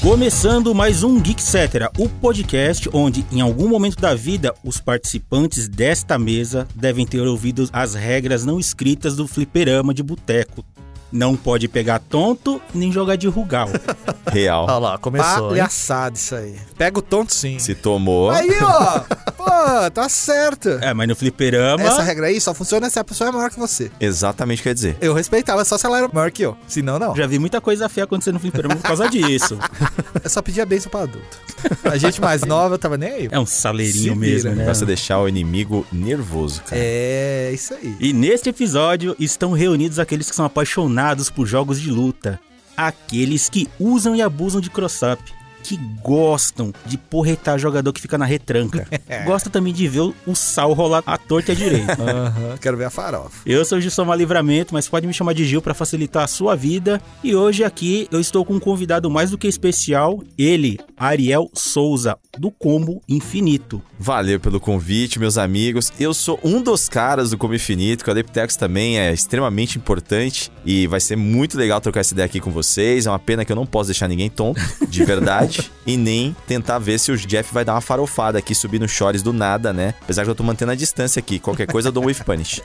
Começando mais um Geek Cetera, o podcast onde, em algum momento da vida, os participantes desta mesa devem ter ouvido as regras não escritas do fliperama de boteco. Não pode pegar tonto nem jogar de rugal. Real. Olha lá, começou. hein? Palhaçada isso aí. Pega o tonto sim. Se tomou. Aí, ó. Pô, tá certo. É, mas no fliperama. Essa é regra aí só funciona se a pessoa é maior que você. Exatamente quer dizer. Eu respeitava só se ela era maior que eu. Se não, não. Já vi muita coisa feia acontecer no fliperama por causa disso. Eu só pedia bênção pra adulto. A gente mais nova tava nem aí. É um saleirinho Se vira, mesmo, né? Basta deixar o inimigo nervoso, cara. É, isso aí. E neste episódio estão reunidos aqueles que são apaixonados por jogos de luta, aqueles que usam e abusam de cross-up, que gostam de porretar jogador que fica na retranca, gosta também de ver o- o sal rolar à torta e à direita. Aham, Quero ver a farofa. Eu sou o Gilson Livramento, mas pode me chamar de Gil para facilitar a sua vida. E hoje aqui eu estou com um convidado mais do que especial, ele, Ariel Souza, do Combo Infinito. Valeu pelo convite, meus amigos. Eu sou um dos caras do Come Finito, que o Adeptex também é extremamente importante e vai ser muito legal trocar essa ideia aqui com vocês. É uma pena que eu não posso deixar ninguém tonto, de verdade, e nem tentar ver se o Jeff vai dar uma farofada aqui, subir nos chores do nada, né? Apesar que eu tô mantendo a distância aqui. Qualquer coisa eu dou um whiff punish.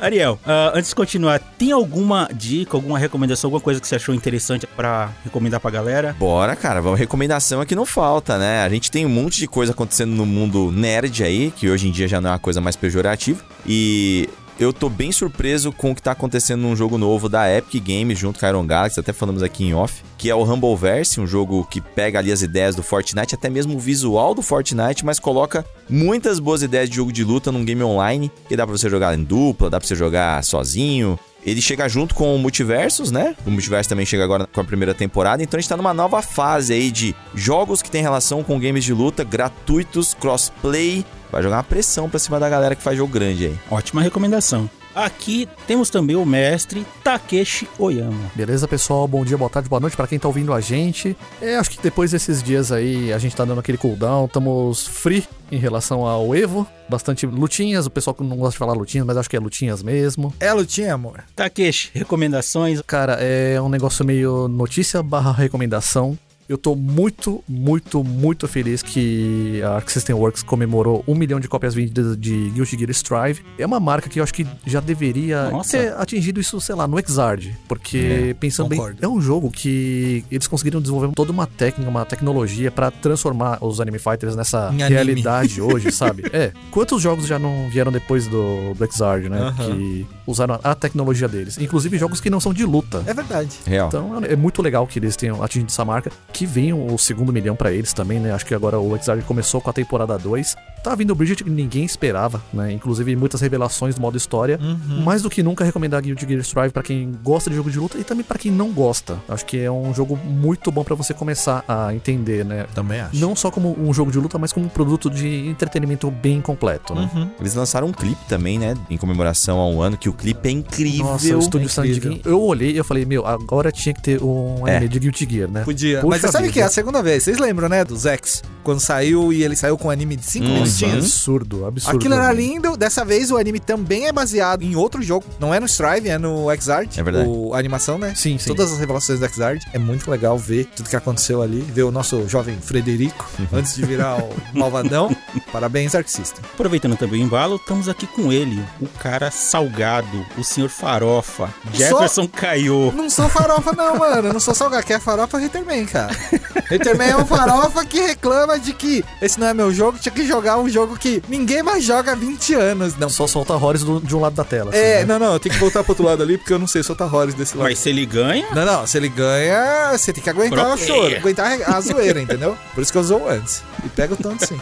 Ariel, ah, antes de continuar, tem alguma dica, alguma recomendação, alguma coisa que você achou interessante pra recomendar pra galera? Bora, cara. Vamos recomendação aqui não falta, né? A gente tem um monte de coisa acontecendo no mundo nerd aí, que hoje em dia já não é uma coisa mais pejorativa. E eu tô bem surpreso com o que tá acontecendo num jogo novo da Epic Games junto com a Iron Galaxy, até falamos aqui em off, que é o Humbleverse, um jogo que pega ali as ideias do Fortnite, até mesmo o visual do Fortnite, mas coloca muitas boas ideias de jogo de luta num game online, que dá pra você jogar em dupla, dá pra você jogar sozinho, ele chega junto com o Multiversos, né? O Multiverso também chega agora com a primeira temporada. Então a gente tá numa nova fase aí de jogos que tem relação com games de luta, gratuitos, crossplay. Vai jogar uma pressão pra cima da galera que faz jogo grande aí. Ótima recomendação. Aqui temos também o mestre Takeshi Oyama. Beleza, pessoal? Bom dia, boa tarde, boa noite pra quem tá ouvindo a gente. É, acho que depois desses dias aí a gente tá dando aquele cooldown, estamos free em relação ao Evo. Bastante lutinhas, o pessoal que não gosta de falar lutinhas, mas acho que é lutinhas mesmo. É lutinha, amor? Takeshi, recomendações? Cara, é um negócio meio notícia barra recomendação. Eu tô muito, muito, muito feliz que a Arc System Works comemorou um milhão de cópias vendidas de Guilty Gear Strive. É uma marca que eu acho que já deveria Nossa. ter atingido isso, sei lá, no Exard. Porque, pensando concordo. bem, é um jogo que eles conseguiram desenvolver toda uma técnica, uma tecnologia pra transformar os Anime Fighters nessa Em anime. realidade hoje, sabe? É. Quantos jogos já não vieram depois do, do Exard, né? Aham. Que usaram a tecnologia deles. Inclusive jogos que não são de luta. É verdade. Real. Então é muito legal que eles tenham atingido essa marca, que venham o segundo milhão pra eles também, né? Acho que agora o Exarg começou com a temporada 2. Tá vindo o Bridget que ninguém esperava, né? Inclusive muitas revelações do modo história. Uhum. Mais do que nunca recomendar Guild Gear Strive pra quem gosta de jogo de luta e também pra quem não gosta. Acho que é um jogo muito bom pra você começar a entender, né? Também acho. Não só como um jogo de luta, mas como um produto de entretenimento bem completo, né? Eles lançaram um clipe também, né? Em comemoração a um ano, que o clipe é incrível. Nossa, o estúdio é Sandigin. incrível. Eu olhei e eu falei, meu, agora tinha que ter um É. anime de Guilty Gear, né? Podia. Puxa Mas você sabe vida. que é a segunda vez. Vocês lembram, né? Do Zex. Quando saiu e ele saiu com um anime de 5 Uhum. minutinhos. Absurdo, absurdo. né? Aquilo era lindo. Dessa vez o anime também é baseado em outro jogo. Não é no Strive, é no Exart. É verdade. O, a animação, né? Sim, sim. Todas as revelações do Exart. É muito legal ver tudo que aconteceu ali. Ver o nosso jovem Frederico Uhum. antes de virar o malvadão. Parabéns, artista. Aproveitando também o embalo, estamos aqui com ele, o cara salgado, o senhor farofa, Jefferson Caiô. Não sou farofa, não, mano. Eu Não sou salgado. Quem é farofa é Haterman, cara. Haterman é um farofa que reclama de que esse não é meu jogo. Tinha que jogar um jogo que ninguém mais joga há 20 anos. Não. Só solta horrores do- de um lado da tela. assim, É, né? não, não. Eu tenho que voltar pro outro lado ali porque eu não sei soltar Horrors desse lado. Mas se ele ganha, Não, não, se ele ganha, você tem que aguentar o Bloqueia. choro, aguentar a zoeira, entendeu? Por isso que eu zoo antes. E pega o tonto sim.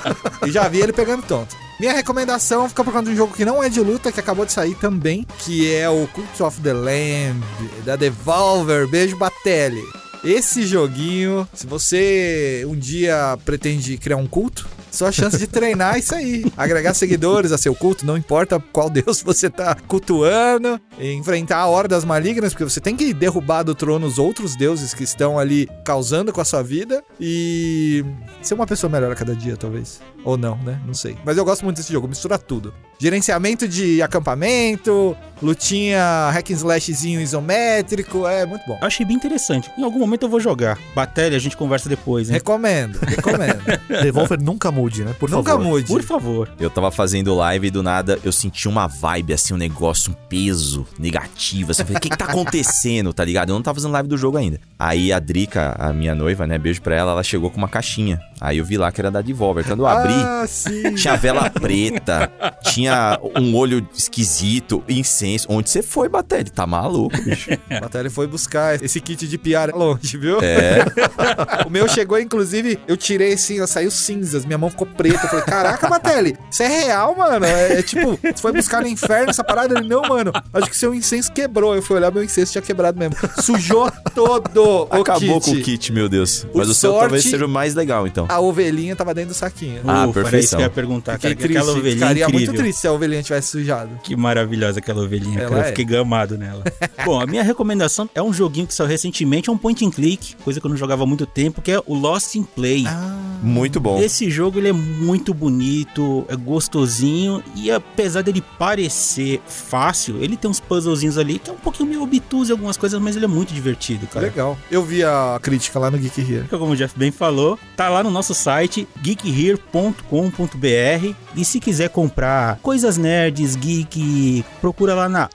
E já vi ele pegando tonto. Minha recomendação fica por conta de um jogo que não é de luta, que acabou de sair também, que é o Cult of the Lamb, da Devolver. Beijo, Batelli. Esse joguinho, se você um dia pretende criar um culto, Sua chance de treinar é isso aí. Agregar seguidores a seu culto, não importa qual deus você tá cultuando. Enfrentar hordas malignas, porque você tem que derrubar do trono os outros deuses que estão ali causando com a sua vida. E ser uma pessoa melhor a cada dia, talvez. Ou não, né? Não sei. Mas eu gosto muito desse jogo, mistura tudo. Gerenciamento de acampamento, lutinha hack and slashzinho isométrico, é muito bom. Eu achei bem interessante. Em algum momento eu vou jogar. Batalha, a gente conversa depois, hein? Recomendo, recomendo. Devolver nunca mude, né? Por Nunca favor. mude. Né? Por favor. Eu tava fazendo live e do nada eu senti uma vibe, assim, um negócio, um peso negativo. Assim, eu falei, o que, que tá acontecendo, tá ligado? Eu não tava fazendo live do jogo ainda. Aí a Drica, a minha noiva, né? Beijo pra ela, ela chegou com uma caixinha. Aí eu vi lá que era da Devolver. Quando eu abri, Ah, sim. tinha vela preta, tinha um olho esquisito, incenso. Onde você foi, Batalha? Tá maluco, bicho. A Batalha foi buscar esse kit de piara longe, viu? É, O meu chegou, inclusive, eu tirei assim, ó, saiu cinzas, minha mão ficou preta. Eu falei, caraca, Batelli, isso é real, mano? É, é tipo, você foi buscar no inferno essa parada? Ele, não, mano, acho que seu incenso quebrou. Eu fui olhar, meu incenso tinha quebrado mesmo. Sujou todo o acabou kit. com o kit, meu Deus. O Mas o seu sorte- talvez seja o mais legal, então. A ovelhinha tava dentro do saquinho. Ah, era isso perfeição. que eu ia perguntar. Fiquei Cara, que aquela triste, ovelhinha ficaria incrível. muito triste se a ovelhinha tivesse sujado. Que maravilhosa aquela ovelhinha, Ela cara. Eu é. fiquei gamado nela. Bom, a minha recomendação é um joguinho que saiu recentemente, é um point and click, coisa que eu não jogava há muito tempo, que é o Lost in Play. Ah, Muito bom. Esse jogo ele é muito bonito, é gostosinho e apesar dele parecer fácil, ele tem uns puzzlezinhos ali que é um pouquinho meio obtuso em algumas coisas, mas ele é muito divertido, cara. legal. Eu vi a crítica lá no Geek Here. Como o Jeff bem falou, tá lá no nosso site geekhere.com.br e se quiser comprar coisas nerds, geek, procura lá na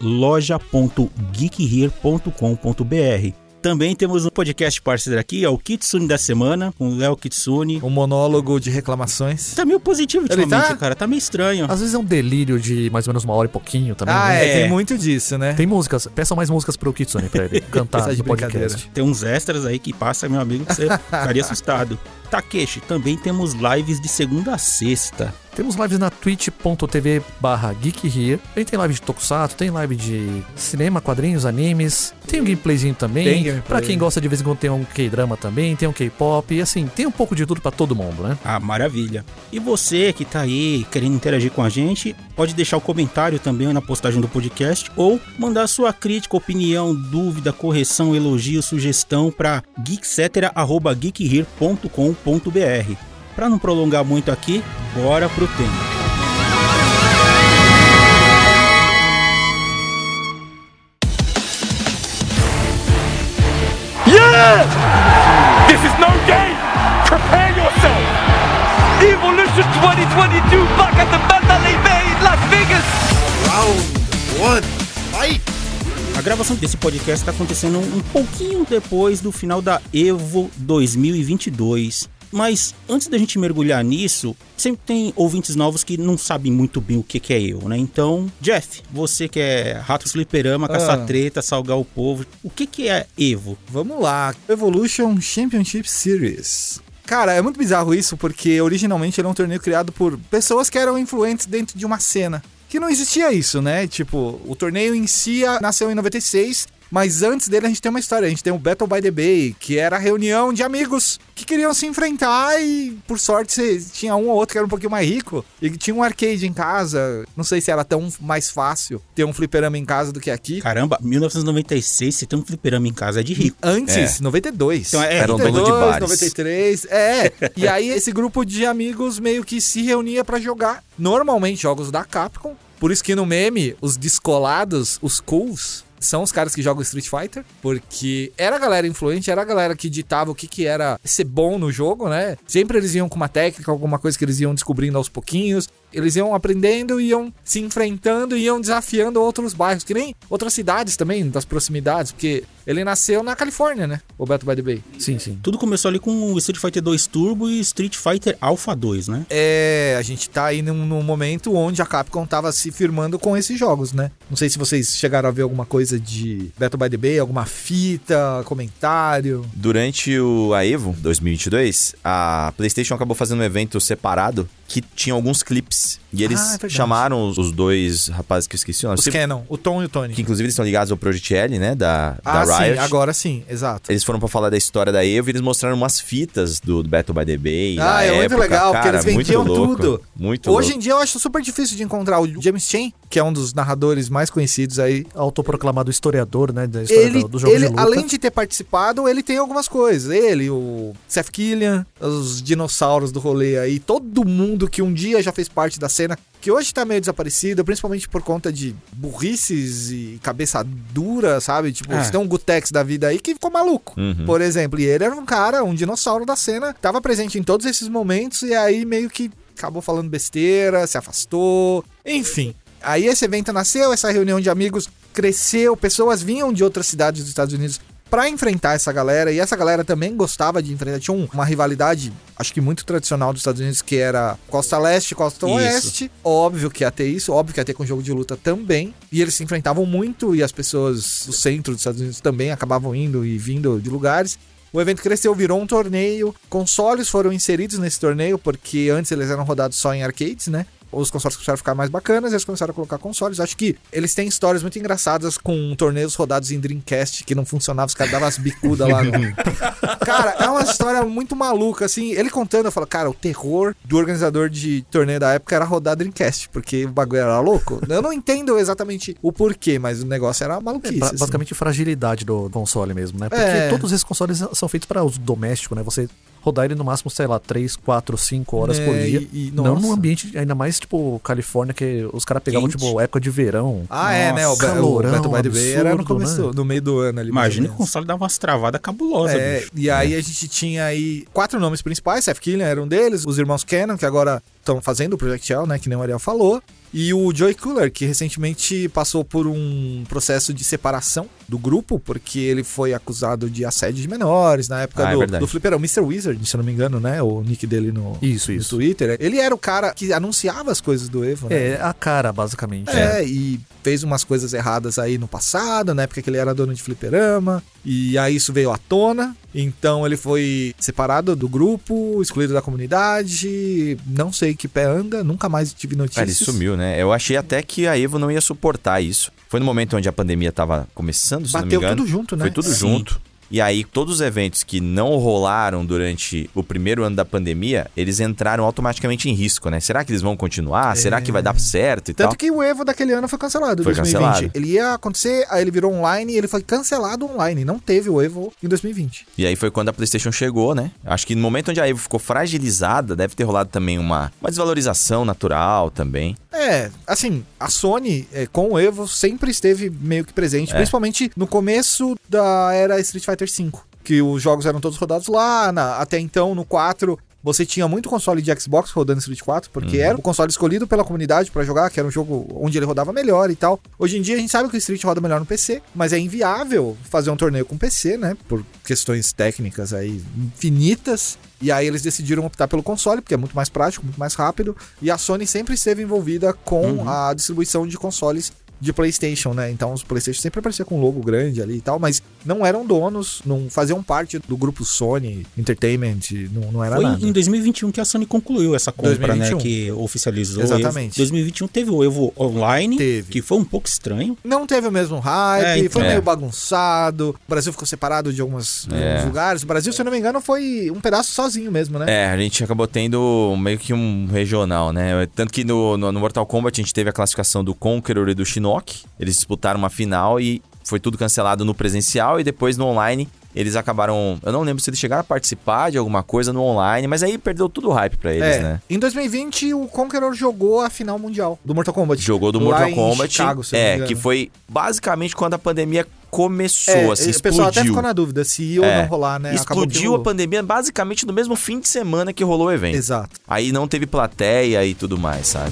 loja.geekhere.com.br. Também temos um podcast parceiro aqui, é o Kitsune da Semana, com o Léo Kitsune. Um monólogo de reclamações. Tá meio positivo Ele ultimamente, tá? cara. Tá meio estranho. Às vezes é um delírio de mais ou menos uma hora e pouquinho também. Ah, né? é, É. tem muito disso, né? Tem músicas, peçam mais músicas pro Kitsune pra ele cantar Tá de no brincadeira. podcast. Tem uns extras aí que passa, meu amigo, que você ficaria assustado. Takeshi, também temos lives de segunda a sexta. Temos lives na twitch.tv barra geekhere. A gente tem live de Tokusatsu, tem live de cinema, quadrinhos, animes. Tem um gameplayzinho também. Tem gameplay. Pra quem gosta, de vez em quando tem um K-drama também, tem um K-pop. E assim, tem um pouco de tudo pra todo mundo, né? Ah, maravilha. E você que tá aí querendo interagir com a gente, pode deixar o comentário também na postagem do podcast ou mandar sua crítica, opinião, dúvida, correção, elogio, sugestão para geeksetera.geekhere.com.br. Para não prolongar muito aqui, bora pro tema. This is no game. Prepare yourself. Evolution 2022 back at the Mandalay Bay in Las Vegas. A gravação desse podcast está acontecendo um pouquinho depois do final da Evo 2022. Mas antes da gente mergulhar nisso, sempre tem ouvintes novos que não sabem muito bem o que, que é Evo, né? Então, Jeff, você que é rato Ah. fliperama, caça-treta, salgar o povo, o que, que é Evo? Vamos lá, Evolution Championship Series. Cara, é muito bizarro isso, porque originalmente ele é um torneio criado por pessoas que eram influentes dentro de uma cena. Que não existia isso, né? Tipo, o torneio em si ah, nasceu em 96, mas antes dele a gente tem uma história. A gente tem o Battle by the Bay, que era a reunião de amigos que queriam se enfrentar e, por sorte, cê- tinha um ou outro que era um pouquinho mais rico e que tinha um arcade em casa. Não sei se era tão mais fácil ter um fliperama em casa do que aqui. Caramba, 1996, você tem um fliperama em casa é de rico. Antes, 92. Então, é, Era um dono de 92, bares. 93, é. E aí esse grupo de amigos meio que se reunia pra jogar normalmente jogos da Capcom. Por isso que no meme, os descolados, os cools, são os caras que jogam Street Fighter, porque era a galera influente, era a galera que ditava o que, que era ser bom no jogo, né? Sempre eles iam com uma técnica, alguma coisa que eles iam descobrindo aos pouquinhos. Eles iam aprendendo, iam se enfrentando, iam desafiando outros bairros, que nem outras cidades também, das proximidades, porque ele nasceu na Califórnia, né? O Battle by the Bay. Sim, sim. Tudo começou ali com o Street Fighter 2 Turbo e Street Fighter Alpha 2, né? É, a gente tá aí num, num momento onde a Capcom tava se firmando com esses jogos, né? Não sei se vocês chegaram a ver alguma coisa de Battle by the Bay, alguma fita, comentário. Durante o a Evo 2022, a PlayStation acabou fazendo um evento separado que tinha alguns clipes. E eles Ah, é verdade. chamaram os, os dois rapazes que eu esqueci o nome. Os Canon, o Tom e o Tony. Que inclusive eles são ligados ao Project L, né? Da, da Ah, sim, Riot. sim, agora sim, exato. Eles foram pra falar da história da Evo e eles mostraram umas fitas do, do Battle by the Bay. Ah, na é muito época. legal, porque Cara, eles vendiam muito louco, tudo. Muito Hoje louco. em dia eu acho super difícil de encontrar o James Chen, que é um dos narradores mais conhecidos aí. Autoproclamado historiador, né? Da história Ele, do, do jogo ele de luta. É, além de ter participado, ele tem algumas coisas. Ele, o Seth Killian, os dinossauros do rolê aí, todo mundo que um dia já fez parte da cena, que hoje tá meio desaparecido, principalmente por conta de burrices e cabeça dura, sabe? Tipo, É. você tem um Gutex da vida aí que ficou maluco. Uhum. Por exemplo, e ele era um cara, um dinossauro da cena, tava presente em todos esses momentos e aí meio que acabou falando besteira, se afastou, enfim. Aí esse evento nasceu, essa reunião de amigos cresceu, pessoas vinham de outras cidades dos Estados Unidos pra enfrentar essa galera e essa galera também gostava de enfrentar, tinha um- uma rivalidade, acho que muito tradicional dos Estados Unidos que era Costa Leste, Costa Isso. Oeste. Óbvio que ia ter isso, óbvio que ia ter com jogo de luta também. E eles se enfrentavam muito e as pessoas do centro dos Estados Unidos também acabavam indo e vindo de lugares. O evento cresceu, virou um torneio. Consoles foram inseridos nesse torneio, porque antes eles eram rodados só em arcades, né? Os consoles começaram a ficar mais bacanas, eles começaram a colocar consoles. Acho que eles têm histórias muito engraçadas com torneios rodados em Dreamcast que não funcionavam, os caras davam as bicudas lá. No... cara, é uma história muito maluca, assim. Ele contando, eu falo, cara, o terror do organizador de torneio da época era rodar Dreamcast, porque o bagulho era louco. Eu não entendo exatamente o porquê, mas o negócio era É, maluquice. pra- assim. basicamente fragilidade do console mesmo, né? Porque É. todos esses consoles são feitos para uso doméstico, né? Você rodar ele no máximo, sei lá, 3, 4, 5 horas por É, dia. e- e- não nossa. num ambiente, ainda mais tipo Califórnia, que os caras pegavam, Quente. tipo, época de verão. Ah, é, né? O, Nossa, Ba- o calorão Battle by the Bay era no absurdo, começo, né? no meio do ano ali. mais Imagina que ou o menos. console dava umas travadas cabulosas, É, bicho. e aí a gente tinha aí quatro nomes principais, Seth Killian era um deles, os irmãos Cannon, que agora estão fazendo o Project L, né, que nem o Ariel falou, e o Joey Cooler, que recentemente passou por um processo de separação do grupo, porque ele foi acusado de assédio de menores, na época Ah, é do, verdade. do fliperão, Mr. Wizard, se eu não me engano, né, o nick dele no, Isso, no isso. né? Twitter. Ele era o cara que anunciava as coisas do Evo, né? É, a cara, basicamente. né? É, e fez umas coisas erradas aí no passado, na época que ele era dono de fliperama, e aí isso veio à tona. Então ele foi separado do grupo, excluído da comunidade, não sei que pé anda, nunca mais tive notícias. Cara, ele sumiu, né? Eu achei até que a Evo não ia suportar isso. Foi no momento onde a pandemia tava começando, se não me Bateu engano. tudo junto, né? Foi tudo Sim. junto. E aí, todos os eventos que não rolaram durante o primeiro ano da pandemia, eles entraram automaticamente em risco, né? Será que eles vão continuar? Será que vai dar certo e É. Tanto tal? que o Evo daquele ano foi cancelado, tá? Foi 2020. cancelado. Ele ia acontecer, aí ele virou online e ele foi cancelado online. Não teve o Evo em 2020. E aí foi quando a PlayStation chegou, né? Acho que no momento onde a Evo ficou fragilizada, deve ter rolado também uma, uma desvalorização natural também. É, assim, a Sony é, com o Evo sempre esteve meio que presente, principalmente no começo da era Street Fighter V, que os jogos eram todos rodados lá, na- até então no 4 você tinha muito console de Xbox rodando Street 4, porque era o console escolhido pela comunidade pra jogar, que era um jogo onde ele rodava melhor e tal. Hoje em dia a gente sabe que o Street roda melhor no PC, mas é inviável fazer um torneio com PC, né? Por questões técnicas aí infinitas. E aí eles decidiram optar pelo console, porque é muito mais prático, muito mais rápido. E a Sony sempre esteve envolvida com a distribuição de consoles de PlayStation, né? Então os PlayStation sempre apareciam com um logo grande ali e tal, mas não eram donos, não faziam parte do grupo Sony Entertainment, não, não era Foi nada. em 2021 que a Sony concluiu essa compra, 2021. né? Que oficializou. Exatamente. Em 2021 teve o Evo Online, Teve. que foi um pouco estranho. Não teve o mesmo hype, É, então. foi meio É. bagunçado, o Brasil ficou separado de algumas, de É. alguns lugares. O Brasil, se eu não me engano, foi um pedaço sozinho mesmo, né? É, a gente acabou tendo meio que um regional, né? Tanto que no, no, no Mortal Kombat a gente teve a classificação do Conqueror e do Shinnok. Eles disputaram uma final e foi tudo cancelado no presencial e depois no online. Eles acabaram. Eu não lembro se eles chegaram a participar de alguma coisa no online, mas aí perdeu tudo o hype pra eles, É, né? Em 2020, o Conqueror jogou a final mundial do Mortal Kombat. Jogou do Lá Mortal em Kombat. Chicago, se eu não me é, engano. que foi basicamente quando a pandemia começou, É, assim, O pessoal até explodiu. ficou na dúvida se ia ou É. não rolar, né? Acabou que Explodiu a rolou. pandemia basicamente no mesmo fim de semana que rolou o evento. Exato. Aí não teve plateia e tudo mais, sabe?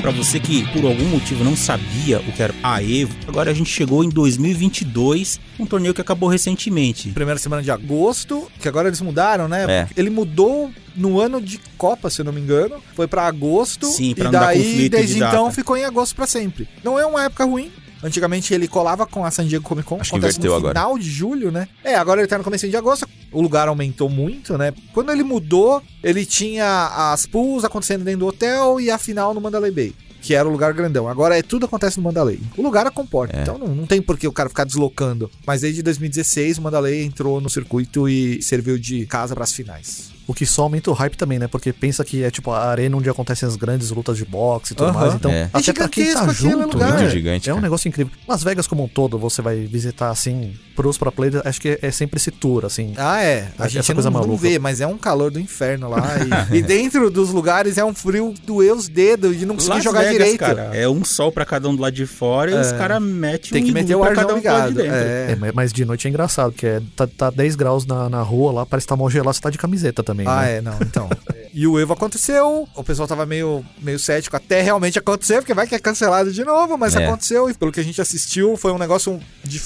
Pra você que por algum motivo não sabia o que era a Evo, agora a gente chegou em 2022, um torneio que acabou recentemente. Primeira semana de agosto, que agora eles mudaram, né? É. Ele mudou no ano de Copa, se eu não me engano. Foi pra agosto. Sim, pra e não dar daí, conflito de desde então, data. ficou em agosto pra sempre. Não é uma época ruim. Antigamente ele colava com a San Diego Comic Con, Acho que acontece no inverteu agora. final de julho, né? É, agora ele tá no comecinho de agosto, o lugar aumentou muito, né? Quando ele mudou, ele tinha as pools acontecendo dentro do hotel e a final no Mandalay Bay. Que era o lugar grandão. Agora é tudo acontece no Mandalay. O lugar a comporta. É. Então não, não tem por que o cara ficar deslocando. Mas desde 2016 o Mandalay entrou no circuito e serviu de casa pras finais. O que só aumenta o hype também, né? Porque pensa que é tipo a arena onde acontecem as grandes lutas de boxe e tudo Aham. mais. Então, É. até pra quem tá gigantesco aquele junto, lugar. né? Muito gigante, É um cara. negócio incrível. Las Vegas como um todo, você vai visitar assim, pros pro players, acho que é, é sempre esse tour, assim. Ah, é. A Essa gente coisa não, não maluca. vê, mas é um calor do inferno lá. E, e dentro dos lugares é um frio doer os dedos de não conseguir Las jogar Vegas, direito. É. cara. É um sol pra cada um do lado de fora e os caras metem Tem um que iglu meter o pra ar cada um do lado de ligado. dentro. É. É, mas- mas de noite é engraçado, que é, tá, tá 10 graus na, na rua lá, parece que tá mal gelado, você tá de camiseta também, Ah, né? é, não, então. E o Evo aconteceu, o pessoal tava meio, meio cético até realmente acontecer, porque vai que é cancelado de novo, mas É. aconteceu. E pelo que a gente assistiu, foi um negócio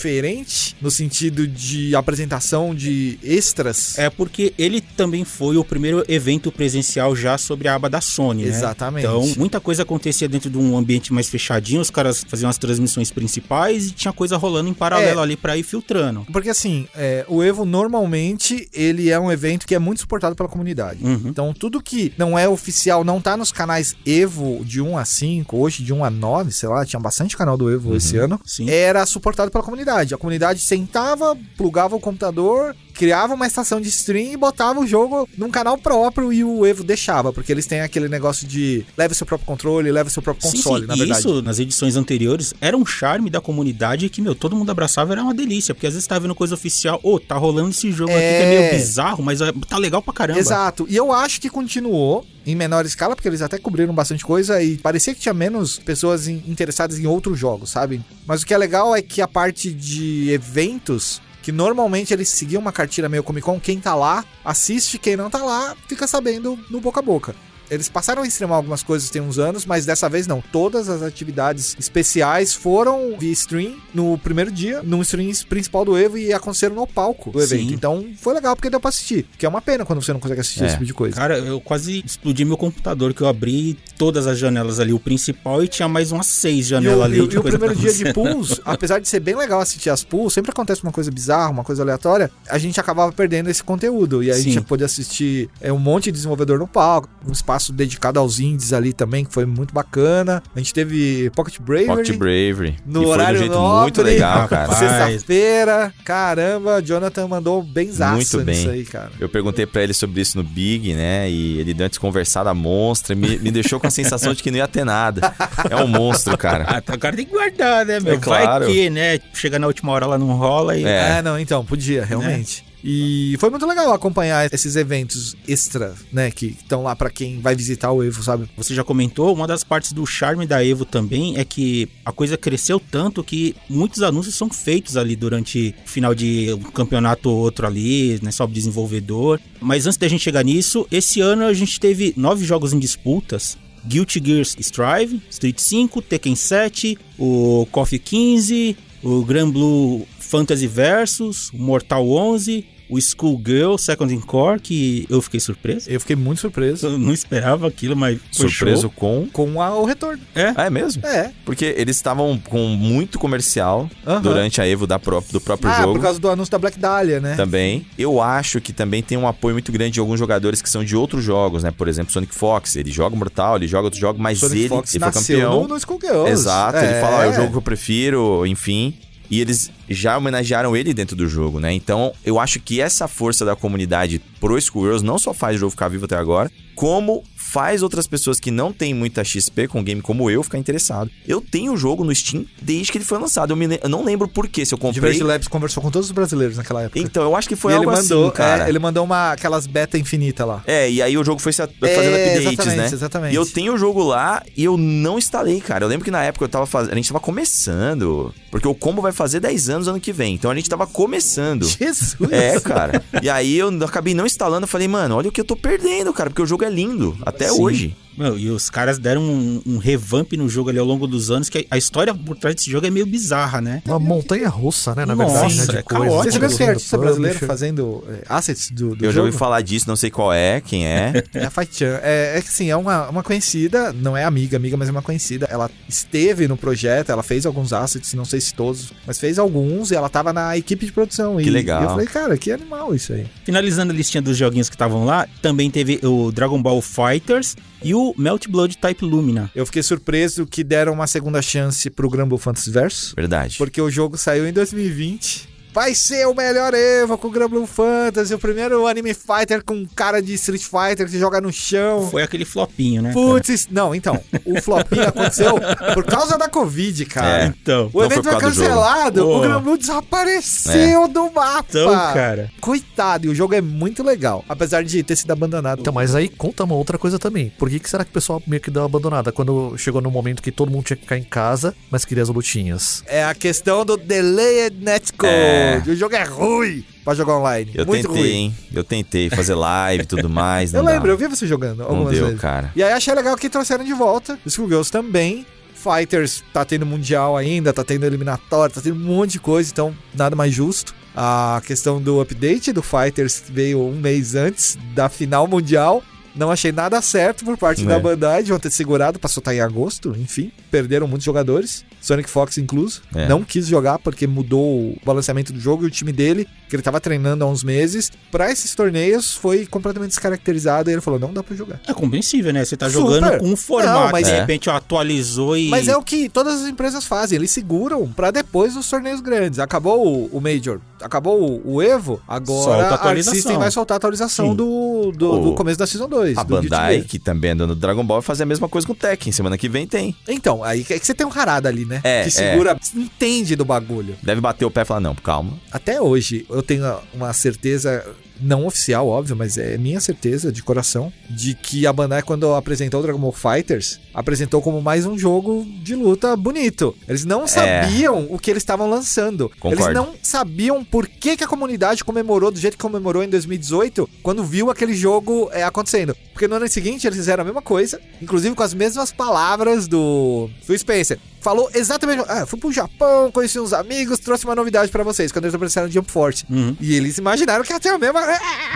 diferente no sentido de apresentação de extras. É porque ele também foi o primeiro evento presencial já sobre a aba da Sony, né? Exatamente. Então, muita coisa acontecia dentro de um ambiente mais fechadinho, os caras faziam as transmissões principais e tinha coisa rolando em paralelo É. ali pra ir filtrando. Porque assim, é, o Evo normalmente ele é um evento que é muito suportado pela comunidade. Uhum. Então tudo que não é oficial, não tá nos canais Evo de 1 a 5, hoje de 1 a 9, sei lá, tinha bastante canal do Evo esse ano. Sim. Era suportado pela comunidade. A comunidade sentava, plugava o computador, criava uma estação de stream e botava o jogo num canal próprio e o Evo deixava, porque eles têm aquele negócio de leve seu próprio controle, leve seu próprio Sim, console, sim, na e verdade. isso nas edições anteriores era um charme da comunidade que, meu, todo mundo abraçava, era uma delícia, porque às vezes tá vendo coisa oficial, ô, tá rolando esse jogo aqui que É. é meio bizarro, mas é- tá legal pra caramba. Exato. E eu acho que continuou em menor escala, porque eles até cobriram bastante coisa e parecia que tinha menos pessoas in- interessadas em outros jogos, sabe? Mas o que é legal é que a parte de eventos, que normalmente eles seguiam uma cartilha meio Comic Con, quem tá lá assiste, quem não tá lá fica sabendo no boca a boca. Eles passaram a extremar algumas coisas tem uns anos, mas dessa vez não. Todas as atividades especiais foram via stream no primeiro dia, no stream principal do Evo e aconteceram no palco do Sim. evento. Então foi legal porque deu pra assistir. Que é uma pena quando você não consegue É. assistir esse tipo de coisa. Cara, eu quase explodi meu computador, que eu abri todas as janelas ali, o principal, e tinha mais umas seis E o, janelas ali. e o- de e o coisa pra primeiro dia você. de pools, apesar de ser bem legal assistir as pools, sempre acontece uma coisa bizarra, uma coisa aleatória, a gente acabava perdendo esse conteúdo. E aí a gente Sim. pôde assistir é, um monte de desenvolvedor no palco, um espaço dedicado aos indies ali também, que foi muito bacana. A gente teve Pocket Bravery. Pocket Bravery. No e foi de horário um jeito nobre. muito legal, cara. Rapaz. Sexta-feira, caramba, Jonathan mandou benzaço Muito bem. nisso aí, cara. Eu perguntei pra ele sobre isso no Big, né? E ele deu uma desconversada monstra, me, me deixou com a sensação de que não ia ter nada. É um monstro, cara. Ah, tá, o cara tem que guardar, né, meu? É claro. Vai que, né? Chega na última hora lá não rola e. É. É, não, então, podia, realmente. E foi muito legal acompanhar esses eventos extra, né, que estão lá pra quem vai visitar o Evo, sabe? Você já comentou, uma das partes do charme da Evo também é que a coisa cresceu tanto que muitos anúncios são feitos ali durante o final de um campeonato ou outro ali, né, sobre desenvolvedor. Mas antes da gente chegar nisso, esse ano a gente teve nove jogos em disputas. Guilty Gears Strive, Street 5, Tekken 7, o KOF 15, o Gran Blue Fantasy Versus, o Mortal 11, o Schoolgirl Second in Core, que eu fiquei surpreso. Eu fiquei muito surpreso Eu não esperava aquilo, mas foi Surpreso show. com. com a- o retorno. Ah, é mesmo? É. Porque eles estavam com muito comercial aham. durante a Evo da pró- do próprio Ah, jogo. por causa do anúncio da Black Dahlia, né? Também. Eu acho que também tem um apoio muito grande de alguns jogadores que são de outros jogos, né? Por exemplo, Sonic Fox. Ele joga Mortal, ele joga outro jogo, mas Sonic ele, Fox ele foi nasceu campeão. no, no Skullgirls. Exato, ele É. fala, "Ah, é o jogo que eu prefiro, enfim. E eles já homenagearam ele dentro do jogo, né? Então, eu acho que essa força da comunidade pro Squirrels não só faz o jogo ficar vivo até agora, como faz outras pessoas que não têm muita XP com game como eu ficar interessado. Eu tenho o jogo no Steam desde que ele foi lançado. Eu, me le- eu não lembro por que, se eu comprei. Diverge Labs conversou com todos os brasileiros naquela época. Então, eu acho que foi e ele algo mandou, assim, cara. é, ele mandou uma aquelas beta infinita lá. É, e aí o jogo foi se a- fazendo É, updates, exatamente, né? exatamente. E eu tenho o jogo lá e eu não instalei, cara. Eu lembro que na época eu tava fazendo. A gente tava começando. Porque o combo vai fazer 10 anos ano que vem. Então a gente tava começando. Jesus. É, cara. E aí eu acabei não instalando. Eu falei, mano, olha o que eu tô perdendo, cara. Porque o jogo é lindo. Até Sim. hoje. Meu, e os caras deram um, um revamp no jogo ali ao longo dos anos, que a- a história por trás desse jogo é meio bizarra, né? Uma montanha russa, né? Na Nossa, verdade, né, de é coisas, caótico. Você sabia que tem produzindo artista publisher. brasileiro fazendo eh, assets do, do Eu já jogo? ouvi falar disso, não sei qual é, quem é. É a Fai-chan. É, é que assim, é uma, uma conhecida, não é amiga, amiga, mas é uma conhecida. Ela esteve no projeto, ela fez alguns assets, não sei se todos, mas fez alguns e ela tava na equipe de produção. Que e, legal. E eu falei, cara, que animal isso aí. Finalizando a listinha dos joguinhos que estavam lá, também teve o Dragon Ball Fighters e o Melt Blood Type Lumina. Eu fiquei surpreso que deram uma segunda chance pro Grumble Fantasy Verso, Verdade. porque o jogo saiu em 2020. Vai ser o melhor Eva com o Grumble Fantasy, o primeiro anime fighter com cara de Street Fighter que joga no chão. Foi aquele flopinho, né? cara? Putz, não, então, o flopinho aconteceu por causa da Covid, cara. É. Então. O Não evento foi por foi causa do jogo. É. cancelado, Pô. o Granblue desapareceu do mapa. Então, cara. Coitado, e o jogo é muito legal, apesar de ter sido abandonado. Então, mas aí conta uma outra coisa também. Por que, que será que o pessoal meio que deu uma abandonada quando chegou no momento que todo mundo tinha que ficar em casa, mas queria as lutinhas? É a questão do delayed netcode. É. O jogo é ruim pra jogar online. Eu muito tentei, ruim. hein? Eu tentei fazer live e tudo mais. Eu não dá. lembro, eu vi você jogando Não algumas deu, vezes. cara. E aí achei legal que trouxeram de volta. Schoolgirls também. Fighters tá tendo mundial ainda, tá tendo eliminatório, tá tendo um monte de coisa, então nada mais justo. A questão do update do Fighters veio um mês antes da final mundial. Não achei nada certo por parte É. da Bandai, deviam ter segurado pra soltar em agosto, enfim. Perderam muitos jogadores, Sonic Fox incluso. É. Não quis jogar porque mudou o balanceamento do jogo e o time dele, que ele tava treinando há uns meses, pra esses torneios foi completamente descaracterizado e ele falou: não dá pra jogar. É compreensível, né? Você tá Super. jogando com um formato, mas- de É. repente ó, atualizou e. Mas é o que todas as empresas fazem, eles seguram pra depois dos torneios grandes. Acabou o, o Major, acabou o, o Evo, Solta a agora a Arc atualização. System vai soltar a atualização Sim. do, do, O- do começo da Season 2. A do Guilty Bandai, Gear. que também é dona do Dragon Ball, vai fazer a mesma coisa com o Tekken. Semana que vem tem. Então, aí que é que você tem um harada ali, né? É, que segura, entende do bagulho. Deve bater o pé e falar, não, calma. Até hoje, eu tenho uma certeza, não oficial, óbvio, mas é minha certeza de coração, de que a Bandai, quando apresentou o Dragon Ball Fighters, apresentou como mais um jogo de luta bonito. Eles não É. sabiam o que eles estavam lançando. É. Concordo. Eles não sabiam por que, que a comunidade comemorou do jeito que comemorou em 2018, quando viu aquele jogo é, acontecendo. Porque no ano seguinte eles fizeram a mesma coisa, inclusive com as mesmas palavras do Phil Spencer. Falou exatamente. Ah, fui pro Japão, conheci uns amigos, trouxe uma novidade pra vocês, quando eles apareceram no Jump Force. Uhum. E eles imaginaram que ia ter a mesma.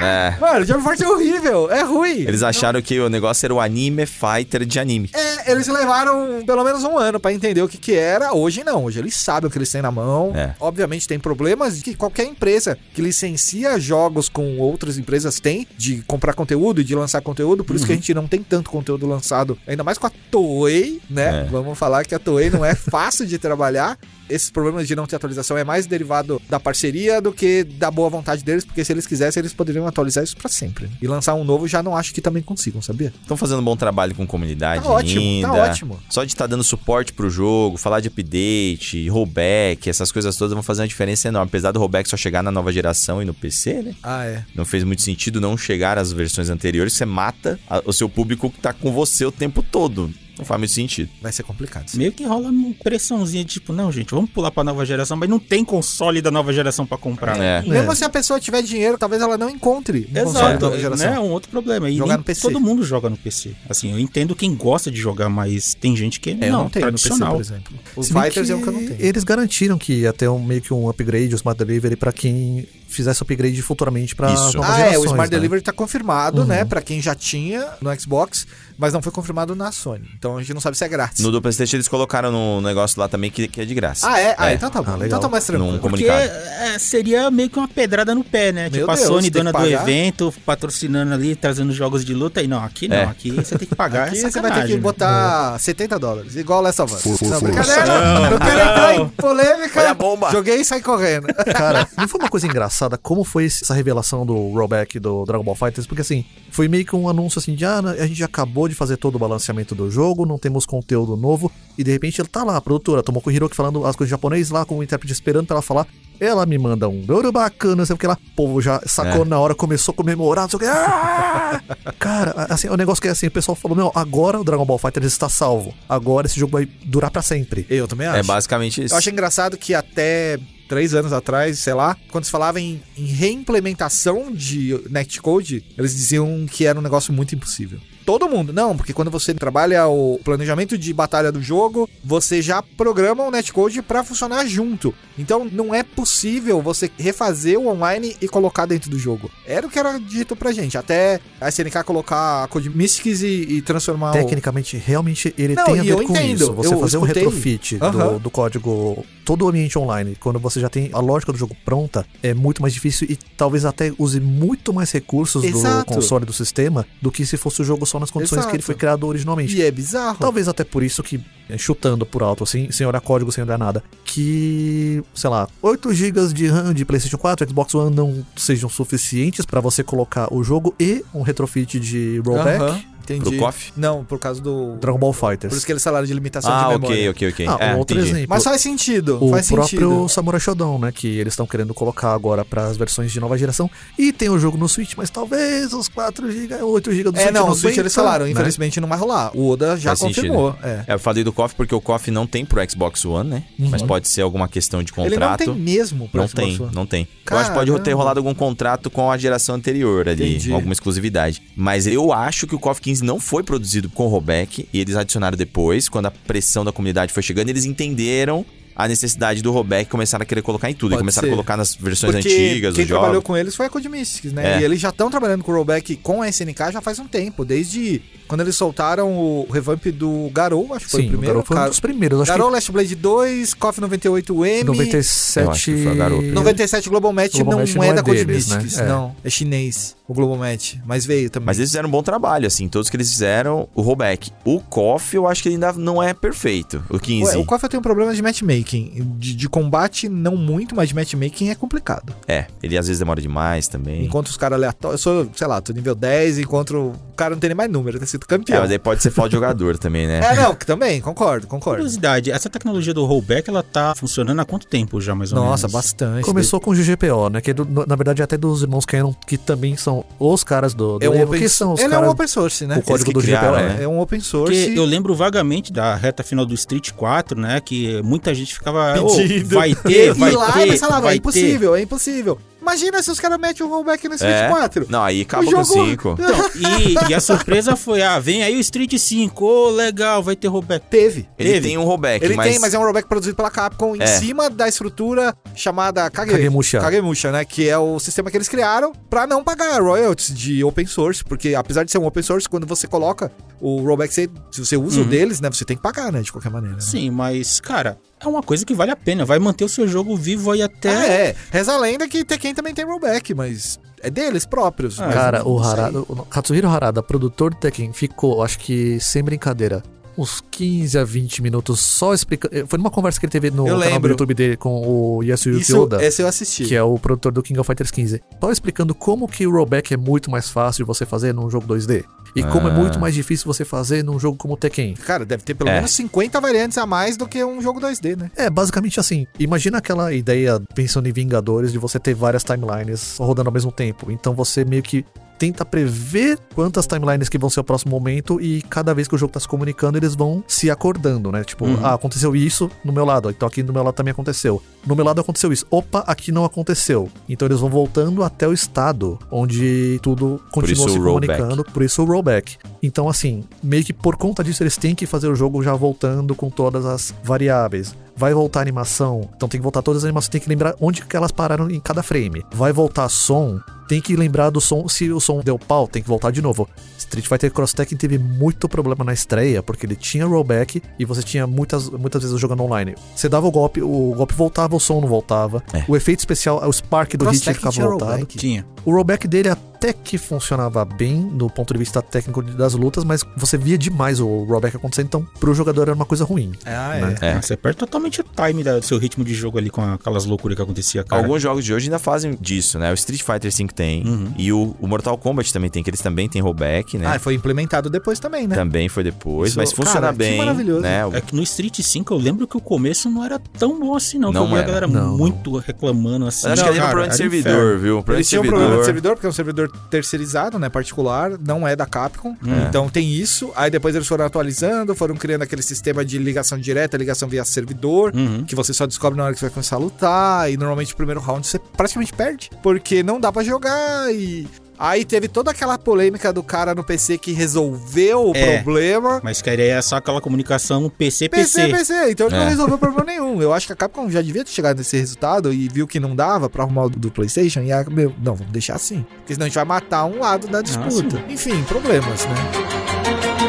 É. Mano, Jump Force é horrível, é ruim. Eles acharam que o negócio era o anime fighter de anime. É, eles levaram pelo menos um ano pra entender o que que era. Hoje não, hoje eles sabem o que eles têm na mão. É. Obviamente tem problemas que qualquer empresa que licencia jogos com outras empresas tem de comprar conteúdo e de lançar conteúdo. Por isso Uhum. que a gente não tem tanto conteúdo lançado, ainda mais com a Toei, né? É. Vamos falar que a Toei não é fácil de trabalhar. Esses problemas de não ter atualização é mais derivado da parceria do que da boa vontade deles, porque se eles quisessem, eles poderiam atualizar isso pra sempre. E lançar um novo, já não acho que também consigam, sabia? Estão fazendo um bom trabalho com comunidade Tá ótimo, ainda. tá ótimo. Só de estar dando suporte pro jogo, falar de update, rollback, essas coisas todas vão fazer uma diferença enorme. Apesar do rollback só chegar na nova geração e no PC, né? Ah, é. Não fez muito sentido não chegar às versões anteriores. Você mata a- o seu público que tá com você o tempo todo. Não faz muito sentido. Vai ser complicado. Meio que rola uma pressãozinha, tipo, não, gente, vamos pular pra nova geração, mas não tem console da nova geração pra comprar. É. Mesmo se a pessoa tiver dinheiro, talvez ela não encontre um console Exato, da nova né? geração. É um outro problema. E Jogar nem no PC. Todo mundo joga no PC. Assim, eu entendo quem gosta de jogar, mas tem gente que É, eu não, tenho no PC, tradicional. por exemplo. Os Se bem Fighters é um que eu não tenho. Eles garantiram que ia ter um, meio que um upgrade, o Smart Delivery, pra quem fizesse upgrade futuramente pra Isso. novas Ah, gerações. é, o Smart né? Delivery tá confirmado, né? Pra quem já tinha no Xbox, mas não foi confirmado na Sony. Então a gente não sabe se é grátis. No do PlayStation eles colocaram no negócio lá também que, que é de graça. Ah, é? Ah, É. então tá bom. Ah, legal. então tá mais tranquilo. Num Porque comunicado. é, seria meio que uma pedrada no pé, né? tipo, a Deus, Sony, tem que dona do pagar. evento, patrocinando ali, trazendo jogos de luta. E não, aqui não, É. aqui você tem que pagar. Aqui é você vai ter que sacanagem, né? botar 70 dólares, igual Last of Us. Não, brincadeira. Não, eu quero entrar em polêmica. Olha a bomba. Joguei e saí correndo. Cara, não foi uma coisa engraçada como foi esse- essa revelação do rollback do Dragon Ball Fighters? Porque assim, foi meio que um anúncio assim de ah, a gente acabou de fazer todo o balanceamento do jogo, não temos conteúdo novo, e de repente ele tá lá, a produtora, tomou com o Hiroki falando as coisas em japonês lá, com o intérprete esperando pra ela falar. Ela me manda um ouro bacana, não sei o que lá. O povo já sacou É. na hora, começou a comemorar, não sei o que. Ah! Cara, a- assim, o negócio que é assim, o pessoal falou: Meu, agora o Dragon Ball Fighters está salvo. Agora esse jogo vai durar pra sempre. Eu também É basicamente isso. Eu acho engraçado que até três anos atrás, sei lá, quando se falava em, em reimplementação de netcode, eles diziam que era um negócio muito impossível. Todo mundo. Não, porque quando você trabalha o planejamento de batalha do jogo, você já programa o netcode pra funcionar junto. Então não é possível você refazer o online e colocar dentro do jogo. Era o que era dito pra gente. Até a SNK colocar a Code Mystics e, e transformar o- Tecnicamente, realmente, ele Não, tem a e ver eu com entendo, isso. Você eu fazer um escutei. retrofit do, Aham. do código, todo o ambiente online, quando você já tem a lógica do jogo pronta, é muito mais difícil e talvez até use muito mais recursos do Exato. console do sistema do que se fosse o jogo só nas condições que ele foi Exato. criado originalmente. E é bizarro. Talvez até por isso que, eh, chutando por alto, assim, sem olhar código, sem olhar nada, que, sei lá, 8 GB de RAM de PlayStation 4, Xbox One não sejam suficientes pra você colocar o jogo e um retrofit de rollback Aham, entendi. Pro KOF? Não, por causa do. Dragon Ball Por Fighters. isso que ele salário de limitação de Ah, ok, memória. ok, ok. Ah, É, um outro entendi. exemplo. Mas faz sentido, o faz próprio sentido. Samurai Shodown, né? Que eles estão querendo colocar agora para as versões de nova geração. E tem o jogo no Switch, mas talvez os 4 GB, 8 GB do É, Switch não, não o Switch eles aguenta, falaram, né? infelizmente não vai rolar. O Oda já Faz sentido. confirmou. É. É, eu falei do KOF porque o KOF não tem pro Xbox One, né? Mas pode ser alguma questão de Ele É não um contrato. tem mesmo pro Não Xbox tem, One. não tem. Eu acho que pode ter Caramba. rolado algum contrato com a geração anterior ali, Entendi. alguma exclusividade. Mas eu acho que o KOF 15 não foi produzido com rollback e eles adicionaram depois, quando a pressão da comunidade foi chegando, eles entenderam a necessidade do rollback e começaram a querer colocar em tudo. e Pode começaram ser. a colocar nas versões Porque antigas, quem os jogos. trabalhou com eles foi a Code Mystics, né? É. E eles já estão trabalhando com o rollback com a SNK já faz um tempo, desde quando eles soltaram o revamp do Garou, acho que foi Sim, o primeiro. o Garou foi um Ca- dos primeiros. Acho Garou, Last Blade 2, KOF 98M, que 97... Eu acho que foi o Garou primeiro. 97 Global Match Global não, Match é da Code deles, né? Mystics, É. não. É chinês, o Global Match, mas veio também. Mas eles fizeram um bom trabalho, assim, todos que eles fizeram, o rollback. O KOF, eu acho que ele ainda não é perfeito, o 15. Ué, o KOF tem um problema de matchmaking. De, de combate, não muito, mas de matchmaking é complicado. É, ele às vezes demora demais também. Encontro os caras aleatórios. Eu sou, sei lá, tô nível 10, encontro. O cara não tem nem mais número, tem sido É, campeão. mas aí pode ser falta de jogador também, né? É, não, que também, concordo, concordo. Curiosidade, essa tecnologia do rollback, ela tá funcionando há quanto tempo já, mais ou Nossa, menos? bastante. Começou com o GGPO, né? Que é do- na verdade é até dos irmãos Canon, que também são os caras do... do É um Evo, open, que são os ele é caras... um open source, né? o código que do criaram, GPL, né? É um open Porque source. eu lembro vagamente da reta final do Street 4, né? Que muita gente ficava. "Ô, Pedido." vai ter, vai e lá ter. eles falavam, vai é ter." impossível, é impossível. Imagina se os caras metem o rollback no Street É. 4. Não, aí acabou com o 5. Então, e, e a surpresa foi: ah, vem aí o Street 5. Ô, legal, vai ter rollback. Teve. Ele Teve. tem um rollback, Ele mas... tem, mas é um rollback produzido pela Capcom em É. cima da estrutura chamada Kage... Kagemusha. Kagemusha, né? Que é o sistema que eles criaram pra não pagar royalties de open source, porque apesar de ser um open source, quando você coloca o rollback, você- se você usa o deles, né? Você tem que pagar, né? De qualquer maneira. Sim, mas, cara, é uma coisa que vale a pena. Vai manter o seu jogo vivo aí até. Ah, é. Reza a lenda que Tekken também tem rollback, mas é deles próprios. mas Cara, não o sei. Harada, o Katsuhiro Harada, produtor do Tekken, ficou, acho que sem brincadeira, uns 15 a 20 minutos só explicando. Foi numa conversa que ele teve no Eu canal do lembro. YouTube dele com o Yasuyuki Isso, Oda. esse eu assisti. Que é o produtor do King of Fighters 15. Só explicando como que o rollback é muito mais fácil de você fazer num jogo 2D. E como é muito mais difícil você fazer num jogo como o Tekken. Cara, deve ter pelo É. menos 50 variantes a mais do que um jogo 2D, né? É, basicamente assim. Imagina aquela ideia, pensando em Vingadores, de você ter várias timelines rodando ao mesmo tempo. Então você meio que tenta prever quantas timelines que vão ser o próximo momento e cada vez que o jogo tá se comunicando, eles vão se acordando, né? Tipo, Uhum. ah, aconteceu isso no meu lado, então aqui no meu lado também aconteceu. No meu lado aconteceu isso. Opa, aqui não aconteceu. Então eles vão voltando até o estado onde tudo continua isso se o rollback. comunicando, por isso o rollback. Então assim, meio que por conta disso eles têm que fazer o jogo já voltando com todas as variáveis. Vai voltar animação, então tem que voltar todas as animações, tem que lembrar onde que elas pararam em cada frame. Vai voltar som, tem que lembrar do som, se o som deu pau, tem que voltar de novo. Street Fighter Cross Tekken teve muito problema na estreia, porque ele tinha rollback e você tinha muitas, muitas vezes jogando online. Você dava o golpe, o golpe voltava, o som não voltava. O efeito especial, o spark do hit Cross-tech ficava tinha voltado. rollback? Tinha. O rollback dele até que funcionava bem do ponto de vista técnico das lutas, mas você via demais o rollback acontecendo, então pro jogador era uma coisa ruim. Ah, é. É. Ah, Você perde totalmente o time da- do seu ritmo de jogo ali com aquelas loucuras que acontecia, cara. Alguns jogos de hoje ainda fazem disso, né? O Street Fighter V tem. Uhum. E o, o Mortal Kombat também tem, que eles também têm rollback, né? Ah, foi implementado depois também, né? Também foi depois, Isso- mas funciona cara, que bem. maravilhoso. Né? É que no Street 5 eu lembro que o começo não era tão bom assim, não. que Não eu vi a era. galera Não, muito reclamando assim. Mas acho que ali é um cara, problema de era servidor, inferno. viu? Um problema Eles de tinham um servidor. problema de servidor, porque é um servidor terceirizado, né? Particular, não é da Capcom. Então tem isso. Aí depois eles foram atualizando, foram criando aquele sistema de ligação direta, ligação via servidor, Uhum. que você só descobre na hora que você vai começar a lutar. E normalmente o primeiro round você praticamente perde, porque não dá pra jogar e. Aí teve toda aquela polêmica do cara no PC que resolveu o É. problema. Mas que aí é só aquela comunicação PC, PC-PC. PC, então ele É. não resolveu problema nenhum. Eu acho que a Capcom já devia ter chegado nesse resultado e viu que não dava pra arrumar o do PlayStation e a, meu, não, vamos deixar assim. Porque senão a gente vai matar um lado Ah, da disputa. Enfim, problemas, né?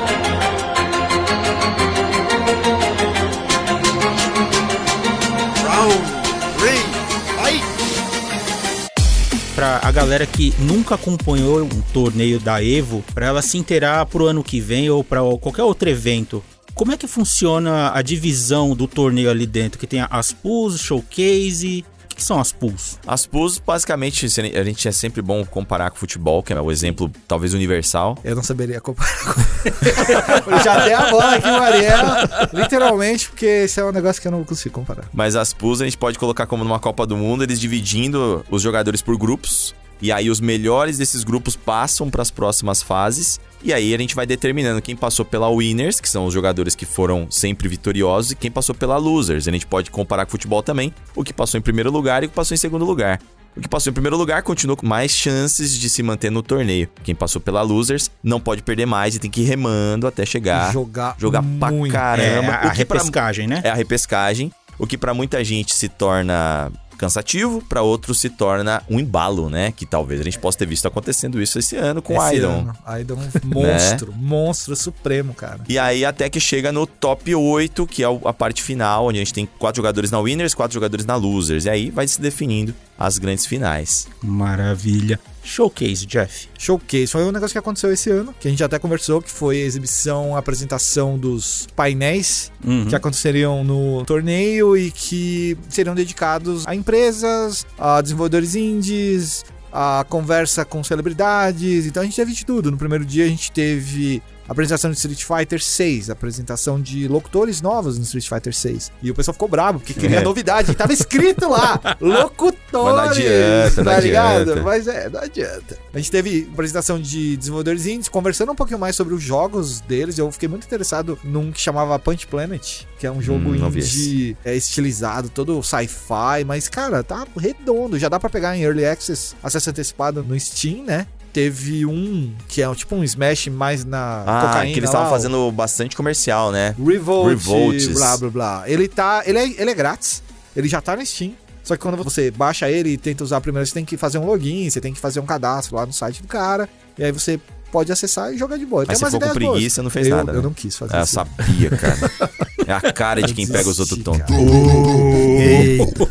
Pra a galera que nunca acompanhou um torneio da Evo, pra ela se inteirar pro ano que vem ou pra qualquer outro evento. Como é que funciona a divisão do torneio ali dentro? Que tem as pools, showcase. O que, que são as pools? As pools, basicamente, se- a gente é sempre bom comparar com o futebol, que é o exemplo talvez universal. Eu não saberia comparar com... Eu já dei a bola aqui, Mariela. Literalmente, porque esse é um negócio que eu não consigo comparar. Mas as pools a gente pode colocar como numa Copa do Mundo, eles dividindo os jogadores por grupos. E aí os melhores desses grupos passam para as próximas fases. E aí a gente vai determinando quem passou pela winners, que são os jogadores que foram sempre vitoriosos, e quem passou pela losers. A gente pode comparar com o futebol também, o que passou em primeiro lugar e o que passou em segundo lugar. O que passou em primeiro lugar continuou com mais chances de se manter no torneio. Quem passou pela losers não pode perder mais e tem que ir remando até chegar. Jogar Ah, Jogar pra muito. caramba. é, a, a o que pra- repescagem, né? é a repescagem, o que pra muita gente se torna cansativo, pra outros se torna um embalo, né? Que talvez a gente possa ter visto acontecendo isso esse ano com Esse Iron. ano. Iron, Né? monstro. Monstro supremo, cara. E aí até que chega no top 8, que é o- a parte final, onde a gente tem quatro jogadores na Winners, quatro jogadores na Losers. E aí vai se definindo as grandes finais. Maravilha. Showcase, Jeff. Showcase foi um negócio que aconteceu esse ano, que a gente até conversou, que foi a exibição, a apresentação dos painéis Uhum. que aconteceriam no torneio e que seriam dedicados a empresas, a desenvolvedores indies, a conversa com celebridades. Então a gente teve de tudo. No primeiro dia a gente teve apresentação de Street Fighter 6, apresentação de locutores novos no Street Fighter 6. E o pessoal ficou bravo porque queria É. novidade, tava escrito lá, locutores. Mas não adianta, não tá ligado? adianta. Mas é, não adianta. A gente teve apresentação de desenvolvedores indies, conversando um pouquinho mais sobre os jogos deles. Eu fiquei muito interessado num que chamava Punch Planet, que é um jogo Hum, não vi indie é, estilizado, todo sci-fi, mas, cara, tá redondo. Já dá pra pegar em Early Access, acesso antecipado no Steam, né? Teve um que é um- tipo um Smash mais na Ah, cocaína. que eles lá, estavam o- fazendo bastante comercial, né? Revolt, Revolts. blá blá blá. Ele tá. Ele é, ele é grátis, ele já tá no Steam. Só que quando você baixa ele e tenta usar primeiro, você tem que fazer um login, você tem que fazer um cadastro lá no site do cara. E aí você pode acessar e jogar de boa. Ele Mas tem você umas ficou com ideias boas. preguiça, não fez eu, nada. Eu né? não quis fazer É, eu isso. sabia, cara. É a cara de quem pega os outros Desisti, tontos. assim, cara.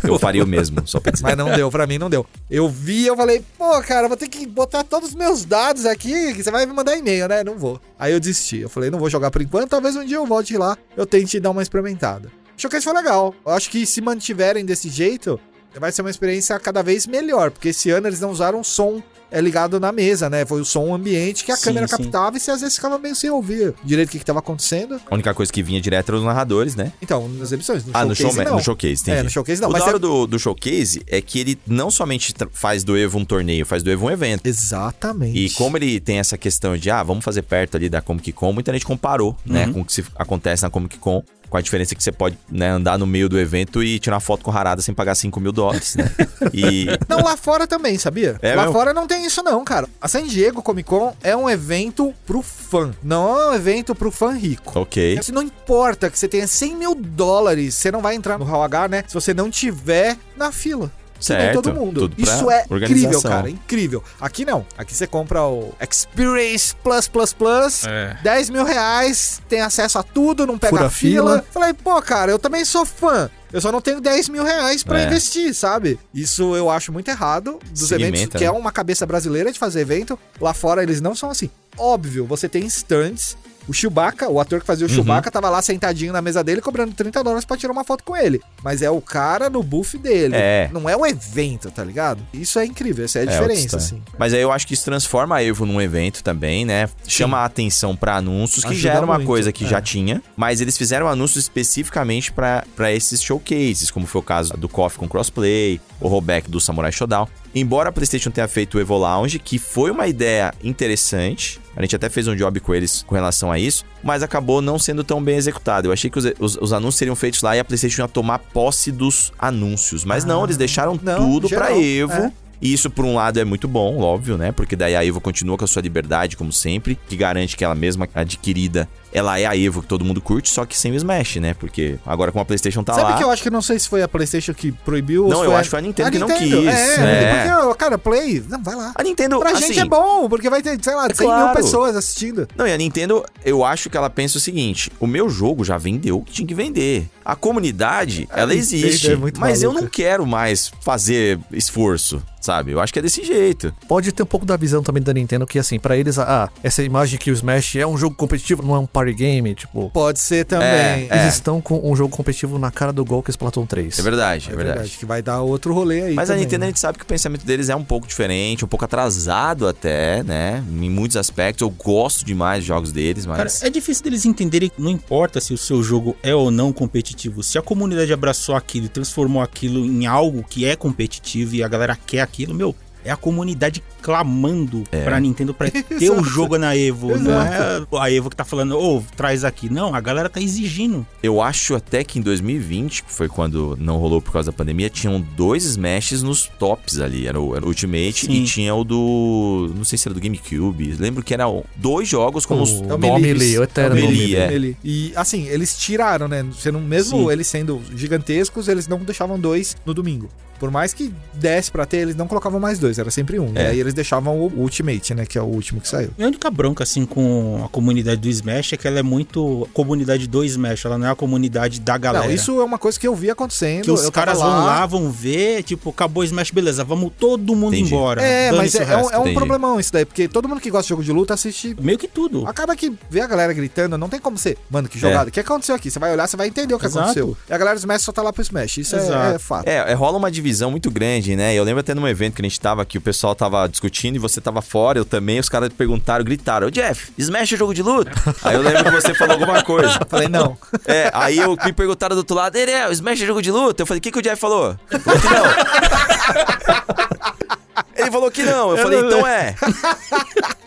Eu faria o mesmo, só pra dizer. Mas não deu, pra mim não deu. Eu vi, eu falei, pô, cara, vou ter que botar todos os meus dados aqui, que você vai me mandar e-mail, né? Não vou. Aí eu desisti. Eu falei, não vou jogar por enquanto, talvez um dia eu volte lá, eu tente dar uma experimentada. O Showcase foi legal. Eu acho que se mantiverem desse jeito, vai ser uma experiência cada vez melhor, porque esse ano eles não usaram som é ligado na mesa, né? Foi o som ambiente que a Sim, câmera sim. captava e você às vezes ficava meio sem ouvir direito o que, que tava acontecendo. A única coisa que vinha direto era os narradores, né? Então, nas exibições, no ah, no, showcase showma- não. no showcase, entendi. é, no showcase não. o mas da você- hora do, do showcase é que ele não somente tra- faz do Evo um torneio, faz do Evo um evento. Exatamente. E como ele tem essa questão de, ah, vamos fazer perto ali da Comic Con, muita gente comparou, Uhum. né, com o que se- acontece na Comic Con, com a diferença que você pode, né, andar no meio do evento e tirar foto com o Harada sem pagar 5 mil dólares, né? E Não, lá fora também, sabia? É lá mesmo? fora não tem isso não, cara. A San Diego Comic Con é um evento pro fã, não é um evento pro fã rico. ok. Isso Então, não importa que você tenha 100 mil dólares, você não vai entrar no Hall H, né? Se você não tiver na fila. que nem Certo, todo mundo. tudo pra Isso é incrível, organização. cara. Incrível. Aqui não. Aqui você compra o Experience Plus Plus Plus. 10 mil reais, tem acesso a tudo, não pega Fura fila. fila. Falei, pô, cara, eu também sou fã. Eu só não tenho 10 mil reais pra É. investir, sabe? Isso eu acho muito errado dos Segmenta, eventos, que é né? uma cabeça brasileira de fazer evento. Lá fora eles não são assim. Óbvio, você tem stands. O Chewbacca, o ator que fazia o Uhum. Chewbacca, tava lá sentadinho na mesa dele, cobrando 30 dólares pra tirar uma foto com ele. Mas é o cara no buff dele. É. Não é um evento, tá ligado? Isso é incrível, essa é a É, diferença, outra assim. história. Mas aí eu acho que isso transforma a Evo num evento também, né? Chama a atenção pra anúncios, que já Ajuda era uma muito, coisa que é. já tinha, mas eles fizeram anúncios especificamente pra pra esses showcases, como foi o caso do Coffee com crossplay, o rollback do Samurai Showdown. Embora a PlayStation tenha feito o Evo Lounge, que foi uma ideia interessante, a gente até fez um job com eles com relação a isso, mas acabou não sendo tão bem executado. Eu achei que os, os- os anúncios seriam feitos lá e a PlayStation ia tomar posse dos anúncios, mas não, eles deixaram Ah, não, tudo pra geral, Evo. é. E isso, por um lado, é muito bom, óbvio, né? Porque daí a Evo continua com a sua liberdade, como sempre, que garante que ela mesma adquirida, ela é a Evo que todo mundo curte, só que sem o Smash, né? Porque agora com a PlayStation tá Sabe lá. que eu acho que não sei se foi a PlayStation que proibiu ou Não, se eu foi acho que foi a Nintendo que não quis, É, né? porque, ó, cara, Play, não, vai lá. A Nintendo. Pra assim, é gente é bom, porque vai ter, sei lá, 100 mil claro. pessoas assistindo. Não, e a Nintendo, eu acho que ela pensa o seguinte: o meu jogo já vendeu o que tinha que vender. A comunidade, ela Nintendo existe. é muito mas eu maluca. não quero mais fazer esforço, sabe? Eu acho que é desse jeito. Pode ter um pouco da visão também da Nintendo, que assim, pra eles, ah, essa imagem que o Smash é um jogo competitivo, não é um party game, tipo. Pode ser também. É. Eles estão com um jogo competitivo na cara do gol que é Splatoon 3. É verdade, é, verdade. que vai dar outro rolê aí. Mas a também, Nintendo a né? gente sabe que o pensamento deles é um pouco diferente, um pouco atrasado até, né? Em muitos aspectos. Eu gosto demais dos jogos deles, Cara, mas. é difícil deles entenderem que não importa se o seu jogo é ou não competitivo. Se a comunidade abraçou aquilo e transformou aquilo em algo que é competitivo e a galera quer aquilo, meu, é a comunidade clamando É. pra Nintendo pra ter o Exato. jogo na Evo. Não é a Evo que tá falando, ô, traz aqui. Não, a galera tá exigindo. Eu acho até que em 2020, que foi quando não rolou por causa da pandemia, tinham dois Smashes nos tops ali. Era o, era o Ultimate Sim. e tinha o do. Não sei se era do GameCube. Lembro que eram dois jogos como os. O É o Melee, Melee, o Eterno. É o Melee. é. Ele- E assim, eles tiraram, né? Sendo, mesmo Sim. eles sendo gigantescos, eles não deixavam dois no domingo. Por mais que desse pra ter, eles não colocavam mais dois, era sempre um. É. E aí eles deixavam o Ultimate, né? Que é o último que saiu. Minha única bronca, assim, com a comunidade do Smash é que ela é muito comunidade do Smash, ela não é a comunidade da galera. Não, isso é uma coisa que eu vi acontecendo. Que os eu tava caras vão lá, vão ver, tipo, acabou o Smash, beleza, vamos todo mundo Entendi. embora. É, mas Dane-se é, o é um, resto. Tipo. é um entendi. problemão isso daí, porque todo mundo que gosta de jogo de luta assiste. Meio que tudo. Acaba que vê a galera gritando, não tem como ser. Mano, que jogada. O que aconteceu aqui? Você vai olhar, você vai entender o que É. Exato. aconteceu. E a galera do Smash só tá lá pro Smash. Isso é, Exato. é fato. É, é, rola uma divisão muito grande, né? Eu lembro até num evento que a gente tava que o pessoal tava discutindo e você tava fora, eu também, os caras perguntaram, gritaram, ô Jeff, Smash é jogo de luta? aí eu lembro que você falou alguma coisa. Falei, não. É, aí eu me perguntaram do outro lado, ele é, o Smash é jogo de luta? Eu falei, o que, que o Jeff falou? Ele falou que não. Ele falou que não, eu, falei, então é.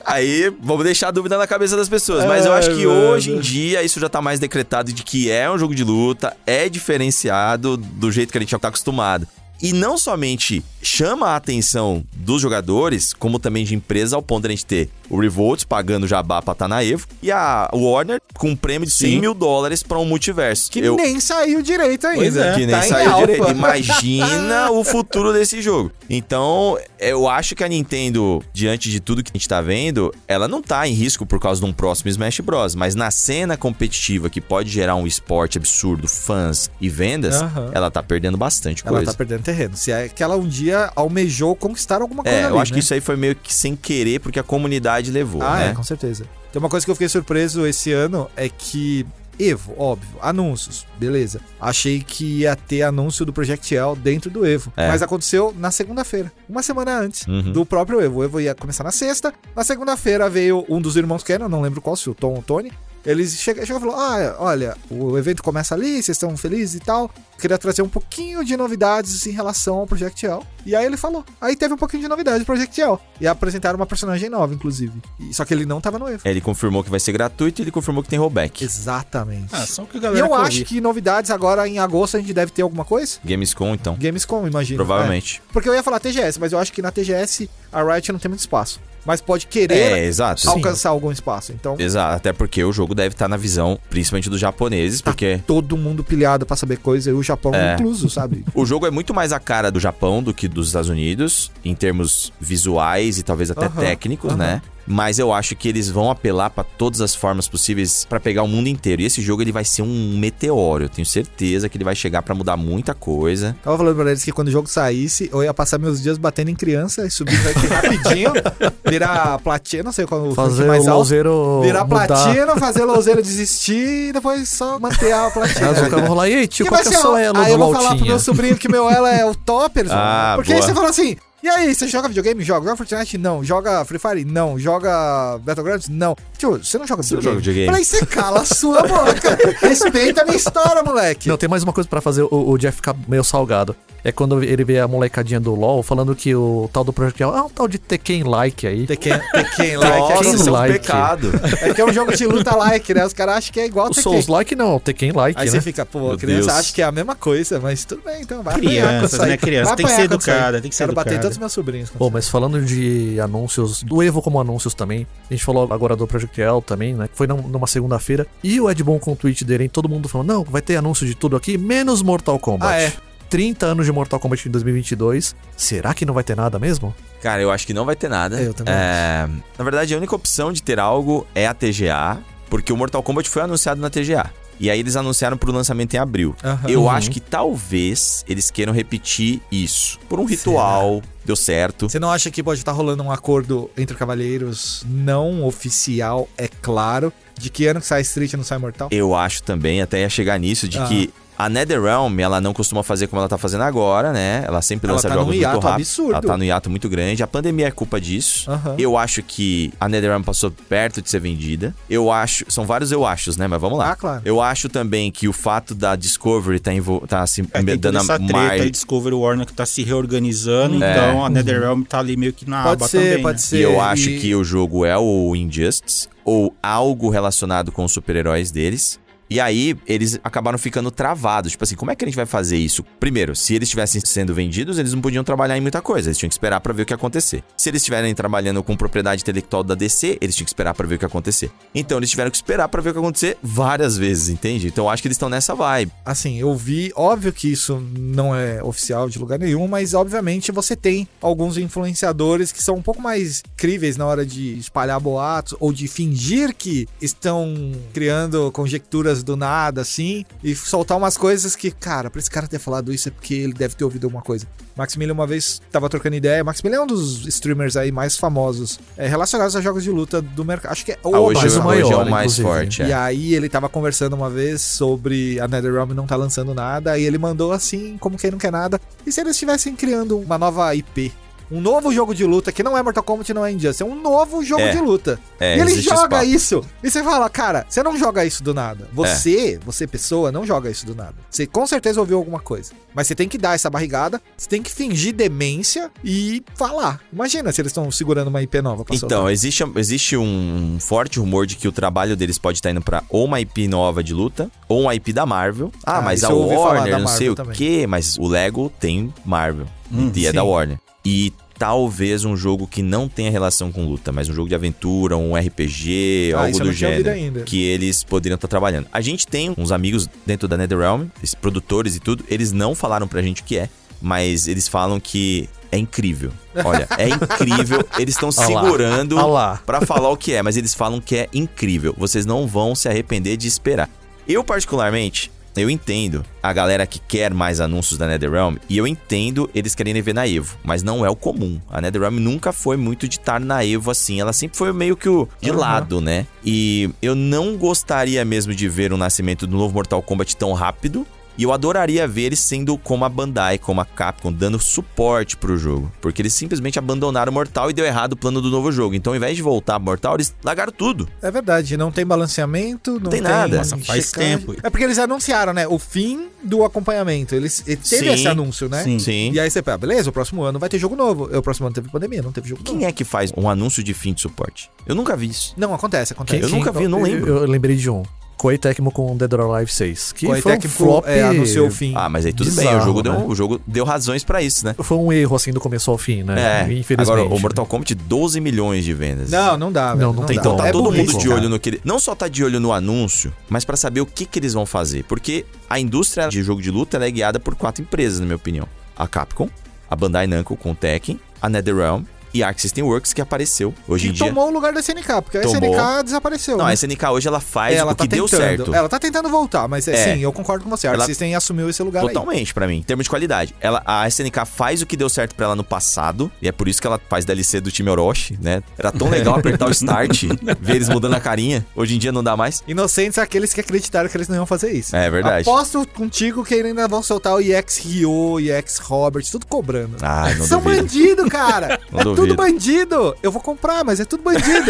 Aí, vamos deixar a dúvida na cabeça das pessoas. Mas eu acho que hoje em dia isso já tá mais decretado de que é um jogo de luta, é diferenciado do jeito que a gente já tá acostumado. E não somente chama a atenção dos jogadores, como também de empresa, ao ponto de a gente ter o Revolt pagando jabá pra tá na Evo e a Warner com um prêmio de 100 Sim. mil dólares pra um multiverso. Que Eu- nem saiu direito ainda. Pois é. que nem Tá em saiu alfa. direito. Imagina o futuro desse jogo. Então, eu acho que a Nintendo, diante de tudo que a gente tá vendo, ela não tá em risco por causa de um próximo Smash Bros. Mas na cena competitiva que pode gerar um esporte absurdo, fãs e vendas, Aham. ela tá perdendo bastante Ela coisa. tá perdendo terreno. Se é que ela um dia almejou conquistar alguma coisa É, ali, eu acho né? que isso aí foi meio que sem querer, porque a comunidade levou, Ah, é, né? com certeza. Tem uma coisa que eu fiquei surpreso esse ano é que. Evo, óbvio. Anúncios, beleza. Achei que ia ter anúncio do Project L dentro do Evo. É. Mas aconteceu na segunda-feira, uma semana antes Uhum. do próprio Evo. O Evo ia começar na sexta. Na segunda-feira veio um dos irmãos que era, não lembro qual, se o Tom ou o Tony. Eles chega- chegou e falou: Ah, olha, o evento começa ali, vocês estão felizes e tal. Queria trazer um pouquinho de novidades em relação ao Project L. E aí ele falou. Aí teve um pouquinho de novidade do Project L. E apresentaram uma personagem nova, inclusive. E- Só que ele não tava no Evo. É, Ele confirmou que vai ser gratuito e ele confirmou que tem rollback. Exatamente. Ah, só o que a e galera eu quer acho ouvir. que novidades agora em agosto a gente deve ter alguma coisa? Gamescom, então. Gamescom, imagino. Provavelmente. É. Porque eu ia falar TGS, mas eu acho que na TGS a Riot não tem muito espaço. Mas pode querer É, exato. alcançar algum espaço. Então, Exato, até porque o jogo deve estar na visão, principalmente dos japoneses, porque todo mundo pilhado pra saber coisa, e o Japão É. incluso, sabe? o jogo é muito mais a cara do Japão do que dos Estados Unidos, em termos visuais e talvez até Aham, técnicos, aham. né? Mas eu acho que eles vão apelar pra todas as formas possíveis pra pegar o mundo inteiro. E esse jogo ele vai ser um meteoro, eu tenho certeza que ele vai chegar pra mudar muita coisa. Tava falando pra eles que quando o jogo saísse, eu ia passar meus dias batendo em criança e subindo aqui rapidinho, virar platina, não sei qual o Fazer mais o alto. Louzeiro. Virar mudar. platina, fazer louzeira desistir e depois só manter a platina. Aí os caras vão lá, e aí, tio, Que qual vai que ser é a sua o- elo Tipo assim, Aí do eu vou falar pro Altinha? meu sobrinho que meu ela é o top, eles vão- Ah, Porque aí boa. você fala assim, e aí, você joga videogame? Joga. Joga Fortnite? Não. Joga Free Fire? Não. Joga Battlegrounds? Não. Tio, você não joga Você não videogame? joga videogame. Falei, você cala a sua boca. Respeita a minha história, moleque. Não, tem mais uma coisa pra fazer o, o Jeff ficar meio salgado. É quando ele vê a molecadinha do LoL falando que o tal do projetial é um tal de Tekken like aí. Tekken, Tekken like. Nossa, é isso é um like. pecado. que- É que é um jogo de luta like, né? Os caras acham que é igual O Tekken. Souls like não, é o Tekken like, Aí né? você fica, pô, Meu a criança Deus. acha que é a mesma coisa, mas tudo bem, então vai apanhar quando Crianças, sair. né? Criança. Vai Tem que ser apanhar quando sair. educada, tem que ser Quero bater em educada. todos os meus sobrinhos. quando Bom, sair. mas falando de anúncios, do Evo como anúncios também, a gente falou agora do Project L também, né? Que foi num- numa segunda-feira. E o Ed Boon com o tweet dele, hein? Todo mundo falando, não, vai ter anúncio de tudo aqui, menos Mortal Kombat. Ah, é. 30 anos de Mortal Kombat em 2022. Será que não vai ter nada mesmo? Cara, eu acho que não vai ter nada. Eu também É, Na verdade, a única opção de ter algo é a TGA, porque o Mortal Kombat foi anunciado na TGA. E aí eles anunciaram pro lançamento em abril. Aham. Uhum. Eu acho que talvez eles queiram repetir isso. Por um ritual, deu certo. Você não acha que pode estar rolando um acordo entre cavalheiros não oficial, é claro, de que ano que sai Street e não sai Mortal? Eu acho também, até ia chegar nisso, de Ah. que a NetherRealm, ela não costuma fazer como ela tá fazendo agora, né? Ela sempre Ela lança tá jogos num muito hiato rápido. absurdo. Ela tá num hiato muito grande. A pandemia é culpa disso. Aham. Eu acho que a NetherRealm passou perto de ser vendida. Eu acho... São vários eu achos, né? Mas vamos lá. Ah, claro. Eu acho também que o fato da Discovery tá, envol... tá se É, tem toda dando essa treta mais- aí, Discovery Warner que tá se reorganizando, então a NetherRealm tá ali meio que na Pode aba ser, também, pode né? ser. E eu acho e- que o jogo é o Injustice, ou algo relacionado com os super-heróis deles. E aí, eles acabaram ficando travados. Tipo assim, como é que a gente vai fazer isso? Primeiro, se eles estivessem sendo vendidos, eles não podiam trabalhar em muita coisa. Eles tinham que esperar pra ver o que ia acontecer. Se eles estiverem trabalhando com propriedade intelectual da DC, eles tinham que esperar pra ver o que ia acontecer. Então, eles tiveram que esperar pra ver o que ia acontecer várias vezes, entende? Então, eu acho que eles estão nessa vibe. Assim, eu vi, óbvio que isso não é oficial de lugar nenhum, mas obviamente você tem alguns influenciadores que são um pouco mais críveis na hora de espalhar boatos ou de fingir que estão criando conjecturas do nada, assim, e soltar umas coisas que, cara, pra esse cara ter falado isso é porque ele deve ter ouvido alguma coisa. Maximilian uma vez tava trocando ideia, Maximilian é um dos streamers aí mais famosos é, relacionados a jogos de luta do mercado. Acho que é o Ah, hoje, mais hoje o famoso. é maior, o mais inclusive. forte. é. E aí ele tava conversando uma vez sobre a NetherRealm não tá lançando nada, e ele mandou assim, como quem não quer nada. E se eles estivessem criando uma nova IP? Um novo jogo de luta, que não é Mortal Kombat, não é Injustice, é um novo jogo É. de luta. É, e ele existe esse joga papo. É. isso. E você fala, cara, você não joga isso do nada. Você, você pessoa, não joga isso do nada. Você com certeza ouviu alguma coisa. Mas você tem que dar essa barrigada, você tem que fingir demência e falar. Imagina se eles estão segurando uma IP nova pra soltar. Então, existe, existe um forte rumor de que o trabalho deles pode estar indo pra ou uma IP nova de luta, ou uma IP da Marvel. Ah, Ah, mas isso a eu ouvi falar da Warner, não sei Marvel o também. Hum, quê, mas o Lego tem Marvel. e é da Warner. E talvez um jogo que não tenha relação com luta, mas um jogo de aventura, um RPG, Ah, algo isso eu do não tinha ouvido gênero. ainda. Que eles poderiam estar trabalhando. A gente tem uns amigos dentro da NetherRealm, esses produtores e tudo, eles não falaram pra gente o que é, mas eles falam que é incrível. Olha, é incrível. Eles estão Ah lá. segurando Ah lá. pra falar o que é, mas eles falam que é incrível. Vocês não vão se arrepender de esperar. Eu, particularmente, eu entendo a galera que quer mais anúncios da NetherRealm e eu entendo eles quererem ver na EVO, mas não é o comum. A NetherRealm nunca foi muito de estar na EVO assim, ela sempre foi meio que o de lado, né? E eu não gostaria mesmo de ver o nascimento do novo Mortal Kombat tão rápido. E eu adoraria ver eles sendo como a Bandai, como a Capcom, dando suporte pro jogo. Porque eles simplesmente abandonaram o Mortal e deu errado o plano do novo jogo. Então, ao invés de voltar pro Mortal, eles largaram tudo. É verdade, não tem balanceamento, não, tem nada. Nossa, faz tempo. É porque eles anunciaram, né? O fim do acompanhamento. Eles ele teve Sim, esse anúncio, né? sim. Sim. E aí você pega, beleza, o próximo ano vai ter jogo novo. O próximo ano teve pandemia, não teve jogo novo. Quem é que faz um anúncio de fim de suporte? Eu nunca vi isso. Não, acontece, acontece. Eu nunca vi, eu não lembro. Eu, eu lembrei de um. Koei Tecmo com Dead or Alive 6. Que Koei foi um Tecmo, flop. é, anunciou o fim. Ah, mas aí tudo bem, Bizarro, o jogo, deu, né? o jogo deu razões pra isso, né? Foi um erro, assim, do começo ao fim, né? É, Infelizmente. agora o Mortal Kombat, 12 milhões de vendas. Não, não dá, velho. Não, não tem dá. Então tá É todo burrice, mundo de cara. olho no que ele... Não só tá de olho no anúncio, mas pra saber o que, que eles vão fazer. Porque a indústria de jogo de luta ela é guiada por quatro empresas, na minha opinião. A Capcom, a Bandai Namco com o Tekken, a NetherRealm e a Arc System Works, que apareceu hoje em Que dia. tomou o lugar da SNK, porque Tomou. a SNK desapareceu. Não, né? a SNK hoje ela faz ela o tá que deu tentando. certo. Ela tá tentando voltar, mas É. é. sim, eu concordo com você. A Ela- Ela... System assumiu esse lugar aí. Totalmente, pra mim, em termos de qualidade. Ela, a SNK faz o que deu certo pra ela no passado, e é por isso que ela faz DLC do time Orochi, né? Era tão legal apertar o start, ver eles mudando a carinha. Hoje em dia não dá mais. Inocentes aqueles que acreditaram que eles não iam fazer isso. É verdade. Aposto contigo que ainda vão soltar o EX Ryo, EX Roberts, tudo cobrando. Ah, não São duvido. bandido, cara. Não é tudo ouvido. bandido. Eu vou comprar, mas é tudo bandido.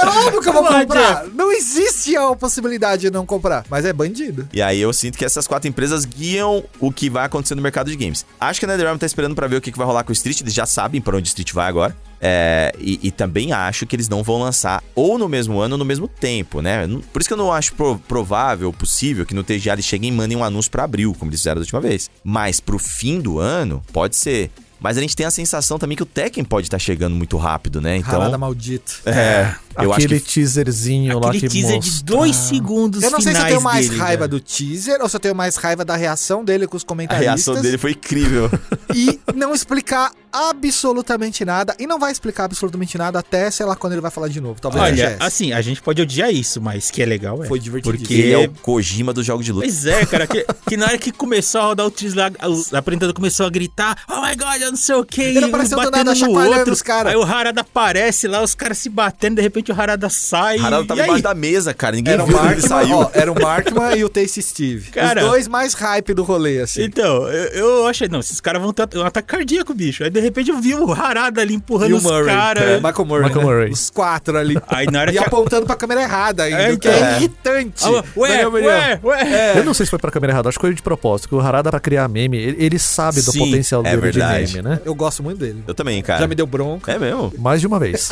é óbvio que eu vou Vai, comprar. Não existe a possibilidade de não comprar, mas é bandido. E aí eu sinto que essas quatro empresas guiam o que vai acontecer no mercado de games. Acho que a NetherRealm tá esperando pra ver o que que vai rolar com o Street, eles já sabem pra onde o Street vai agora. É, e, e também acho que eles não vão lançar ou no mesmo ano ou no mesmo tempo, né? Não- Por isso que eu não acho pro- provável, possível, que no TGA eles cheguem e mandem um anúncio pra abril, como eles fizeram da última vez. Mas pro fim do ano, pode ser. Mas a gente tem a sensação também que o Tekken pode estar chegando muito rápido, né? Então, Ralada maldito. é, eu acho Aquele que teaserzinho lá Aquele que teaser de dois segundos Eu não sei se eu finais tenho mais dele, né? raiva cara. do teaser ou se eu tenho mais raiva da reação dele com os a comentaristas. reação dele foi incrível. E não explicar absolutamente nada. E não vai explicar absolutamente nada até, sei lá, quando ele vai falar de novo. Talvez Olha, seja essa. assim, a gente pode odiar isso, mas que é legal, é. Foi divertidíssimo. Porque Ele é o Kojima do jogo de luta. Pois é, cara, que, que na hora que começou a rodar o Tris lá, os- a apresentadora começou a gritar, oh my god, eu não sei o que, Ele apareceu do nada, chacoalhando os caras. Aí o Harada aparece lá, os caras se batendo, de repente o Harada tá sai. Harald tava e aí? embaixo da mesa, cara. Ninguém Era o viu quando ele Markman, saiu. ó, era o Markman e o Taste Steve. Cara. Os dois mais hype do rolê, assim. Então, eu, eu achei, não, esses caras vão ter um ataque cardíaco, bicho. Aí de repente eu vi o Harada ali empurrando E o os Murray. É, caras. Michael Murray. Michael né? Murray. Os quatro ali. Aí na hora E que. a- apontando pra câmera errada ainda, É, o que é então. irritante. Ah, é, Ué, Na minha opinião. ué, ué. Eu não sei se foi pra câmera errada, acho que foi de propósito, que o Harada pra criar meme, ele, ele sabe do Sim, potencial é dele verdade. de meme, né? Eu gosto muito dele. Eu também, cara. Já me deu bronca. É mesmo? Mais de uma vez.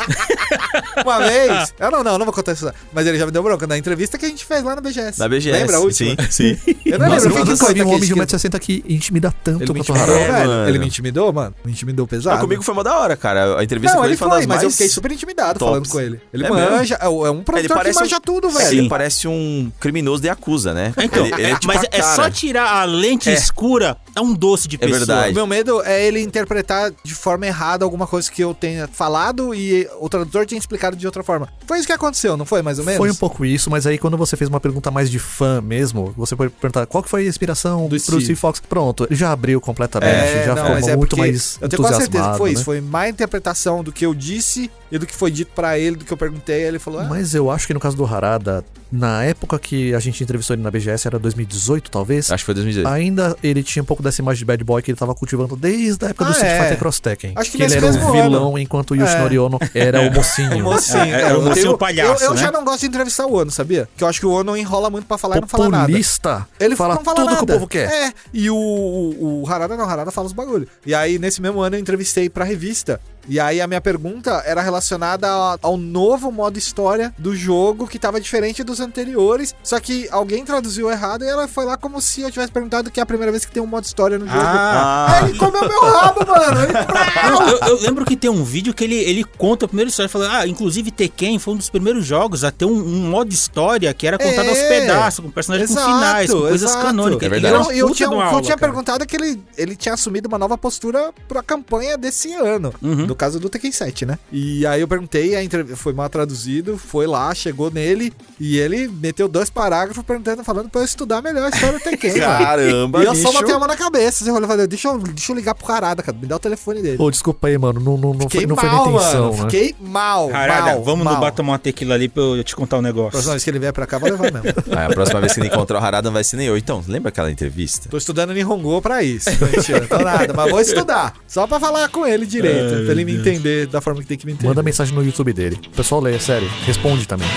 Uma vez. Eu não, não, não vou contar isso. Mas ele já me deu bronca na entrevista que a gente fez lá na BGS. Na BGS. Lembra a última? Sim, sim. Eu não Nossa, lembro. Quem eu que nunca foi vi um daqui, homem de que- 1,60m que intimida tanto Ele me quanto o intimidou, Harada. Harada. velho. mano. Ele me intimidou, mano. Me intimidou pesado. Mas comigo foi uma da hora, cara. A entrevista Não, com ele ele foi uma foi, das mas mais... eu fiquei super intimidado tops. falando com ele. Ele É manja, é um é um produtor que parece um- manja tudo, É, velho. Ele parece um criminoso de acusa, né? Então, ele, ele é tipo mas a é só cara. tirar a lente É. escura, é um doce de É pessoa. verdade. O meu medo é ele interpretar de forma errada alguma coisa que eu tenha falado e o tradutor tinha explicado de outra forma. Foi isso que aconteceu, não foi mais ou É, menos? Foi um pouco isso, mas aí quando você fez uma pergunta mais de fã mesmo, você pode perguntar qual que foi a inspiração Do do Steve. Steve Fox. Pronto, ele já abriu completamente, É, já não, ficou mas é muito porque mais Eu tenho quase certeza que foi entusiasmado, isso. né? Foi má interpretação do que eu disse e do que foi dito pra ele, do que eu perguntei. Aí ele falou: ah, Mas eu acho que no caso do Harada, na época que a gente entrevistou ele na BGS, era 2018 talvez, Acho que foi 2018. ainda ele tinha um pouco dessa imagem de bad boy que ele tava cultivando desde a época Ah, do Street é. Fighter Cross Tekken. Acho que ele nesse era o mesmo É. vilão, enquanto o Yoshinori Ono era o o mocinho. mocinho. É, não, é, o assim, eu mocinho tenho- palhaço, Eu, eu já né? não gosto de entrevistar o Ono, sabia? Que eu acho que o Ono enrola muito pra falar e não fala nada. Populista. Ele fala, não fala tudo nada. que o povo quer. É, e o, o, o Harada não, o Harada fala os bagulho. E aí, nesse mesmo ano, eu entrevistei pra revista. E aí, a minha pergunta era relacionada a- ao novo modo história do jogo, que tava diferente dos anteriores. Só que alguém traduziu errado e ela foi lá como se eu tivesse perguntado que é a primeira vez que tem um modo história no jogo. Ah, Aí ele comeu meu rabo, mano. Ele Não, eu, eu lembro que tem um vídeo que ele, ele conta a primeira história, falando, ah, inclusive Tekken foi um dos primeiros jogos a ter um, um modo história que era contado É. aos pedaços, com personagens Exato, com finais, com coisas exato. canônicas. É Ele verdade. era Eu, um eu puta tinha, de uma eu aula, tinha cara. perguntado que ele, ele tinha assumido uma nova postura pra campanha desse ano. Uhum. No caso do Tekken 7, né? E aí eu perguntei, a entrev- foi mal traduzido, foi lá, chegou nele e ele meteu dois parágrafos perguntando, falando pra eu estudar melhor a história do Tekken. cara. caramba, é E eu só bicho. botei a mão na cabeça, assim, eu falei, deixa eu, deixa eu ligar pro Harada, cara, me dá o telefone dele. Ô, desculpa aí, mano, não, não, não foi, não foi minha intenção, né? Fiquei mal, Caralho, mal, vamos mal. no bar tomar uma tequila ali pra eu te contar um negócio. Próxima vez que ele vier pra cá, vou levar mesmo. Ah, a próxima vez que ele encontrar o Harada não vai ser nem eu. Então, lembra aquela entrevista? Tô estudando Nihongo pra isso. Não, Mentira, não tô nada, mas vou estudar. Só pra falar com ele direito, É, pra ele me entender da forma que tem que me entender. Manda mensagem no YouTube dele. O pessoal lê, sério. Responde também.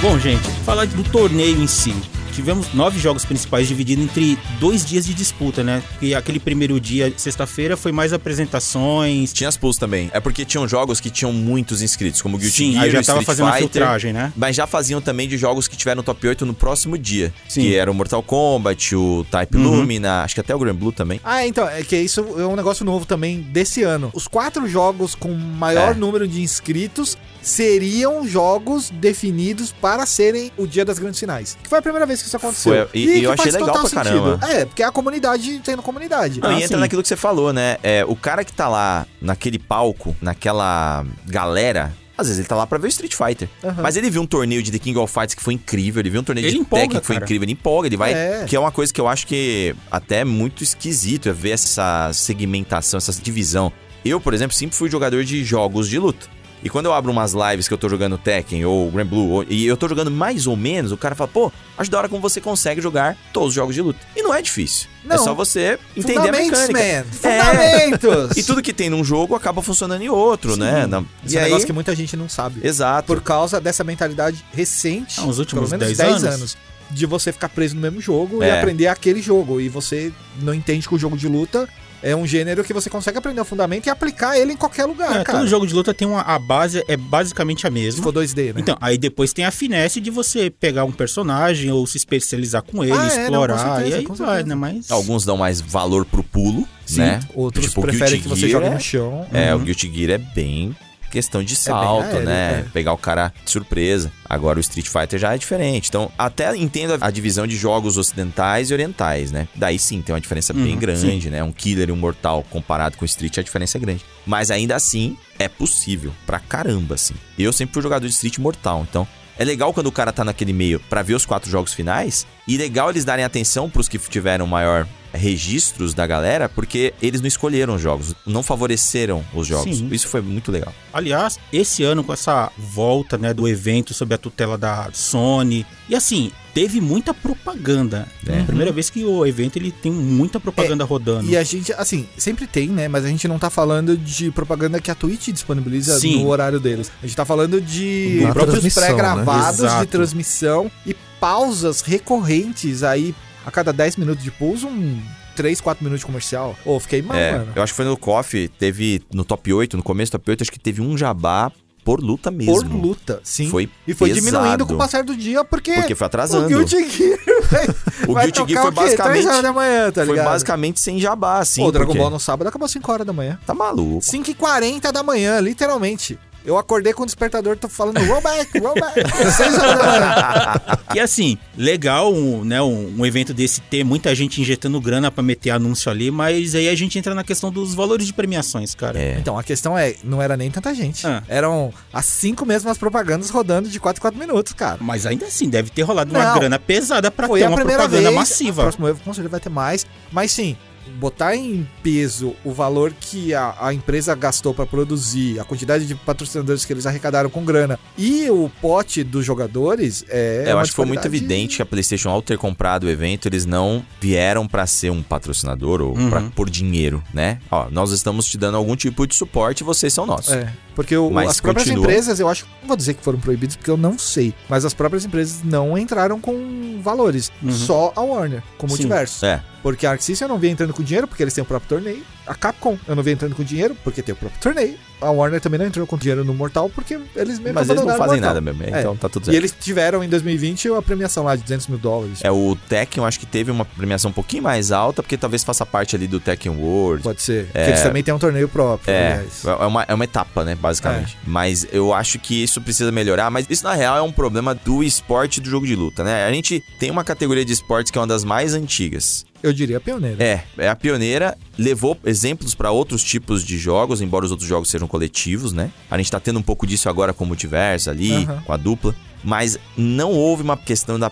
Bom, gente, falar do torneio em si. Tivemos nove jogos principais divididos entre dois dias de disputa, né? Porque aquele primeiro dia, sexta-feira, foi mais apresentações. Tinha as pulls também. É porque tinham jogos que tinham muitos inscritos, como Guilty Sim, Gear, aí já Street tava fazendo a Fighter. filtragem, né? Mas já faziam também de jogos que tiveram top 8 no próximo dia. Sim. Que era o Mortal Kombat, o Type Lumina, acho que até o Grand Blue também. Ah, então, é que isso é um negócio novo também desse ano. Os quatro jogos com maior É. número de inscritos seriam jogos definidos para serem o dia das grandes finais. Que foi a primeira vez que isso aconteceu. Foi, e- e eu que achei faz legal total pra caramba. É, porque é a comunidade tendo comunidade. Não, Ah, e entra sim. naquilo que você falou, né? É, o cara que tá lá naquele palco, naquela galera, às vezes ele tá lá pra ver o Street Fighter. Aham. Mas ele viu um torneio de The King of Fights que foi incrível, ele viu um torneio Ele de empolga, Tekken que foi cara. incrível, ele empolga, ele vai. É. Que é uma coisa que eu acho que até é muito esquisito é ver essa segmentação, essa divisão. Eu, por exemplo, sempre fui jogador de jogos de luta. E quando eu abro umas lives que eu tô jogando Tekken ou Grand Blue, ou- e eu tô jogando mais ou menos, o cara fala, pô, acho da hora como você consegue jogar todos os jogos de luta. E não é difícil. É Não. só você entender a Fundamentos, mecânica. man. É. Fundamentos. E tudo que tem num jogo acaba funcionando em outro, né? Na- Esse E é um aí... negócio que muita gente não sabe. Exato. Por causa dessa mentalidade recente, Ah, os últimos pelo menos 10 anos. de você ficar preso no mesmo jogo e É. aprender aquele jogo. E você não entende que o jogo de luta é um gênero que você consegue aprender o fundamento e aplicar ele em qualquer lugar, É, Ah, cara. todo jogo de luta tem uma a base é basicamente a Se mesma. for 2D, né? Então, aí depois tem a finesse de você pegar um personagem ou se especializar com ele, Ah, é, não, com explorar, certeza, e aí com vai, certeza. né? Mas... Alguns dão mais valor pro pulo, né? Outros Tipo, preferem Guilty que você Gear jogue é- no chão. É, o Guilty Gear é bem questão de salto, aéreo, né? é. Pegar o cara de surpresa. Agora o Street Fighter já é diferente. Então, até entendo a- a divisão de jogos ocidentais e orientais, né? Daí sim tem uma diferença bem Uhum, grande, né? Um killer e um mortal comparado com o Street, a diferença é grande. Mas ainda assim, é possível. Pra caramba, assim. Eu sempre fui jogador de Street mortal, então. É legal quando o cara tá naquele meio pra ver os quatro jogos finais. E legal eles darem atenção pros que tiveram maior registros da galera, porque eles não escolheram os jogos, não favoreceram os jogos. Sim. Isso foi muito legal. Aliás, esse ano com essa volta, né, do evento sob a tutela da Sony, e assim, teve muita propaganda. É É. a primeira vez que o evento ele tem muita propaganda rodando. Uhum. É, E a gente, assim, sempre tem, né? Mas a gente não tá falando de propaganda que a Twitch disponibiliza Sim. no horário deles. A gente tá falando de Na próprios transmissão, pré-gravados né? Exato. de transmissão e pausas recorrentes aí a cada 10 minutos de pouso, um 3, 4 minutos de comercial. Ô, fiquei mal, é, mano. eu acho que foi no KOF, teve no top 8, no começo do top 8, acho que teve um jabá por luta mesmo. Por luta, sim. Foi e foi pesado, diminuindo com o passar do dia, porque, Porque foi o atrasando. Guilty Gear O vai Guilty Gear tocar foi o quê? Três horas basicamente da manhã, tá foi ligado? basicamente sem jabá, assim. Pô, o Dragon porque- Ball no sábado acabou 5 horas da manhã. Tá maluco. 5h40 da manhã, literalmente. Eu acordei com o despertador, tô falando, rollback, rollback. 6 horas da manhã. E assim, legal, um, né, um, um evento desse ter muita gente injetando grana pra meter anúncio ali, mas aí a gente entra na questão dos valores de premiações, cara. É. Então, a questão é, não era nem tanta gente. Ah. Eram as cinco mesmas propagandas rodando de 4 em 4 minutos, cara. Mas ainda assim, deve ter rolado uma Não. grana pesada pra Foi ter a uma primeira propaganda vez. O massiva. próximo erro, com certeza, vai ter mais. Mas sim, botar em peso o valor que a, a empresa gastou pra produzir, a quantidade de patrocinadores que eles arrecadaram com grana e o pote dos jogadores é. eu uma acho que foi muito disparidade- evidente que a PlayStation, ao ter comprado o evento, eles não vieram pra ser um patrocinador ou Uhum. pra, por dinheiro, né? Ó, nós estamos te dando algum tipo de suporte e vocês são nossos. É, porque o- Mas as próprias continua. empresas, eu acho, não vou dizer que foram proibidas porque eu não sei, mas as próprias empresas não entraram com valores, Uhum. só a Warner, com o Sim. multiverso. É. Porque a Arc System eu não vi entrando com dinheiro porque eles têm o próprio torneio, a Capcom eu não vi entrando com dinheiro porque tem o próprio torneio, a Warner também não entrou com dinheiro no Mortal porque eles mesmo Mas eles não abandonaram o fazem Mortal. nada mesmo, É. então tá tudo E certo. eles tiveram em 2020 a premiação lá de 200 mil dólares. É, o Tekken eu acho que teve uma premiação um pouquinho mais alta, porque talvez faça parte ali do Tekken World. Pode ser. Porque eles também têm um torneio próprio, É, aliás. é uma, é uma etapa, né, basicamente. É. Mas eu acho que isso precisa melhorar, mas isso na real é um problema do esporte e do jogo de luta, né? A gente tem uma categoria de esportes que é uma das mais antigas. Eu diria pioneiro. É, é a pioneira, levou exemplos pra outros tipos de jogos, embora os outros jogos sejam coletivos, né? A gente tá tendo um pouco disso agora com o multiverso ali, Aham. com a dupla. Mas não houve uma questão da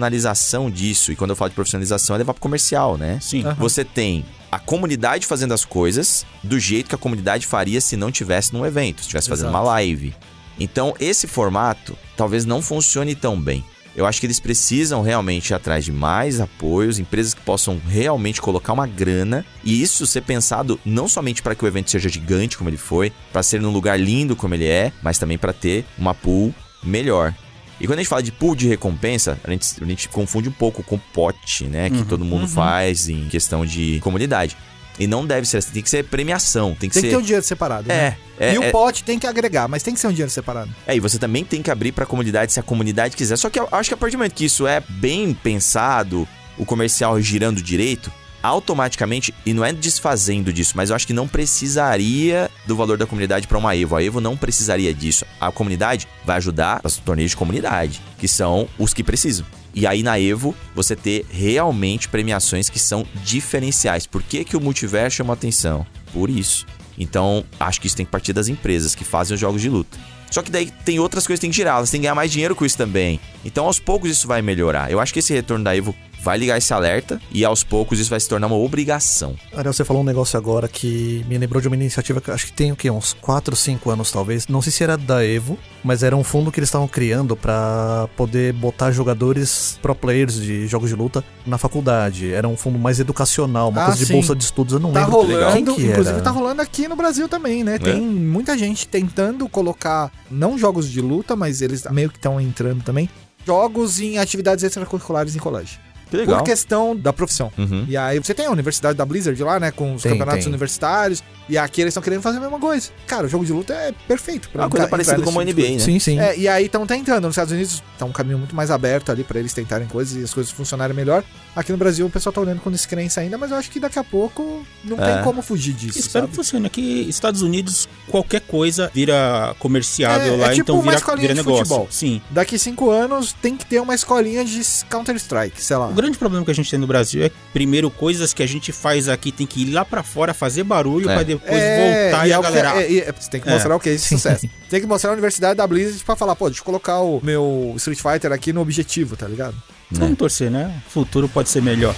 profissionalização disso. E quando eu falo de profissionalização, é levar pro comercial, né? Sim. Ah. Aham. Você tem a comunidade fazendo as coisas do jeito que a comunidade faria se não tivesse num evento, se estivesse fazendo uma Exato. live. Então, esse formato talvez não funcione tão bem. Eu acho que eles precisam realmente ir atrás de mais apoios, empresas que possam realmente colocar uma grana e isso ser pensado não somente para que o evento seja gigante como ele foi, para ser num lugar lindo como ele é, mas também para ter uma pool melhor. E quando a gente fala de pool de recompensa, a gente, a gente confunde um pouco com pote, né? Que Uhum. todo mundo faz em questão de comunidade. E não deve ser assim, tem que ser premiação, tem que Tem que ser. ter o dinheiro separado. né? É, é, e o é, pote tem que agregar, mas tem que ser um dinheiro separado. é, e você também tem que abrir pra comunidade se a comunidade quiser. Só que eu acho que a partir do momento que isso é bem pensado, o comercial girando direito, automaticamente, e não é desfazendo disso, mas eu acho que não precisaria do valor da comunidade pra uma Evo. A Evo não precisaria disso. A comunidade vai ajudar os torneios de comunidade, que são os que precisam. E aí na Evo, você ter realmente premiações que são diferenciais. Por que, que o multiverso chama atenção? Por isso. Então, acho que isso tem que partir das empresas que fazem os jogos de luta. Só que daí tem outras coisas que tem que girar, elas têm que ganhar mais dinheiro com isso também. Então aos poucos isso vai melhorar. Eu acho que esse retorno da Evo vai ligar esse alerta e aos poucos isso vai se tornar uma obrigação. Ariel, você falou um negócio agora que me lembrou de uma iniciativa que acho que tem o quê? Uns 4, 5 anos talvez. Não sei se era da Evo, mas era um fundo que eles estavam criando pra poder botar jogadores pro players de jogos de luta na faculdade. Era um fundo mais educacional, uma Ah, coisa de sim. bolsa de estudos, eu não Tá lembro. rolando, Quem que inclusive era? tá rolando aqui no Brasil também, né? Tem É. muita gente tentando colocar, não jogos de luta, mas eles meio que estão entrando também, jogos em atividades extracurriculares em colégio. Que legal. Por questão da profissão. Uhum. E aí você tem a universidade da Blizzard lá, né? Com os Tem, campeonatos tem. universitários. E aqui eles estão querendo fazer a mesma coisa. Cara, o jogo de luta é perfeito. É pra uma coisa entrar- parecida entrar com o nesse tipo de NBA, né? Sim, sim. é, e aí estão tentando. Nos Estados Unidos tá um caminho muito mais aberto ali pra eles tentarem coisas e as coisas funcionarem melhor. Aqui no Brasil o pessoal tá olhando com descrença ainda, mas eu acho que daqui a pouco não É. tem como fugir disso. Espero que sabe? funcione. Aqui, Estados Unidos, qualquer coisa vira comerciável É, é lá, tipo então uma vira, escolinha vira de negócio. futebol. Sim. Daqui cinco anos tem que ter uma escolinha de Counter-Strike, sei lá. O grande problema que a gente tem no Brasil é, primeiro, coisas que a gente faz aqui tem que ir lá pra fora fazer barulho É. pra depois voltar e e é a o que- galera. é- é- é- você tem que É. mostrar o que é esse sucesso. Tem que mostrar a universidade da Blizzard pra falar, pô, deixa eu colocar o meu Street Fighter aqui no objetivo, tá ligado? "Ah, Vamos torcer, né? O futuro pode ser melhor.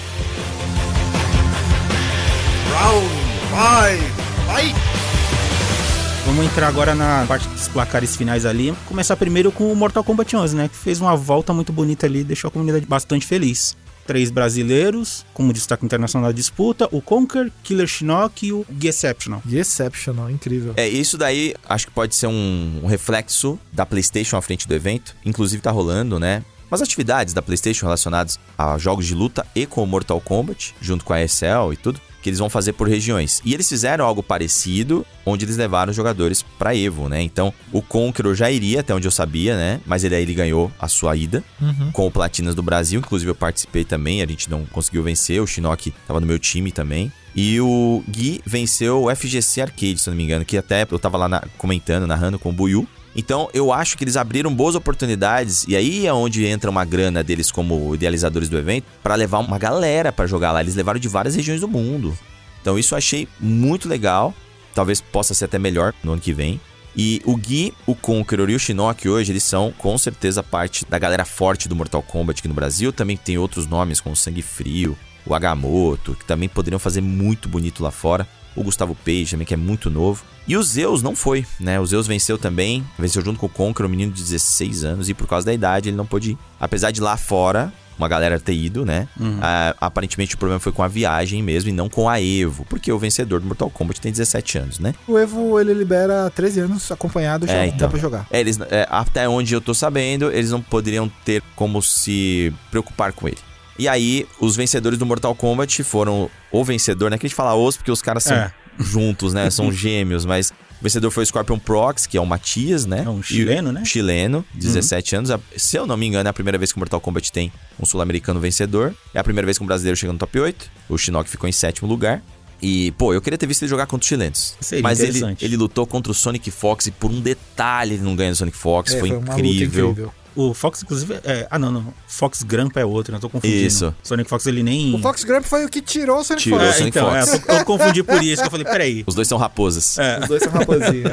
Vamos entrar agora na parte dos placares finais ali. Começar primeiro com o Mortal Kombat 11, né? Que fez uma volta muito bonita ali e deixou a comunidade bastante feliz. Três brasileiros, como destaque internacional da disputa, o Conker, Killer Shinnok e o Exceptional. E exceptional, incrível. É, isso daí acho que pode ser um, um reflexo da PlayStation à frente do evento. Inclusive tá rolando, né? Mas atividades da PlayStation relacionadas a jogos de luta e com o Mortal Kombat, junto com a ESL e tudo, que eles vão fazer por regiões. E eles fizeram algo parecido, onde eles levaram os jogadores pra Evo, né? Então, o Conqueror já iria até onde eu sabia, né? Mas ele aí ele ganhou a sua ida com o Platinas do Brasil. Inclusive, eu participei também, a gente não conseguiu vencer. O Shinnok tava no meu time também. E o Gui venceu o FGC Arcade, se eu não me engano, que até eu tava lá na- comentando, narrando com o Buiu. Então, eu acho que eles abriram boas oportunidades, e aí é onde entra uma grana deles como idealizadores do evento, pra levar uma galera pra jogar lá. Eles levaram de várias regiões do mundo. Então, isso eu achei muito legal. Talvez possa ser até melhor no ano que vem. E o Gui, o Conqueror e o Shinnok hoje, eles são com certeza parte da galera forte do Mortal Kombat aqui no Brasil. Também tem outros nomes como Sangue Frio, o Agamotto, que também poderiam fazer muito bonito lá fora. O Gustavo Page também, que é muito novo. E o Zeus não foi, né? O Zeus venceu também, venceu junto com o Conqueror, um menino de 16 anos, e por causa da idade ele não pôde ir. Apesar de lá fora, uma galera ter ido, né? Ah, aparentemente o problema foi com a viagem mesmo e não com a Evo, porque o vencedor do Mortal Kombat tem 17 anos, né? O Evo, ele libera 13 anos acompanhado, já É, dá então. pra jogar. É, eles, é, até onde eu tô sabendo, eles não poderiam ter como se preocupar com ele. E aí, os vencedores do Mortal Kombat foram o vencedor, né? Que a gente fala os, porque os caras são É. juntos, né? São gêmeos, mas o vencedor foi o Scorpion Prox, que é o Matias, né? É um E- chileno, né? Chileno, 17 anos. A- Se eu não me engano, é a primeira vez que o Mortal Kombat tem um sul-americano vencedor. É a primeira vez que um brasileiro chega no top 8. O Shinnok ficou em sétimo lugar. E, pô, eu queria ter visto ele jogar contra os chilenos. Seria mas ele, interessante. ele lutou contra o Sonic Fox e por um detalhe ele não ganha do Sonic Fox. É, foi, uma luta incrível. O Fox, inclusive, é... Ah, não, não. Fox Grampa é outro, né? Eu tô confundindo. Isso. Sonic Fox, ele nem... O Fox Grump foi o que tirou o Sonic Tirou. Fox. é, Sonic então, Fox. é, eu, eu confundi por isso, que eu falei, peraí. Os dois são raposas. É. Os dois são rapazinhos.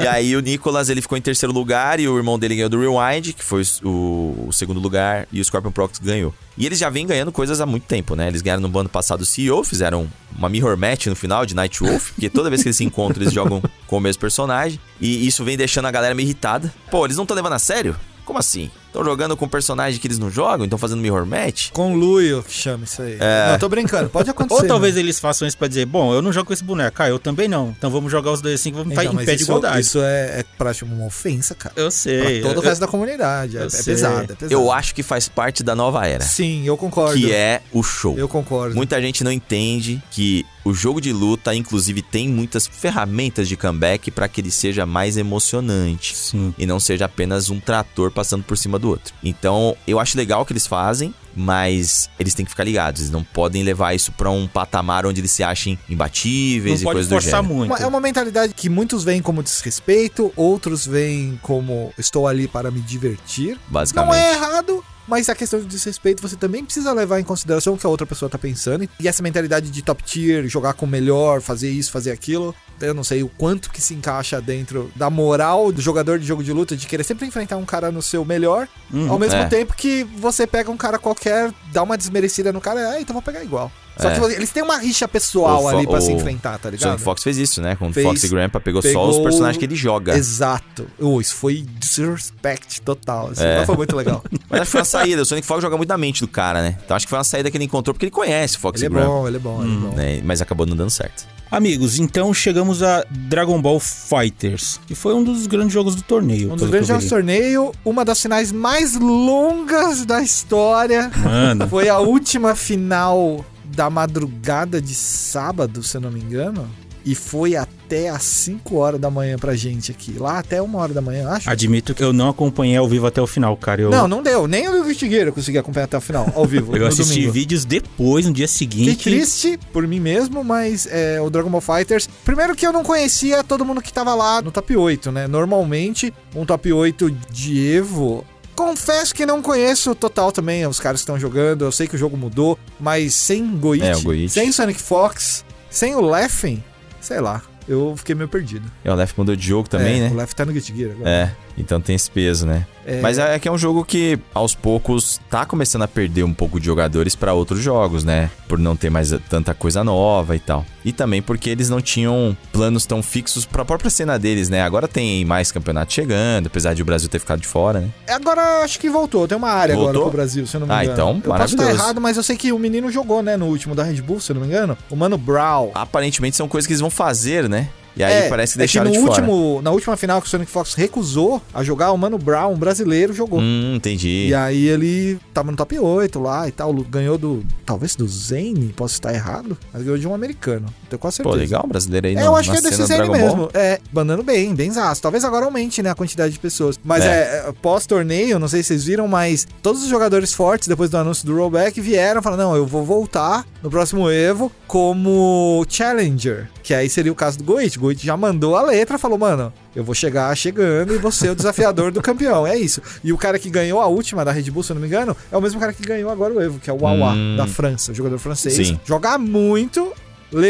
E aí o Nicolas, ele ficou em terceiro lugar e o irmão dele ganhou do Rewind, que foi o, o segundo lugar, e o Scorpion Prox ganhou. E eles já vêm ganhando coisas há muito tempo, né? Eles ganharam no ano passado o CEO, fizeram uma mirror match no final de Night Wolf, porque toda vez que eles se encontram, eles jogam com o mesmo personagem, e isso vem deixando a galera meio irritada. Pô, eles não estão levando a sério? Como assim? Estão jogando com um personagem que eles não jogam? Então fazendo mirror match? Conluio, que chama isso aí. Não, tô brincando, pode acontecer. É. Ou talvez né? eles façam isso pra dizer, bom, eu não jogo com esse boneco, ah, eu também não. Então vamos jogar os dois assim que vamos estar Então, em mas pé de isso- igualdade. Isso é, é praticamente uma ofensa, cara. Eu sei. pra todo o eu- resto da comunidade. É, eu é. é sei. pesado, é pesado. Eu acho que faz parte da nova era, Sim, eu concordo. que é o show. Eu concordo. Muita gente não entende que o jogo de luta, inclusive, tem muitas ferramentas de comeback para que ele seja mais emocionante Sim. e não seja apenas um trator passando por cima do outro. Então, eu acho legal o que eles fazem, mas eles têm que ficar ligados. Eles não podem levar isso pra um patamar onde eles se achem imbatíveis Não e pode coisas do forçar gênero. muito. Uma- é uma mentalidade que muitos veem como desrespeito, outros veem como estou ali para me divertir. Não Basicamente. é errado, Mas a questão do desrespeito você também precisa levar em consideração o que a outra pessoa tá pensando. E essa mentalidade de top tier, jogar com o melhor, fazer isso, fazer aquilo. Eu não sei o quanto que se encaixa dentro da moral do jogador de jogo de luta de querer sempre enfrentar um cara no seu melhor, Uhum. ao mesmo É. tempo que você pega um cara qualquer, dá uma desmerecida no cara, ah, então vou pegar igual. Só É. que você- eles têm uma rixa pessoal O ali fo- pra se o enfrentar, tá ligado? Sonic Fox fez isso, né? Com Fez, Fox e Grandpa, pegou, só os pegou- personagens que ele joga. Exato. Oh, isso foi disrespect total. Assim, É. Mas foi muito legal. Mas acho que foi uma saída. O Sonic Fox joga muito na mente do cara, né? Então acho que foi uma saída que ele encontrou porque ele conhece Fox e ele é Grandpa. bom, ele é bom, ele é bom. né? Mas acabou não dando certo. Amigos, então chegamos a Dragon Ball Fighters, que foi um dos grandes jogos do torneio. pelo Um dos que grandes eu jogos vi. de torneio, uma das finais mais longas da história. Mano, Foi a última final da madrugada de sábado, se eu não me engano. E foi até às 5 horas da manhã pra gente aqui. Lá até 1 hora da manhã, acho. admito que eu não acompanhei ao vivo até o final, cara. Ah, Eu, Não, não deu. Nem o Vistigueiro conseguia acompanhar até o final, ao vivo. eu no assisti domingo. vídeos depois, no dia Fiquei seguinte. triste por mim mesmo, mas é, o Dragon Ball Fighters. Primeiro que eu não conhecia todo mundo que tava lá no top 8, né? Normalmente, um top 8 de Evo. Confesso que não conheço o total também, os caras que estão jogando. Eu sei que o jogo mudou, mas sem Goichi, É, o Goichi. sem Sonic Fox, sem o Leffen, sei lá. Eu fiquei meio perdido. E o Left mudou de jogo também, É, né? O Leffen tá no Guilty Gear agora. É, então tem esse peso, né? Mas é que é um jogo que, aos poucos, tá começando a perder um pouco de jogadores pra outros jogos, né? Por não ter mais tanta coisa nova e tal. E também porque eles não tinham planos tão fixos pra própria cena deles, né? Agora tem mais campeonato chegando, apesar de o Brasil ter ficado de fora, né? É, Agora acho que voltou. Tem uma área agora Voltou? pro Brasil, se eu não me Ah, engano. então, Eu posso estar maravilhoso. errado, mas eu sei que o menino jogou, né, no último da Red Bull, se eu não me engano. O Mano Brown. Aparentemente são coisas que eles vão fazer, né? E aí parece que é deixaram no de fora. último, Na última final que o Sonic Fox recusou a jogar, o Mano Brown, um brasileiro, jogou. Hum, entendi. E aí ele tava no top 8 lá e tal, ganhou do, talvez do Zane, posso estar errado, mas ganhou de um americano, tenho quase Pô, certeza. legal, brasileiro aí É, na- eu acho na que é desse cena do Zane Dragon Ball. mesmo. É, mandando bem, bem zaço. Talvez agora aumente, né, a quantidade de pessoas. Mas é, É. é, pós-torneio, não sei se vocês viram, mas todos os jogadores fortes, depois do anúncio do rollback, vieram falando, não, eu vou voltar no próximo Evo como Challenger. Que aí seria o caso do Goit. Goit já mandou a letra, falou, mano, eu vou chegar chegando e vou ser o desafiador do campeão. É isso. E o cara que ganhou a última da Red Bull, se eu não me engano, é o mesmo cara que ganhou agora o Evo, que é o Wawa, Hum. da França, um jogador francês. Sim. Jogar muito,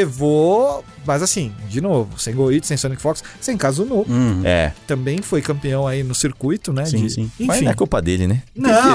levou, mas assim, de novo, sem Goichi, sem Sonic Fox, sem Kazuno, Hum. É, também foi campeão aí no circuito, né? Sim, de- sim. mas Enfim. não é culpa dele, né? Não,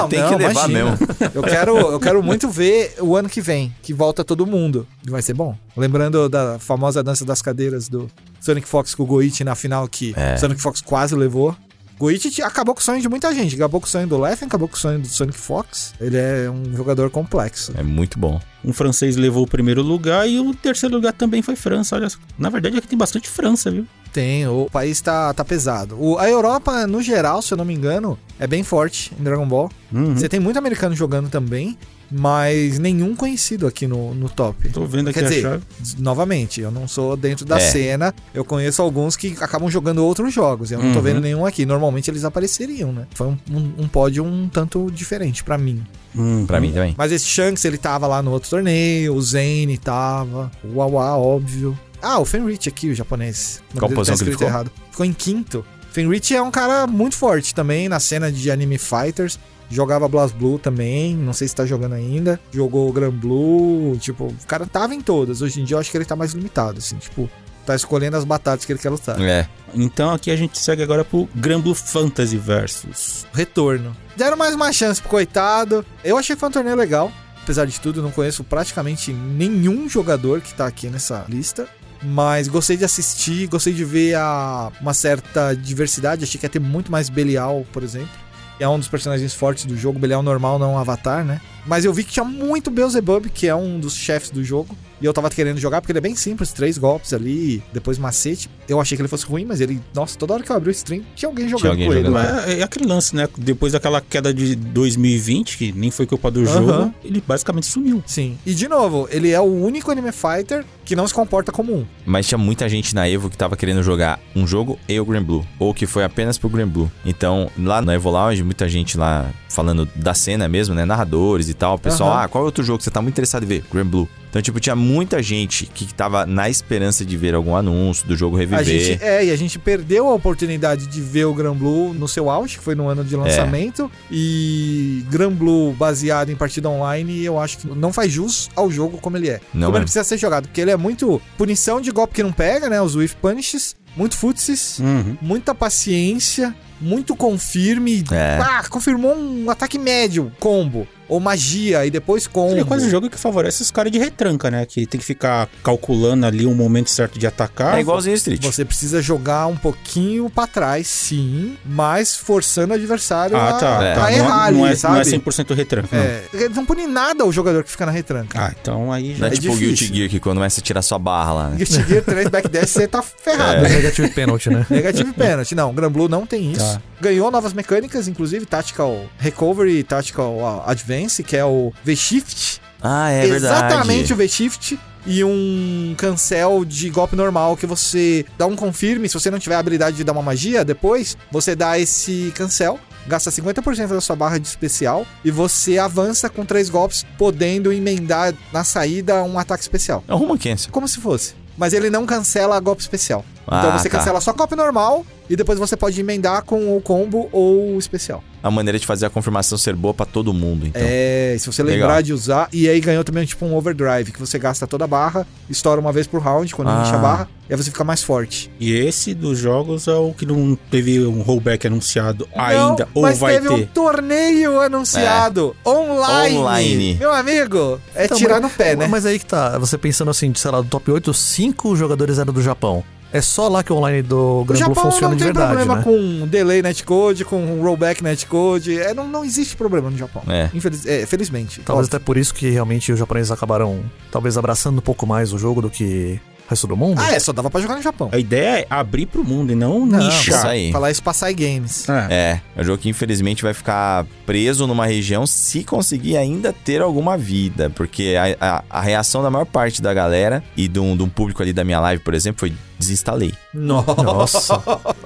tem que, tem não, que levar imagina. mesmo. Eu quero, eu quero muito ver o ano que vem, que volta todo mundo. Vai ser bom. Lembrando da famosa dança das cadeiras do Sonic Fox com o Goichi na final que É. Sonic Fox quase levou. Goichi te- acabou com o sonho de muita gente. Acabou com o sonho do Leffen, acabou com o sonho do Sonic Fox. Ele é um jogador complexo. É muito bom. Um francês levou o primeiro lugar e o terceiro lugar também foi França. Olha, só. na verdade aqui tem bastante França, viu? Tem, o país tá, tá pesado. O- a Europa, no geral, se eu não me engano, é bem forte em Dragon Ball. Uhum. Você tem muito americano jogando também, mas nenhum conhecido aqui no, no top. Tô vendo aqui Quer a dizer, chave. Novamente, eu não sou dentro da É. cena, eu conheço alguns que acabam jogando outros jogos, eu não tô Uhum. vendo nenhum aqui. Normalmente eles apareceriam, né? Foi um, um, um pódio um tanto diferente pra mim. Hum. Pra mim também. Mas esse Shanks, ele tava lá no outro torneio, o Zane tava, o Wawa, óbvio. Ah, o Fenrich aqui, o japonês. O nome Qual dele posição que ele escrito ficou? Errado. Ficou em quinto. Fenrich é um cara muito forte também na cena de anime fighters. Jogava BlazBlue também, não sei se tá jogando ainda. Jogou Gran Blue, tipo, o cara tava em todas. Hoje em dia eu acho que ele tá mais limitado, assim, tipo, tá escolhendo as batalhas que ele quer lutar. É. Então aqui a gente segue agora pro Grand Blue Fantasy Versus. retorno. Deram mais uma chance pro coitado. Eu achei que foi um torneio legal. Apesar de tudo, eu não conheço praticamente nenhum jogador que tá aqui nessa lista. Mas gostei de assistir, gostei de ver a- uma certa diversidade. Achei que ia ter muito mais Belial, por exemplo. que É um dos personagens fortes do jogo. Belial normal, não um avatar, né? Mas eu vi que tinha muito Beelzebub, que é um dos chefes do jogo. E eu tava querendo jogar, porque ele é bem simples, três golpes ali, depois macete. Eu achei que ele fosse ruim, mas ele... Nossa, toda hora que eu abri o stream, tinha alguém jogando alguém com ele. jogando. né? Mas é aquele lance, né? Depois daquela queda de 2020, que nem foi culpa do Aham. jogo, ele basicamente sumiu. Sim. E de novo, ele é o único anime fighter que não se comporta como um. Mas tinha muita gente na Evo que tava querendo jogar um jogo e o Green Blue. Ou que foi apenas pro Green Blue. Então, lá na Evo Lounge, muita gente lá falando da cena mesmo, né? Narradores e tal. O pessoal, Aham. ah, qual é outro jogo que você tá muito interessado em ver? Grand Blue. Então, tipo, tinha muita gente que tava na esperança de ver algum anúncio do jogo reviver. A gente, é, e a gente perdeu a oportunidade de ver o Granblue no seu auge, que foi no ano de lançamento. E Granblue baseado em partida online, eu acho que não faz jus ao jogo como ele Não é. como mesmo. ele precisa ser jogado, porque ele é muito punição de golpe que não pega, né? Os whiff punishes, muito futsis, Uhum. muita paciência, muito confirme. É. Ah, confirmou um ataque médio, combo. Ou magia, e depois combo. É quase um jogo que favorece os caras de retranca, né? Que tem que ficar calculando ali o momento certo de atacar. É igualzinho Street. Você precisa jogar um pouquinho pra trás, sim, mas forçando o adversário Ah, a, tá. É. tá. a Não- errar não, ali, é, sabe? não é 100% retranca. não. É, ele não pune nada o jogador que fica na retranca. Ah, então aí já. Não é, é tipo o Guilty difícil. Gear que quando começa a tirar sua barra lá, Ah. né? E o Tigre 3 back 10, você É. tá ferrado. É Negative penalty, né? Negativo e pênalti. Não, Granblue não tem isso. Tá. Ganhou novas mecânicas, inclusive Tactical Recovery e Tactical Advance, que é o V-Shift. Ah, é verdade. Exatamente o V-Shift. E um cancel de golpe normal que você dá um confirme. Se você não tiver a habilidade de dar uma magia depois, você dá esse cancel, gasta 50% da sua barra de especial e você avança com três golpes, podendo emendar na saída um ataque especial. É o Roman Cancel. Como se fosse. Mas ele não cancela golpe especial. Então Ah, você tá. cancela só golpe normal e depois você pode emendar com o combo ou o especial. A maneira de fazer a confirmação ser boa pra todo mundo, então. É, e se você Legal. lembrar de usar. E aí ganhou também tipo um overdrive, que você gasta toda a barra, estoura uma vez por round quando Ah. enche a barra, e aí você fica mais forte. E esse dos jogos é o que não teve um rollback anunciado ainda, Não, ou mas vai teve um ter. torneio anunciado online. É. Online. Meu amigo, é Então, tirar no mas- pé, né? Mas aí que tá, você pensando assim, sei lá, do top 8, 5 jogadores eram do Japão. É só lá que o online do O Gran Blue Japão funciona não de tem verdade, problema né? com delay netcode, com rollback netcode. É, não, não existe problema no Japão. É. Infeliz- é, felizmente. Talvez até por isso que realmente os japoneses acabaram, talvez, abraçando um pouco mais o jogo do que o resto do mundo. Ah, é, só dava pra jogar no Japão. A ideia é abrir pro mundo e não, Não, nichar. isso aí. Falar isso pra Sai Games. É. É, é um jogo que infelizmente vai ficar preso numa região se conseguir ainda ter alguma vida, porque a, a- a reação da maior parte da galera e de um, de um público ali da minha live, por exemplo, foi desinstalei. Nossa.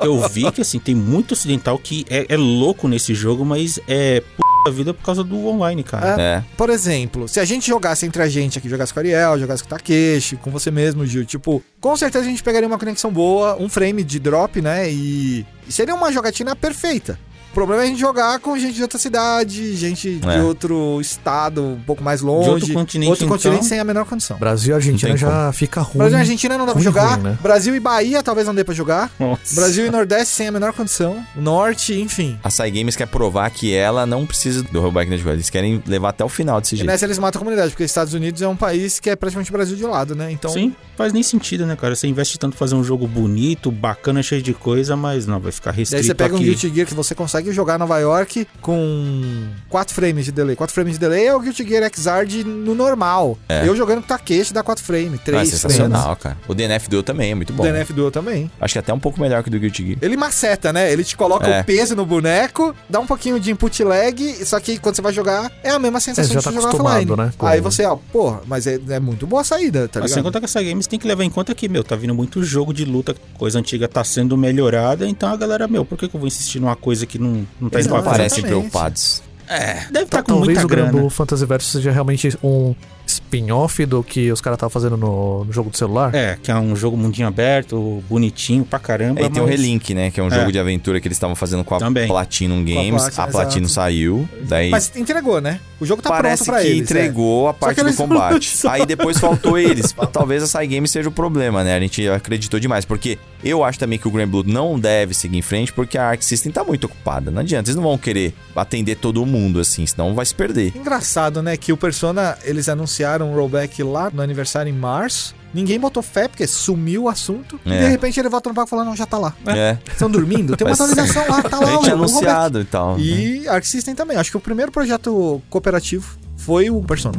Eu vi que assim, tem muito ocidental que é, é louco nesse jogo, mas é puta vida por causa do online, cara. É, Por exemplo, se a gente jogasse entre a gente aqui, jogasse com o Ariel, jogasse com o Takeshi, com você mesmo, Gil, tipo, com certeza a gente pegaria uma conexão boa, um frame de drop, né? E e seria uma jogatina perfeita. O problema é a gente jogar com gente de outra cidade, gente de É. outro estado, um pouco mais longe. De outro continente, outro então. continente sem a menor condição. Brasil e Argentina Não tem já fica ruim. Brasil e Argentina não dá pra ruim, jogar. ruim, né? Brasil e Bahia talvez não dê pra jogar. Nossa. Brasil e Nordeste sem a menor condição. Norte, enfim. a Sai Games quer provar que ela não precisa do rollback na jogada, eles querem levar até o final desse E jeito. Ah, nessa eles matam a comunidade, porque Estados Unidos é um país que é praticamente o Brasil de lado, né? Então, Sim, faz nem sentido, né, cara? Você investe tanto em fazer um jogo bonito, bacana, cheio de coisa, mas não, vai ficar daí restrito você pega um aqui. Guilty Gear que você consegue jogar em Nova York com 4 frames de delay. 4 frames de delay é o Guilty Gear Xrd no normal. Eu jogando com Takeshi dá 4 É. frames, Ah, 3 frames. sensacional, cara. O DNF Duel também é muito bom. O DNF Duel também. Acho que até um pouco melhor que o do Guilty Gear. Ele maceta, né? Ele te coloca É. o peso no boneco, dá um pouquinho de input lag, só que quando você vai jogar, é a mesma É, sensação já de tá você jogar acostumado, offline. né? com- Aí você, ó, porra, mas é, é muito boa a saída, tá Mas sem ligado? contar que Assim, essa games tem que levar em conta que, meu, tá vindo muito jogo de luta, coisa antiga tá sendo melhorada, então a galera, meu, por que, que eu vou insistir numa coisa que não, não tá Eles não impactando? Não exatamente. parecem preocupados. Deve estar tá com É, Talvez muita o Gran grana. Blue Fantasy Versus seja realmente um spin-off do que os caras estavam fazendo no, no jogo do celular. É, que é um jogo mundinho aberto, bonitinho pra caramba. Aí tem o mas- Relink, né? Que é um É. jogo de aventura que eles estavam fazendo com a Também. Platinum a Games. Platinum, a Platinum exato. saiu. Daí Mas entregou, né? O jogo tá parece pronto pra que eles. é. entregou a parte que do eles não combate. Aí depois faltou eles. Talvez a Sai Game seja o problema, né? A gente acreditou demais. Porque eu acho também que o Grand Blue não deve seguir em frente, porque a Arc System tá muito ocupada. Não adianta, eles não vão querer atender todo mundo, assim, senão vai se perder. Engraçado, né? Que o Persona, eles anunciaram o rollback lá no aniversário em março. Ninguém botou fé, porque sumiu o assunto. E É. de repente ele volta no palco falando, não, já tá lá. É. Estão dormindo? Tem uma Mas- atualização lá, tá é. A lá. gente né? tinha o rollback." anunciado e tal. E Arc System também. Acho que o primeiro projeto cooperativo foi o Persona.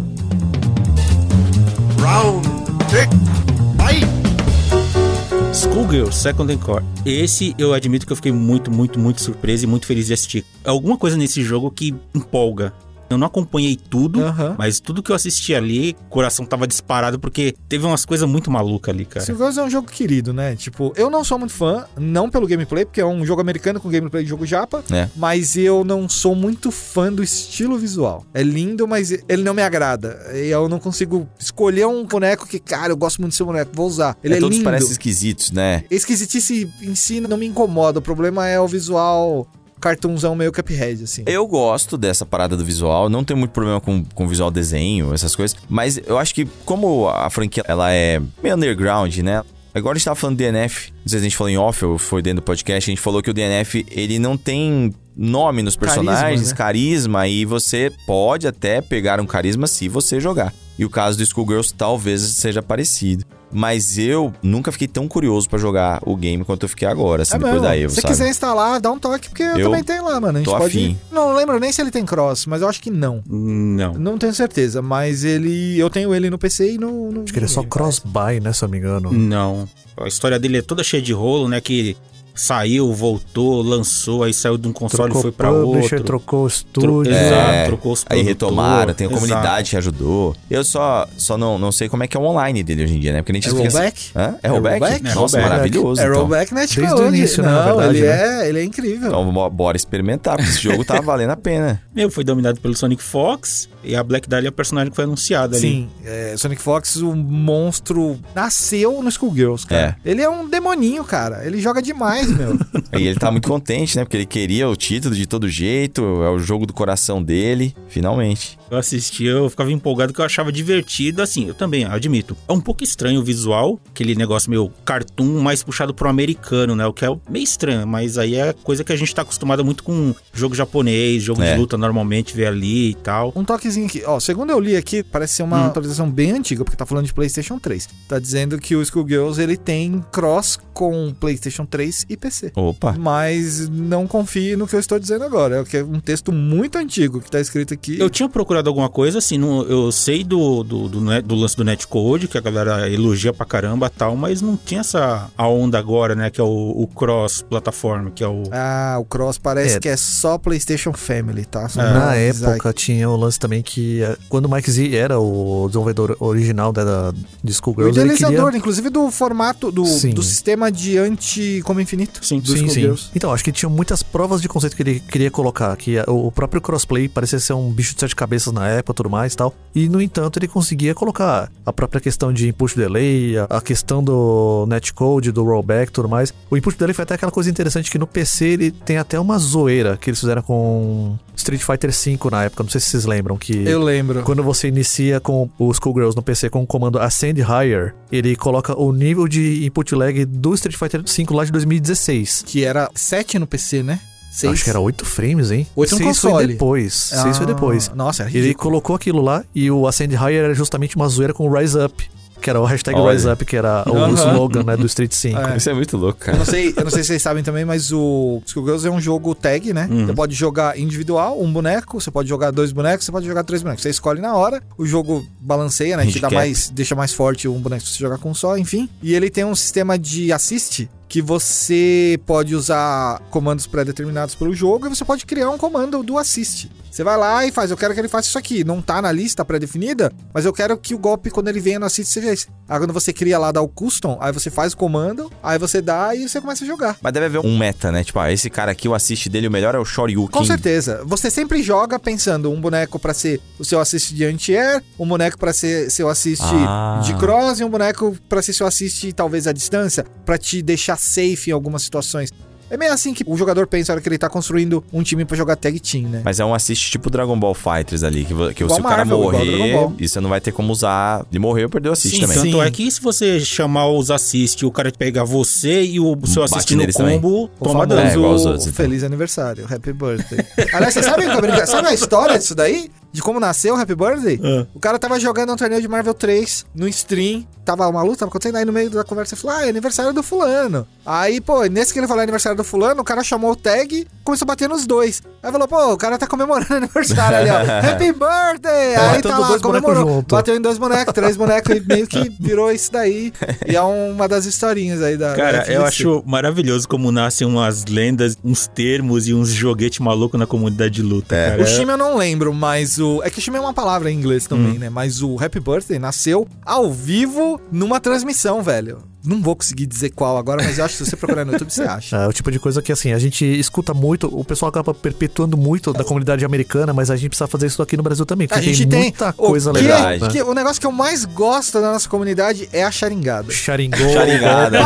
Schoolgirl Second Encore. Esse eu É admito que eu fiquei muito, muito, muito surpreso e muito feliz de assistir. Alguma coisa nesse jogo que empolga. Eu não acompanhei Uhum. tudo, Aham. mas tudo que eu assisti ali, o coração tava disparado, porque teve umas coisas muito malucas ali, cara. Steel Girls é um jogo querido, né? Tipo, eu não sou muito fã, não pelo gameplay, porque é um jogo americano com gameplay de jogo japa, É. mas eu não sou muito fã do estilo visual. É lindo, mas ele não me agrada. E Eu não consigo escolher um boneco que, cara, eu gosto muito desse boneco, vou usar. Ele é, É, todos lindo. parecem esquisitos, né? Esquisitice em si não me incomoda, o problema é o visual cartunzão meio Cuphead, assim. Eu gosto dessa parada do visual, não tenho muito problema com, com visual desenho, essas coisas, mas eu acho que como a franquia ela é meio underground, né? Agora a gente tava falando do DNF, não sei se a gente falou em off ou foi dentro do podcast, a gente falou que o DNF ele não tem nome nos Carisma, personagens, né? carisma, e você pode até pegar um carisma se você jogar. E o caso do Schoolgirls talvez seja parecido. Mas eu nunca fiquei tão curioso pra jogar o game quanto eu fiquei agora, assim, depois É mesmo. da Evo, Se você sabe? quiser instalar, dá um toque, porque eu Eu também tenho lá, mano. A gente tô pode. afim. Não lembro nem se ele tem cross, mas eu acho que não. Não. Não tenho certeza, mas ele. Eu tenho ele no PC e no. no Acho que ele é só cross-buy, né? Se eu não me engano. Não. A história dele é toda cheia de rolo, né? Que saiu, voltou, lançou, aí saiu de um console e foi pra publisher, outro. trocou né? estúdio. É. Exato, trocou os É, Aí produtores. retomaram, tem a Exato. comunidade que ajudou. Eu só, só não, não sei como é que é o online dele hoje em dia, né? Porque nem É tinha rollback? Hã? É rollback? rollback? É Nossa, rollback. Ah, maravilhoso. É então. rollback o Netcode. início, né, não, na verdade, ele, né? é, ele é incrível. Então bo- bora experimentar, porque esse jogo tá valendo a pena. Meu, foi dominado pelo Sonic Fox e a Black Dahlia é o personagem que foi anunciado ali. Sim, é, Sonic Fox, o monstro, nasceu no Schoolgirls, cara. Ele é um demoninho, cara. Ele joga demais, meu. E ele tá muito contente, né? Porque ele queria o título de todo jeito, é o jogo do coração dele, finalmente. Eu assisti, eu ficava empolgado que eu achava divertido, assim, eu também admito. É um pouco estranho o visual, aquele negócio meio cartoon mais puxado pro americano, né? O que é meio estranho, mas aí é coisa que a gente tá acostumado muito com jogo japonês, jogo É. de luta normalmente vê ali e tal. Um toquezinho aqui. Ó, segundo eu li aqui, parece ser uma Hum. atualização bem antiga, porque tá falando de PlayStation 3. Tá dizendo que o Schoolgirls, ele tem cross com PlayStation 3 e PC. Ah. Opa. Mas não confie no que eu estou dizendo agora. É o que é um texto muito antigo que está escrito aqui. Eu tinha procurado alguma coisa, assim, não- eu sei do, do, do ne- do lance do Netcode, que a galera elogia pra caramba e tal, mas não tinha essa a onda agora, né? Que é o, o cross-plataforma, que é o... Ah, o Cross parece É. que é só PlayStation Family, tá? Só Na pra avisar época tinha o lance também que eh, quando o Mike Z era o desenvolvedor original da, da de aqui. O Schoolgirls, ele queria... idealizador, inclusive, do formato do, Sim. do sistema de anti-como infinito. Sim, do Schoolgirls. Então, acho que tinha muitas provas de conceito que ele queria colocar, que a- o próprio crossplay parecia ser um bicho de sete cabeças na época, tudo mais e tal. E, no entanto, ele conseguia colocar a própria questão de input delay, a, a questão do netcode, do rollback, tudo mais. O input delay foi até aquela coisa interessante que no PC ele tem até uma zoeira que eles fizeram com Street Fighter V na época, não sei se vocês lembram, que... Eu lembro. Quando você inicia com o Schoolgirls no PC com o comando Ascend Higher, ele coloca o nível de input lag do Street Fighter V lá de 2016. Que era 7 no PC, né? 6. Acho que era 8 frames, hein? Oito no Seis console. foi depois. Seis foi depois. Ah, Nossa, era Ele ridículo. colocou aquilo lá e o Ascend Higher era justamente uma zoeira com o Rise Up. Que era o hashtag Olha. Rise Up, que era o Aham. slogan né, do Street 5. É. Isso é muito louco, Eu cara. não, sei, eu não sei se vocês sabem também, mas o Skullgirls é um jogo tag, né? Uhum. Hum. Você pode jogar individual, um boneco, você pode jogar dois bonecos, você pode jogar três bonecos. Você escolhe na hora, o jogo balanceia, né? Te dá Handicap. mais, deixa mais forte um boneco se você jogar com um só, enfim. E ele tem um sistema de assist que você pode usar comandos pré-determinados pelo jogo e você pode criar um comando do assist. Você vai lá e faz, eu quero que ele faça isso aqui. Não tá na lista pré-definida, mas eu quero que o golpe, quando ele venha no assist, seja esse. Aí quando você cria lá, dá o custom, aí você faz o comando, aí você dá e você começa a jogar. Mas deve haver um meta, né? Tipo, ah, esse cara aqui, o assist dele, o melhor é o Shoryuken. Com certeza. Você sempre joga pensando um boneco pra ser o seu assist de anti-air, um boneco pra ser seu assist Ah. de cross e um boneco pra ser seu assist talvez à distância, pra te deixar safe em algumas situações. É meio assim que o jogador pensa na hora que ele tá construindo um time pra jogar tag team, né? Mas é um assist tipo Dragon Ball Fighters ali, que, vo- que Igual se o cara Marvel, igual Dragon morrer, Ball. e você não vai ter como usar. Ele morreu, perdeu o assist Sim, também. tanto é que se você chamar os assist, o cara pegar você e o seu Bate assist no neles também. combo, O toma famoso dano. É, igual os outros, então. Feliz aniversário, Happy Birthday. Aliás, você sabe, Gabriel, sabe a história disso daí? De como nasceu o Happy Birthday? Ah. O cara tava jogando um torneio de Marvel 3 no stream, tava uma luta, tava acontecendo, aí no meio da conversa ele falou, ah, é aniversário do fulano. Aí, pô, nesse que ele falou é aniversário do fulano, o cara chamou o tag, começou a bater nos dois. Aí falou, pô, o cara tá comemorando aniversário ali, ó. Happy birthday! aí tá Matando lá, dois bonecos comemorou. junto. Bateu em dois bonecos, três bonecos, e meio que virou isso daí. E é uma das historinhas aí da Cara, da eu FGC. acho maravilhoso como nascem umas lendas, uns termos e uns joguete maluco na comunidade de luta, É. cara. O Shima eu não lembro, mas o. É que Shima é uma palavra em inglês também, né? Mas o Happy Birthday nasceu ao vivo numa transmissão, velho. Não vou conseguir dizer qual agora, mas eu acho que se você procurar no YouTube, você acha. É o tipo de coisa que, assim, a gente escuta muito, o pessoal acaba perpetuando muito da comunidade americana, mas a gente precisa fazer isso aqui no Brasil também, porque A gente tem É muita o coisa que- é legal. Verdade. né? que- o negócio que eu mais gosto da nossa comunidade é a charingada. Sharingan. Charingada.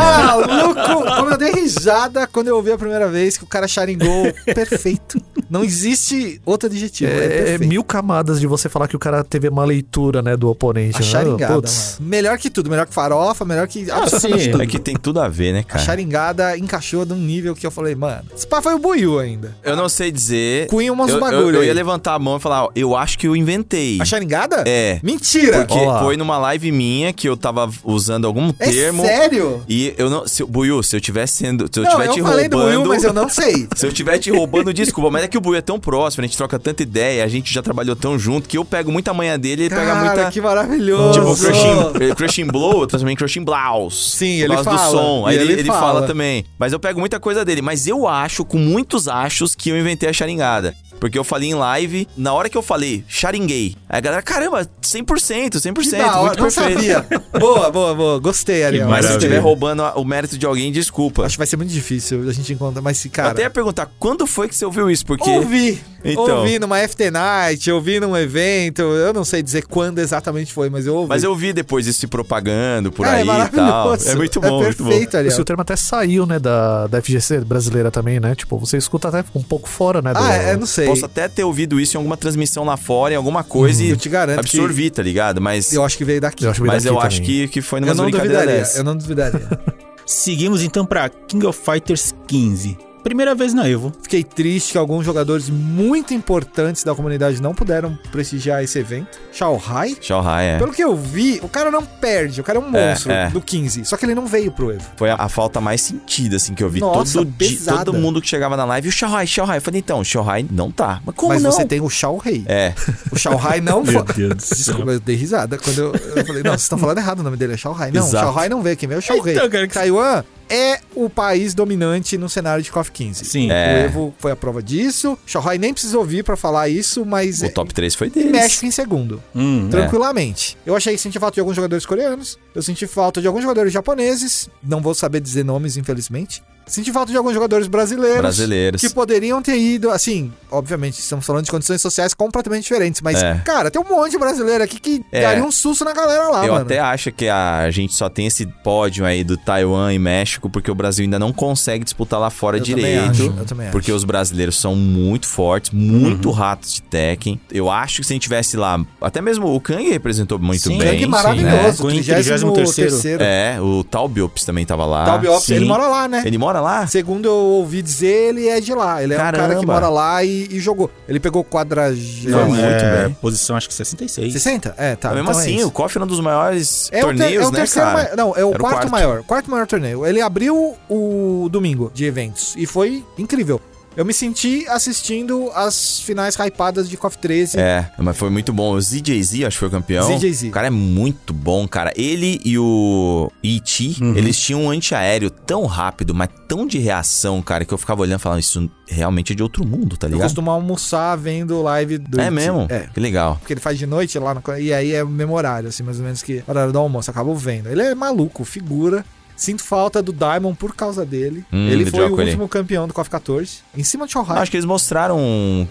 Maluco! Como eu dei risada quando eu ouvi a primeira vez que o cara charingou perfeito. Não existe outro adjetivo. É, É, é perfeito. mil camadas de você falar que o cara teve uma leitura, né, do oponente. A né? charingada, Putz. mano. Melhor que tudo. Melhor que farofa, melhor que... sim. É que tem tudo a ver, né, A cara? charingada encaixou num nível que eu falei, mano. Esse pá foi o Buiu ainda. Eu não sei dizer. Cunha umas eu, bagulho eu, eu aí. ia levantar a mão e falar, ó, eu acho que eu inventei. A charingada? É. Mentira! Porque Ó lá. foi numa live minha que eu tava usando algum é termo. sério? E eu não. Se, Buiu, se eu tivesse sendo. Se eu não, tiver eu te falei do Buiu, roubando. mas eu não sei. Se eu tiver te roubando, desculpa, mas é que o Buiu é tão próximo, a gente troca tanta ideia, a gente já trabalhou tão junto que eu pego muita manha dele e ele pega Cara, muita. que maravilhoso! Tipo, Crushing, eh, crushing Blow, eu transformei em Crushing Blouse. Sim, por ele causa fala, do som. e Aí ele, ele ele fala. fala. também. Mas eu pego muita coisa dele. Mas eu acho, com muitos achos, que eu inventei a charingada. Porque eu falei em live, na hora que eu falei, charinguei. Aí a galera, caramba, 100%, 100%, Que da hora, muito não perfeito. sabia. boa, boa, boa. Gostei, Ariel. Mas se eu Maravilha. estiver roubando a- o mérito de alguém, desculpa. Acho que vai ser muito difícil a gente encontrar, mas se, eu até ia cara... perguntar, quando foi que você ouviu isso? Porque... Ouvi! Então. Ouvi numa FT Night, ouvi num evento, eu não sei dizer quando exatamente foi, mas eu ouvi. É, Mas eu vi depois isso se propagando por Cara, aí e tal. É muito bom, é muito bom. perfeito, Esse Ariel. termo até saiu, né, da, da FGC brasileira também, né? Tipo, você escuta até um pouco fora, né? do- Ah, é, não sei. Posso até ter ouvido isso em alguma transmissão lá fora, em alguma coisa e Eu te garanto que- absorvi, tá ligado? Mas Eu acho que veio daqui. Eu acho meio Mas eu daqui acho também. que, que foi numa Eu não brincadeira é duvidaria, dessa. eu não duvidaria. Seguimos então pra King of Fighters 15. Primeira vez na Evo. Fiquei triste que alguns jogadores muito importantes da comunidade não puderam prestigiar esse evento. Shao Hai, Shanghai, é. pelo que eu vi, o cara não perde, o cara é um É, monstro é. do 15. Só que ele não veio pro Evo. Foi a, a falta mais sentida, assim, que eu vi. Nossa, todo, dia- pesada. todo mundo que chegava na live, e o Shanghai, Shanghai. Eu falei, então, o Shanghai não tá. Mas como Mas não? você tem o Shao Rei. É, O Shao Hai não foi. Deus do Desculpa, eu dei risada quando eu, eu falei, não, vocês estão falando errado o nome dele, é Shao Hai. Não, Exato. Shao Hai não veio, quem veio é o Shao Rei. Então, cara, que- Taiwan é o país dominante no cenário de KOF 15. Sim. O É. Evo foi a prova disso. Shao Hai nem precisou vir pra falar isso, mas o top 3 foi e deles. México em segundo. Hum, É. tranquilamente. Eu achei que senti falta de alguns jogadores coreanos, eu senti falta de alguns jogadores japoneses, não vou saber dizer nomes, infelizmente. Senti falta de alguns jogadores brasileiros. Brasileiros. Que poderiam ter ido, assim, obviamente, estamos falando de condições sociais completamente diferentes, mas, É. cara, tem um monte de brasileiro aqui que É. daria um susto na galera lá, eu mano. até acho que a gente só tem esse pódio aí do Taiwan e México, porque o Brasil ainda não consegue disputar lá fora Eu também direito. acho, eu também Porque acho. os brasileiros são muito fortes, Uhum. muito ratos de Tekken. Eu acho que se a gente tivesse lá, até mesmo o Kang representou muito Sim, bem. Kang Que sim, maravilhoso, né? 33º. 33º. É, o Tal Biops também tava lá. Tal Biopsi, Sim. ele mora lá, né? Ele mora lá? Segundo eu ouvi dizer, ele é de lá. Ele é um cara que Caramba. mora lá e, e jogou. Ele pegou quadragésimo. Não, muito é, bem. Posição acho que 66. 60? É, tá. Mesmo então é assim, isso. o KOF era um dos maiores É o, ter- torneios, é o né, terceiro cara? maior. Não, é o Era o quarto, quarto. maior. Quarto maior torneio. Ele abriu o domingo de eventos e foi incrível. Eu me senti assistindo as finais hypadas de KOF 13. É, mas foi muito bom. O ZJZ, acho que foi o campeão. ZJZ. O cara é muito bom, cara. Ele e o E.T., Uhum. eles tinham um antiaéreo tão rápido, mas tão de reação, cara, que eu ficava olhando e falando, isso realmente é de outro mundo, tá Eu ligado? costumo almoçar vendo live do. É mesmo? É. Que legal. Porque ele faz de noite lá na. co- E aí é o mesmo horário, assim, mais ou menos que horário do almoço. eu Acabo vendo. Ele é maluco, figura. Sinto falta do Diamond por causa dele. Hum, ele ele foi joga o com ele. último campeão do KOF 14. Em cima de Shohai. Acho que eles mostraram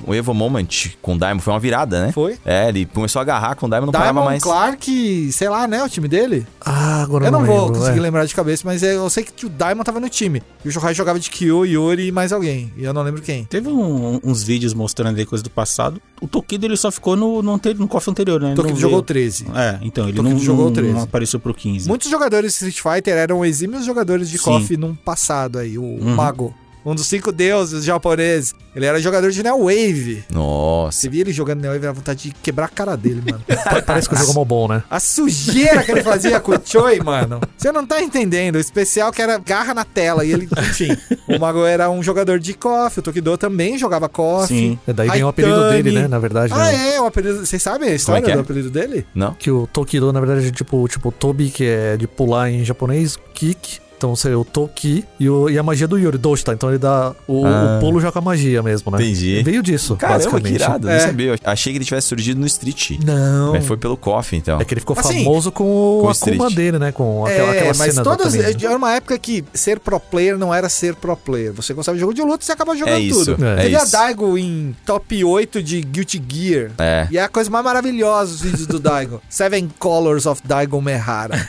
o Evo Moment com o Daimon, foi uma virada, né? Foi. É, ele começou a agarrar com o Daimon, não parava Diamond, mais. Clark, sei lá, né? O time dele? Ah, agora Eu não, vou lembro, conseguir é. lembrar de cabeça, mas é- eu sei que o Diamond tava no time. E o Shohai jogava de Kyo, Yori e mais alguém. E eu não lembro quem. Teve um- uns vídeos mostrando aí coisa do passado. O Tokido ele só ficou no, no, anterior, no cofre anterior, né? Ele Tokido não jogou veio. 13. É, então, ele Tokido não, jogou não- 13. não apareceu pro 15. Muitos jogadores de Street Fighter eram exímios jogadores de Sim. Uhum. KOF num passado aí, o Mago. um dos cinco deuses japoneses. Ele era jogador de Neo Wave. Você Nossa. via ele jogando Neo Wave, era vontade de quebrar a cara dele, mano. Parece que o jogo é mó bom, né? A sujeira que ele fazia com o Choi, mano. Você não tá entendendo. O especial que era garra na tela. E ele, enfim. O Mago era um jogador de KOF. O Tokido também jogava KOF. Sim. É daí Ai, vem o apelido Tani. dele, né? Na verdade, Ah, né? é? O apelido. Vocês sabem a história que é? do apelido dele? Não? Que o Tokido, na verdade, é tipo, tipo Tobi, que é de pular em japonês, kick. Então seria o Toki e, o- e a magia do Yuri, Doshita. Então ele dá o, Ah. o pulo já com a magia mesmo, né? Entendi. Veio disso, Caramba, que basicamente. irado. É. Não sabia. Eu achei que ele tivesse surgido no Street. Não. Mas foi pelo coffee, então. É que ele ficou Assim, famoso com o com o Akuma Street. dele, né? Com aquela, É, aquela mas cena do todas. é, também, né? Era uma época que ser pro player não era ser pro player. Você gostava de jogo de luta e você acaba jogando É isso. tudo. É. É Teve a isso. Daigo em top 8 de Guilty Gear. É. E é a coisa mais maravilhosa os vídeos do Daigo. Seven Colors of Daigo Mehara.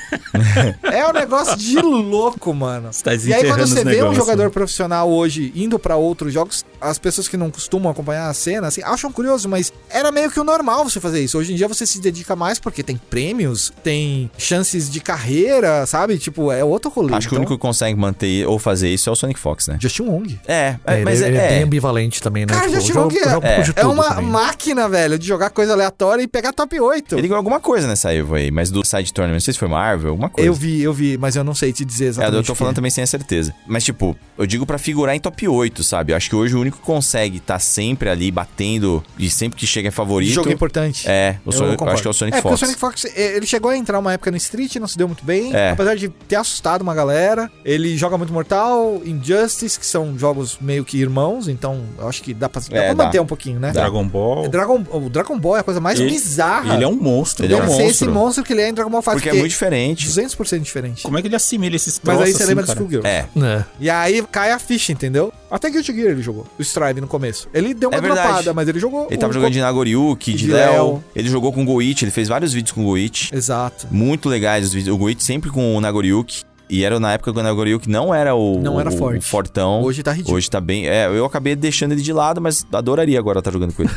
é um negócio de louco, mano. Você tá E aí, quando desenterrando você os vê um negócios. né? jogador profissional hoje indo pra outros jogos, as pessoas que não costumam acompanhar a cena, assim, acham curioso, mas era meio que o normal você fazer isso. Hoje em dia você se dedica mais porque tem prêmios, tem chances de carreira, sabe? Tipo, é outro rolê. Acho que o único que consegue manter ou fazer isso é o Sonic Fox, né? Justin Wong. É, É, é, ele, mas é, ele é bem é, ambivalente também, né? Cara, Tipo, já chegou joga- que é- joga um pouco de É tudo uma também. máquina, velho, de jogar coisa aleatória e pegar top 8. Ele ganhou alguma coisa nessa Evo aí, mas do side tournament, não sei se foi Marvel, alguma coisa. Eu vi, eu vi, mas eu não sei te dizer É, exatamente. eu tô o que falando também sem a certeza. Mas, tipo, eu digo pra figurar em top 8, sabe? Eu acho que hoje o único que consegue tá sempre ali batendo e sempre que chega é favorito. Jogo importante. É, o Sonic- eu concordo. acho que é o Sonic é, porque Fox. o Sonic Fox, é, ele chegou a entrar uma época no Street, não se deu muito bem. É. Apesar de ter assustado uma galera. Ele joga muito Mortal, Injustice, que são jogos meio que irmãos. Então, eu acho que dá pra, dá É, pra dá. manter um pouquinho, né? Dragon É, Ball. Dragon, o Dragon Ball é a coisa mais Ele- bizarra. Ele é um monstro. Ele é um Deve ser esse monstro que ele é em Dragon Ball Fighter. Porque é muito diferente. 200% diferente. Como é que ele assimila esses Mas troços aí você assim, lembra do cara? Schoolgirl. É, É. E aí cai a ficha, entendeu? Até Guilty Gear ele jogou. O Strive no começo. Ele deu uma É verdade. dropada, mas ele jogou. ele tava o- jogando de Nagoriuki, de de Léo. Léo. Ele jogou com o Goichi, ele fez vários vídeos com o Goichi. Exato. Muito legais os vídeos. O Goichi sempre com o Nagoriuki. E era na época que o Nagoriuki não era o, Não era o- o forte. fortão. Hoje tá ridículo. Hoje tá bem. É, eu acabei deixando ele de lado, mas adoraria agora estar jogando com ele.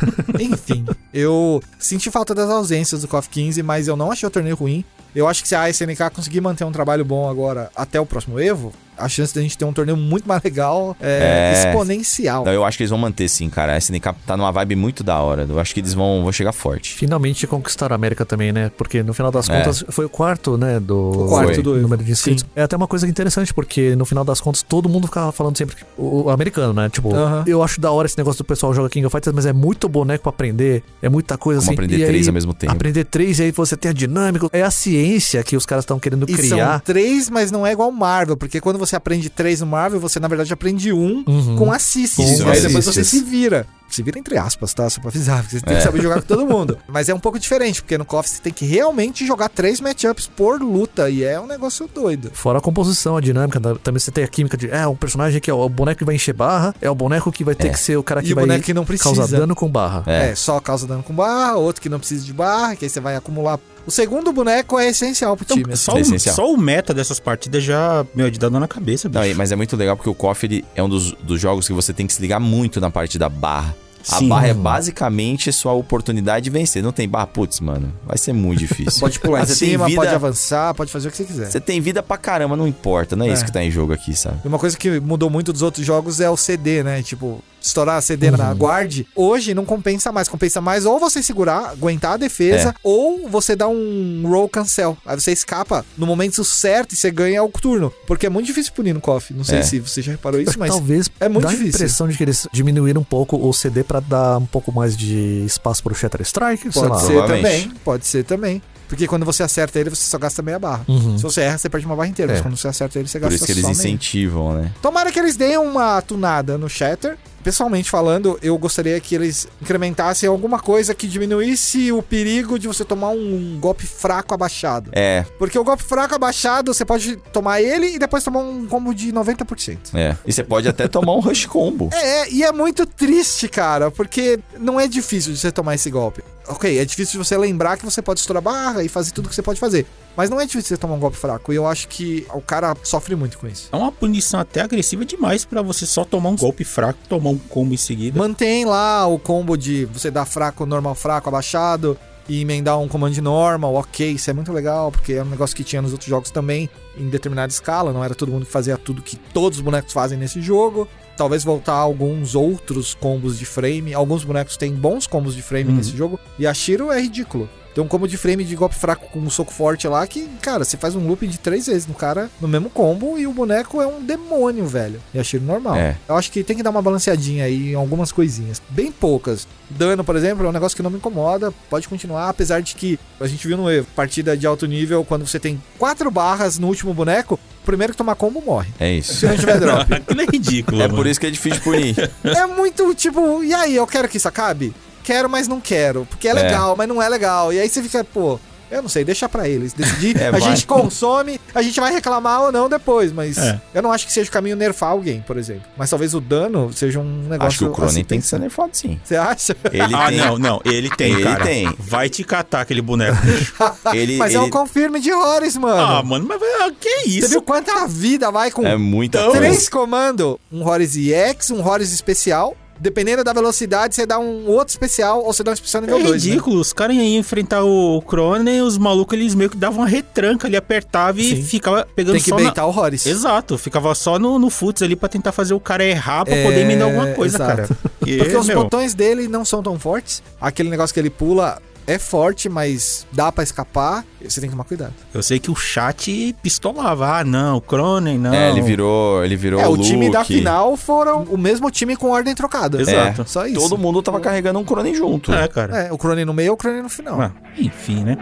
Enfim, eu senti falta das ausências do KOF 15, mas eu não achei o torneio ruim. Eu acho que se a SNK conseguir manter um trabalho bom agora até o próximo Evo, a chance da gente ter um torneio muito mais legal é, É. exponencial. Não, eu acho que eles vão manter sim, cara. A SNK tá numa vibe muito da hora. Eu acho que eles vão, vão chegar forte. Finalmente conquistar a América também, né? Porque no final das É. contas foi o quarto, né? Do O quarto Foi. do Evo. número de inscritos. É até uma coisa interessante, porque no final das contas todo mundo ficava falando sempre que- o, o americano, né? Tipo, Aham. eu acho da hora esse negócio do pessoal joga King of Fighters, mas é muito boneco pra aprender, é muita coisa Vamos assim. aprender e três aí, ao mesmo tempo. Aprender três e aí você tem a dinâmica, é a ciência que os caras estão querendo E são criar. três, mas não é igual Marvel, porque quando você aprende três no Marvel, você na verdade aprende um Uhum. com assistes. Isso, mas depois assistes. você se vira. Se vira entre aspas, tá? Só pra avisar, porque você tem que saber jogar com todo mundo. Mas é um pouco diferente, porque no KOF você tem que realmente jogar três matchups por luta, e é um negócio doido. Fora a composição, a dinâmica, da- também você tem a química de. É, um personagem que é o boneco que vai encher barra, é o boneco que vai ter É. que ser o cara que E o vai boneco que não precisa. causar dano com barra. É. É. só causa dano com barra, outro que não precisa de barra, que aí você vai acumular. O segundo boneco é essencial pro time. Então, assim. só, É o, essencial. só o meta dessas partidas já, meu, é de dar dor na cabeça, bicho. Não, e- mas é muito legal porque o KOF ele é um dos, dos jogos que você tem que se ligar muito na parte da barra. A Sim. barra é basicamente sua oportunidade de vencer. Não tem barra, putz, mano. Vai ser muito difícil. Pode pular em Você tem cima, assim, vida- pode avançar, pode fazer o que você quiser. Você tem vida pra caramba, não importa. Não é, isso que tá em jogo aqui, sabe? E uma coisa que mudou muito dos outros jogos é o CD, né? Tipo, estourar CD na guard. Hoje não compensa mais. Compensa mais ou você segurar, aguentar a defesa, ou você dá um roll cancel. Aí você escapa no momento certo e você ganha o turno. Porque é muito difícil punir no KOF. Não sei É. se você já reparou isso, mas. Talvez é muito dá a difícil. impressão de que eles diminuíram um pouco o CD pra dar um pouco mais de espaço pro Shatter Strike, sei lá. Pode ser provavelmente. também, pode ser também. Porque quando você acerta ele, você só gasta meia barra. Uhum. Se você erra, você perde uma barra inteira. É. Mas quando você acerta ele, você Por gasta isso que eles só meia. incentivam, né? Tomara que eles deem uma tunada no Shatter. Pessoalmente falando, eu gostaria que eles incrementassem alguma coisa que diminuísse o perigo de você tomar um golpe fraco abaixado. É, Porque o golpe fraco abaixado, você pode tomar ele e depois tomar um combo de 90%. é. E você pode até tomar um rush combo. É, e é muito triste, cara, porque não é difícil de você tomar esse golpe. Ok, é difícil de você lembrar que você pode estourar barra e fazer tudo que você pode fazer. Mas não é difícil de você tomar um golpe fraco. E eu acho que o cara sofre muito com isso. É uma punição até agressiva demais pra você só tomar um golpe fraco, tomar um combo em seguida. Mantém lá o combo de você dar fraco, normal, fraco, abaixado e emendar um comando de normal, ok, isso é muito legal, porque é um negócio que tinha nos outros jogos também, em determinada escala, não era todo mundo que fazia tudo que todos os bonecos fazem nesse jogo. talvez voltar alguns outros combos de frame. Alguns bonecos têm bons combos de frame nesse jogo. E a Shiro é ridículo. Tem um combo de frame de golpe fraco com um soco forte lá que, cara, você faz um loop de três vezes no cara, no mesmo combo, e o boneco é um demônio, velho. E a Shiro normal. É. Eu acho que tem que dar uma balanceadinha aí em algumas coisinhas. Bem poucas. Dano, por exemplo, é um negócio que não me incomoda. Pode continuar, apesar de que a gente viu no Evo, partida de alto nível, quando você tem quatro barras no último boneco, o primeiro que tomar combo morre. É Se isso. não tiver drop. Aquilo é ridículo. É mano. por isso que é difícil de punir. É muito tipo, e aí, eu quero que isso acabe? Quero, mas não quero. Porque é É. legal, mas não é legal. E aí você fica, pô, eu não sei, deixa pra eles decidir. É, a vai. gente consome, a gente vai reclamar ou não depois, mas É. eu não acho que seja o caminho nerfar alguém, por exemplo. Mas talvez o dano seja um negócio. Acho que o Cronin assim, tem que ser nerfado sim. Você acha? Ele ah, tem. não, não. Ele tem, Ele cara. tem. Vai te catar aquele boneco. Ele, mas é ele um confirme de horrores, ah, mano. mano, mas ah, que Você isso? viu quanta vida vai com é muito Então- Três comandos. Um Horus EX, um Horus especial. Dependendo da velocidade, você dá um outro especial ou você dá um especial É nível 2. ridículo, os caras iam enfrentar o Cronen, os malucos eles meio que davam uma retranca ali, apertava e Sim. ficava pegando Tem que só na- beitar o Horus. Exato, ficava só no, no futs ali pra tentar fazer o cara errar pra É, poder minar alguma coisa, exato. cara. Porque, Porque os meu, botões dele não são tão fortes. Aquele negócio que ele pula é forte, mas dá pra escapar. Você tem que tomar cuidado. Eu sei que o chat pistolava. Ah, não, o Cronen, não. É, ele virou, ele virou é, o Luke. time da final foram o mesmo time com ordem trocada. Exato. É, Só isso. Todo mundo tava carregando um Cronin junto. É, cara. É, o Cronin no meio, o Cronin no final. Ah, enfim, né?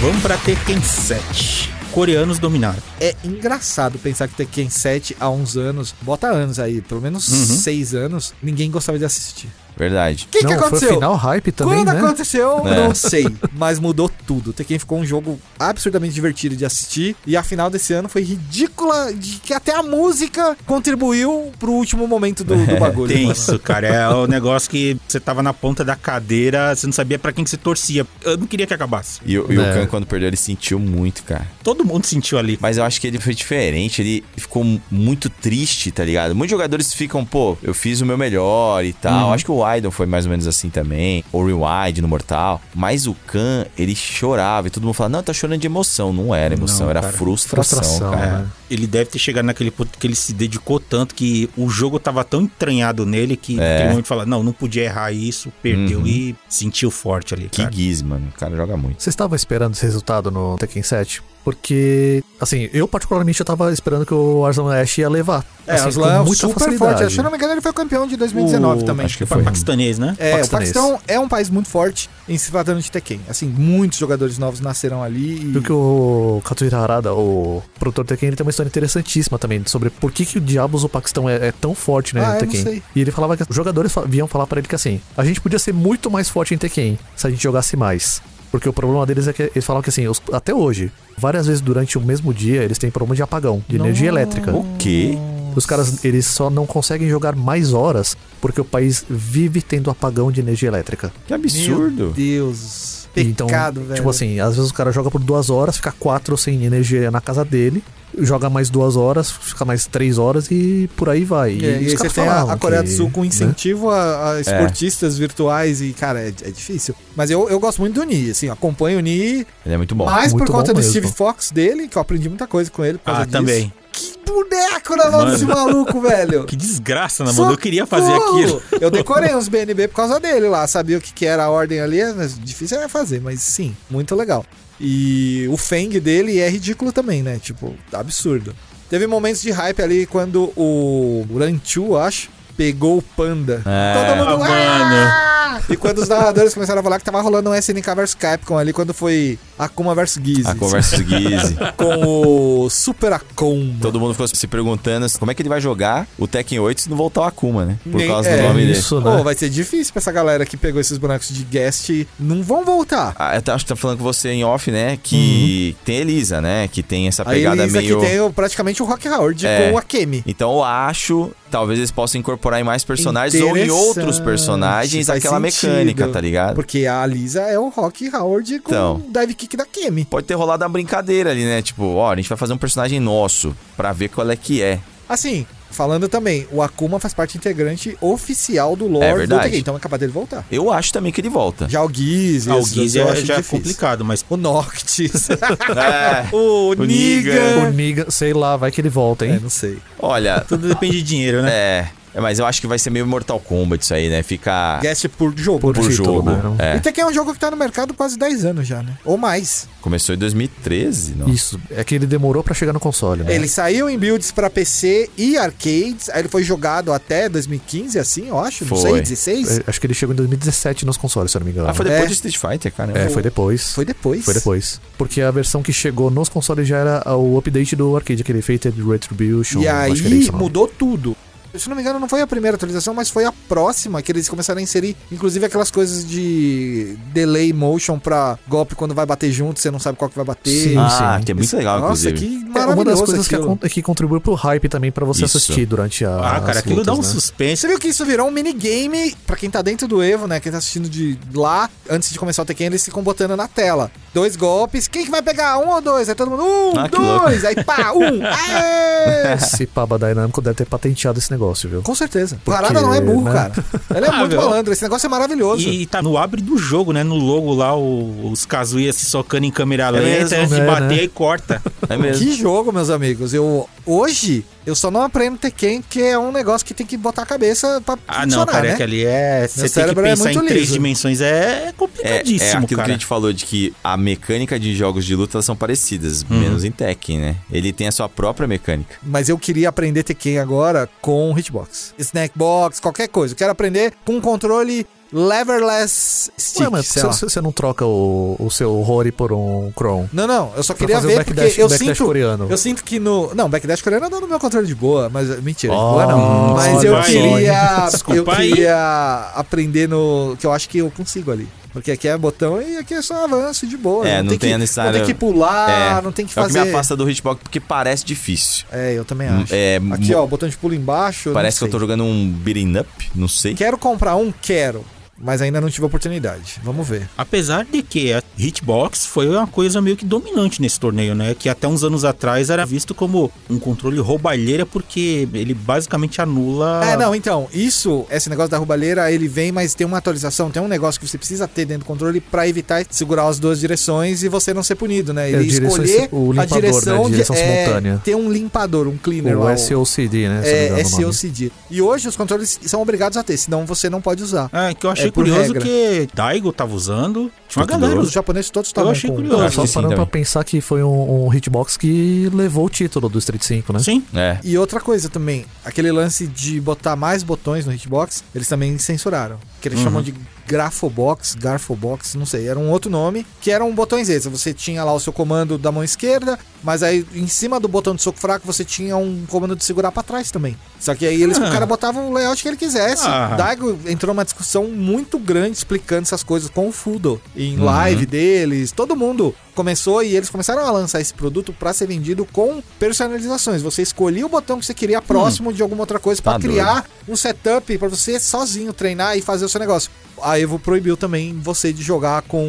Vamos pra Tekken 7. Coreanos dominaram. É engraçado pensar que Tekken 7 há uns anos, bota anos aí, pelo menos seis anos, ninguém gostava de assistir. Verdade. O que, que Não, foi o aconteceu? final hype também, Quando né? aconteceu, É. não sei. Mas mudou tudo. Tekken ficou um jogo absurdamente divertido de assistir. E a final desse ano foi ridícula de que até a música contribuiu pro último momento do, do bagulho. mano. Tenso, cara. É o negócio que você tava na ponta da cadeira, você não sabia pra quem que você torcia. Eu não queria que acabasse. E, o- e É. o Khan, quando perdeu, ele sentiu muito, cara. Todo mundo sentiu ali. Mas eu acho que ele foi diferente, ele ficou mu- muito triste, tá ligado? Muitos jogadores ficam, pô, eu fiz o meu melhor e tal. Acho que o Aidon foi mais ou menos assim também, ou Rewind no Mortal. Mas o Khan, ele chorava e todo mundo falava, não, tá chorando de emoção. Não era emoção, Não, era cara. é, frustração, Frustração, cara. né? Ele deve ter chegado naquele ponto que ele se dedicou tanto que o jogo tava tão entranhado nele que É. aquele momento fala, não, não podia errar isso, perdeu Uhum. e sentiu forte ali, Que cara. guiz, mano. O cara joga muito. Vocês estavam esperando esse resultado no Tekken 7? Porque, assim, eu particularmente eu tava esperando que o Arslan Ash ia levar. É, assim, Aslan é super forte. Se eu não me engano, ele foi campeão de 2019 O- também. Tipo, Acho que Pa- foi. Ah, Paquistanês, né? É, o paquistanês. Paquistão é um país muito forte em se tratando de Tekken. Assim, muitos jogadores novos nasceram ali. Viu que E... o Katsuhira Harada, o produtor do Tekken, ele tem uma história interessantíssima também sobre por que, que o diabos o Paquistão é, é tão forte, né, Ah, eu no não Tekken. sei. E ele falava que os jogadores fa- vinham falar pra ele que assim, a gente podia ser muito mais forte em Tekken se a gente jogasse mais. Porque o problema deles é que eles falavam que assim, os- até hoje, várias vezes durante o mesmo dia, eles têm problema de apagão, de energia elétrica. O quê? Os caras, eles só não conseguem jogar mais horas porque o país vive tendo apagão de energia elétrica. Que absurdo. Deus. Pecado, velho. Tipo assim, às vezes o cara joga por duas horas, fica quatro sem energia na casa dele, joga mais duas horas, fica mais três horas e por aí vai. É, E, aí os você caras tem a, falavam a Coreia do que, Sul com né? incentivo a, a esportistas virtuais e, cara, é, é difícil. Mas eu, eu gosto muito do Ni, assim, eu acompanho o Ni, Ele é muito bom. mais por muito conta bom do mesmo. Steve Fox dele, que eu aprendi muita coisa com ele por causa Ah, disso. também. Que boneco na mão desse maluco, velho! Que desgraça, né, mano? Eu queria fazer Socorro! aquilo. Eu decorei uns BNB por causa dele lá, sabia o que, que era a ordem ali, é, mas difícil era fazer, mas sim, muito legal. E o Feng dele é ridículo também, né? Tipo, absurdo. Teve momentos de hype ali quando o Ranchu, acho, pegou o Panda. É. Todo mundo. Ah, E quando os narradores começaram a falar que tava rolando um SNK vs Capcom ali, quando foi Akuma vs Giz. A conversa do Guiz. Com o Super Akuma. Todo mundo ficou se perguntando como é que ele vai jogar o Tekken 8 se não voltar o Akuma, né? Por Nem- causa é, do nome dele. Isso, Pô, né? vai ser difícil pra essa galera que pegou esses bonecos de guest. Não vão voltar. Ah, eu tá- acho que tá falando com você em off, né? Que tem Elisa, né? Que tem essa Uhum. A Elisa pegada meio. que tem o- praticamente o Rock Howard É. com a Kemi. Então eu acho, talvez eles possam incorporar em mais personagens ou em outros Interessante, personagens faz aquela mecânica, sentido. tá ligado? Porque a Lisa é o Rock Howard com Então. o dive kick da Kemi. Pode ter rolado uma brincadeira ali, né? Tipo, ó, a gente vai fazer um personagem nosso pra ver qual é que é. Assim, Falando também, o Akuma faz parte integrante oficial do lore É do verdade. Tekken, então é capaz dele voltar. Eu acho também que ele volta. Já o Giz, Ah, o esses Giz eu é, acho já é difícil. complicado, mas O Noctis. É, o O Negan. O Niga, sei lá, vai que ele volta, É, hein? não sei. olha, tudo depende de dinheiro, né? é, é, mas eu acho que vai ser meio Mortal Kombat isso aí, né? Fica Guest por jogo. Por por título, jogo. né? É, E Tekken é um jogo que tá no mercado quase 10 anos já, né? Ou mais. começou em 2013, não? Isso, é que ele demorou pra chegar no console, né? Ele saiu em builds pra PC e arcades, aí ele foi jogado até 2015, assim, eu acho, não Foi. sei, 16? É, Acho que ele chegou em 2017 nos consoles, se eu não me engano. Ah, foi depois É. de Street Fighter, cara. É, foi depois. Foi depois. Foi depois. Porque a versão que chegou nos consoles já era o update do arcade, aquele feito de Retribution. E acho que era isso aí o nome. mudou tudo. Se não me engano, não foi a primeira atualização, mas foi a próxima que eles começaram a inserir, inclusive aquelas coisas de delay motion pra golpe quando vai bater junto, você não sabe qual que vai bater. Sim. Ah, sim. que é muito legal, Nossa, inclusive. que É uma maravilhoso das coisas que, aquilo. acon- que contribui pro hype também pra você Isso. assistir durante a. Ah, cara, as aquilo dá um lutas, né? suspense. Você viu que isso virou um minigame pra quem tá dentro do Evo, né? Quem tá assistindo de lá, antes de começar o Tekken, eles ficam botando na tela. Dois golpes, quem que vai pegar? Um ou dois? Aí todo mundo, um, Ah, que dois, aí pá, um, aê! Esse Paba Dynamico deve ter patenteado esse negócio, viu? Com certeza. O Parada não é burro, né? cara. Ele é Ah, muito meu. malandro, esse negócio é maravilhoso. E tá no abre do jogo, né? No logo lá, o- os Kazuya se socando em câmera lenta, mesmo, antes de né, bater, né? aí corta. É mesmo. Que jogo, meus amigos. Eu hoje eu só não aprendo Tekken, que é um negócio que tem que botar a cabeça pra né? Ah, não, cara, é que ali é. Você tem que cérebro é pensar muito em três liso. dimensões. É É, é complicadíssimo, aquilo que a cara. gente falou de que a mecânica de jogos de luta elas são parecidas, Uhum. menos em Tekken, né? Ele tem a sua própria mecânica. Mas eu queria aprender Tekken agora com hitbox. Snackbox, qualquer coisa. Eu quero aprender com um controle leverless stick, Ué, mas assim? sei lá. você, você não troca o, o seu Rory por um Chrome? Não, não, eu só Pra queria fazer o ver backdash- porque eu backdash sinto coreano. Eu sinto que no, não, backdash coreano dá no meu controle de boa, mas mentira, de Oh, boa não. Mas eu olha só, hein? queria eu Desculpa aí. queria aprender no que eu acho que eu consigo ali. Porque aqui é botão e aqui é só avanço de boa. É, não tem a que, necessária- Não tem que pular, é, Ah, não tem que é o que me fazer. afasta do hitbox porque parece difícil. É, eu também acho. É, Aqui, ó, botão de pulo embaixo. parece que eu não tô sei. jogando um beating up, não sei. Quero comprar um? Quero. Mas ainda não tive oportunidade. Vamos ver. Apesar de que a Hitbox foi uma coisa meio que dominante nesse torneio, né? Que até uns anos atrás era visto como um controle roubalheira, porque ele basicamente anula. Ah. É, não, então, isso, esse negócio da roubalheira, ele vem, mas tem uma atualização, tem um negócio que você precisa ter dentro do controle pra evitar segurar as duas direções e você não ser punido, né? Ele direções- escolher É, o a limpador, né? direção, de- Direção é, simultânea. Tem um limpador, um cleaner lá. O SOCD, né? se eu não me engano É, o nome. SOCD. E hoje os controles são obrigados a ter, senão você não pode usar. É, que eu achei É por curioso regra. que Daigo tava usando. Tinha uma Portugal. galera Os usando. japoneses todos estavam achei com- curioso. Não, Acho só que sim parando pra também. pensar que foi um, um hitbox que levou o título do Street 5, né? Sim. É. E outra coisa também, aquele lance de botar mais botões no hitbox, eles também censuraram. Que eles Uhum. chamam de grafobox, garfobox, não sei, era um outro nome, que eram botões extras. Você tinha lá o seu comando da mão esquerda, mas aí em cima do botão de soco fraco você tinha um comando de segurar pra trás também. Só que aí eles, Ah. o cara botava o layout que ele quisesse. Ah. Daigo entrou numa discussão muito grande explicando essas coisas com o Fudo em live deles, todo mundo começou e eles começaram a lançar esse produto pra ser vendido com personalizações. Você escolhia o botão que você queria próximo de alguma outra coisa pra Tá criar um setup pra você sozinho treinar e fazer o seu negócio. A Evo proibiu também você de jogar com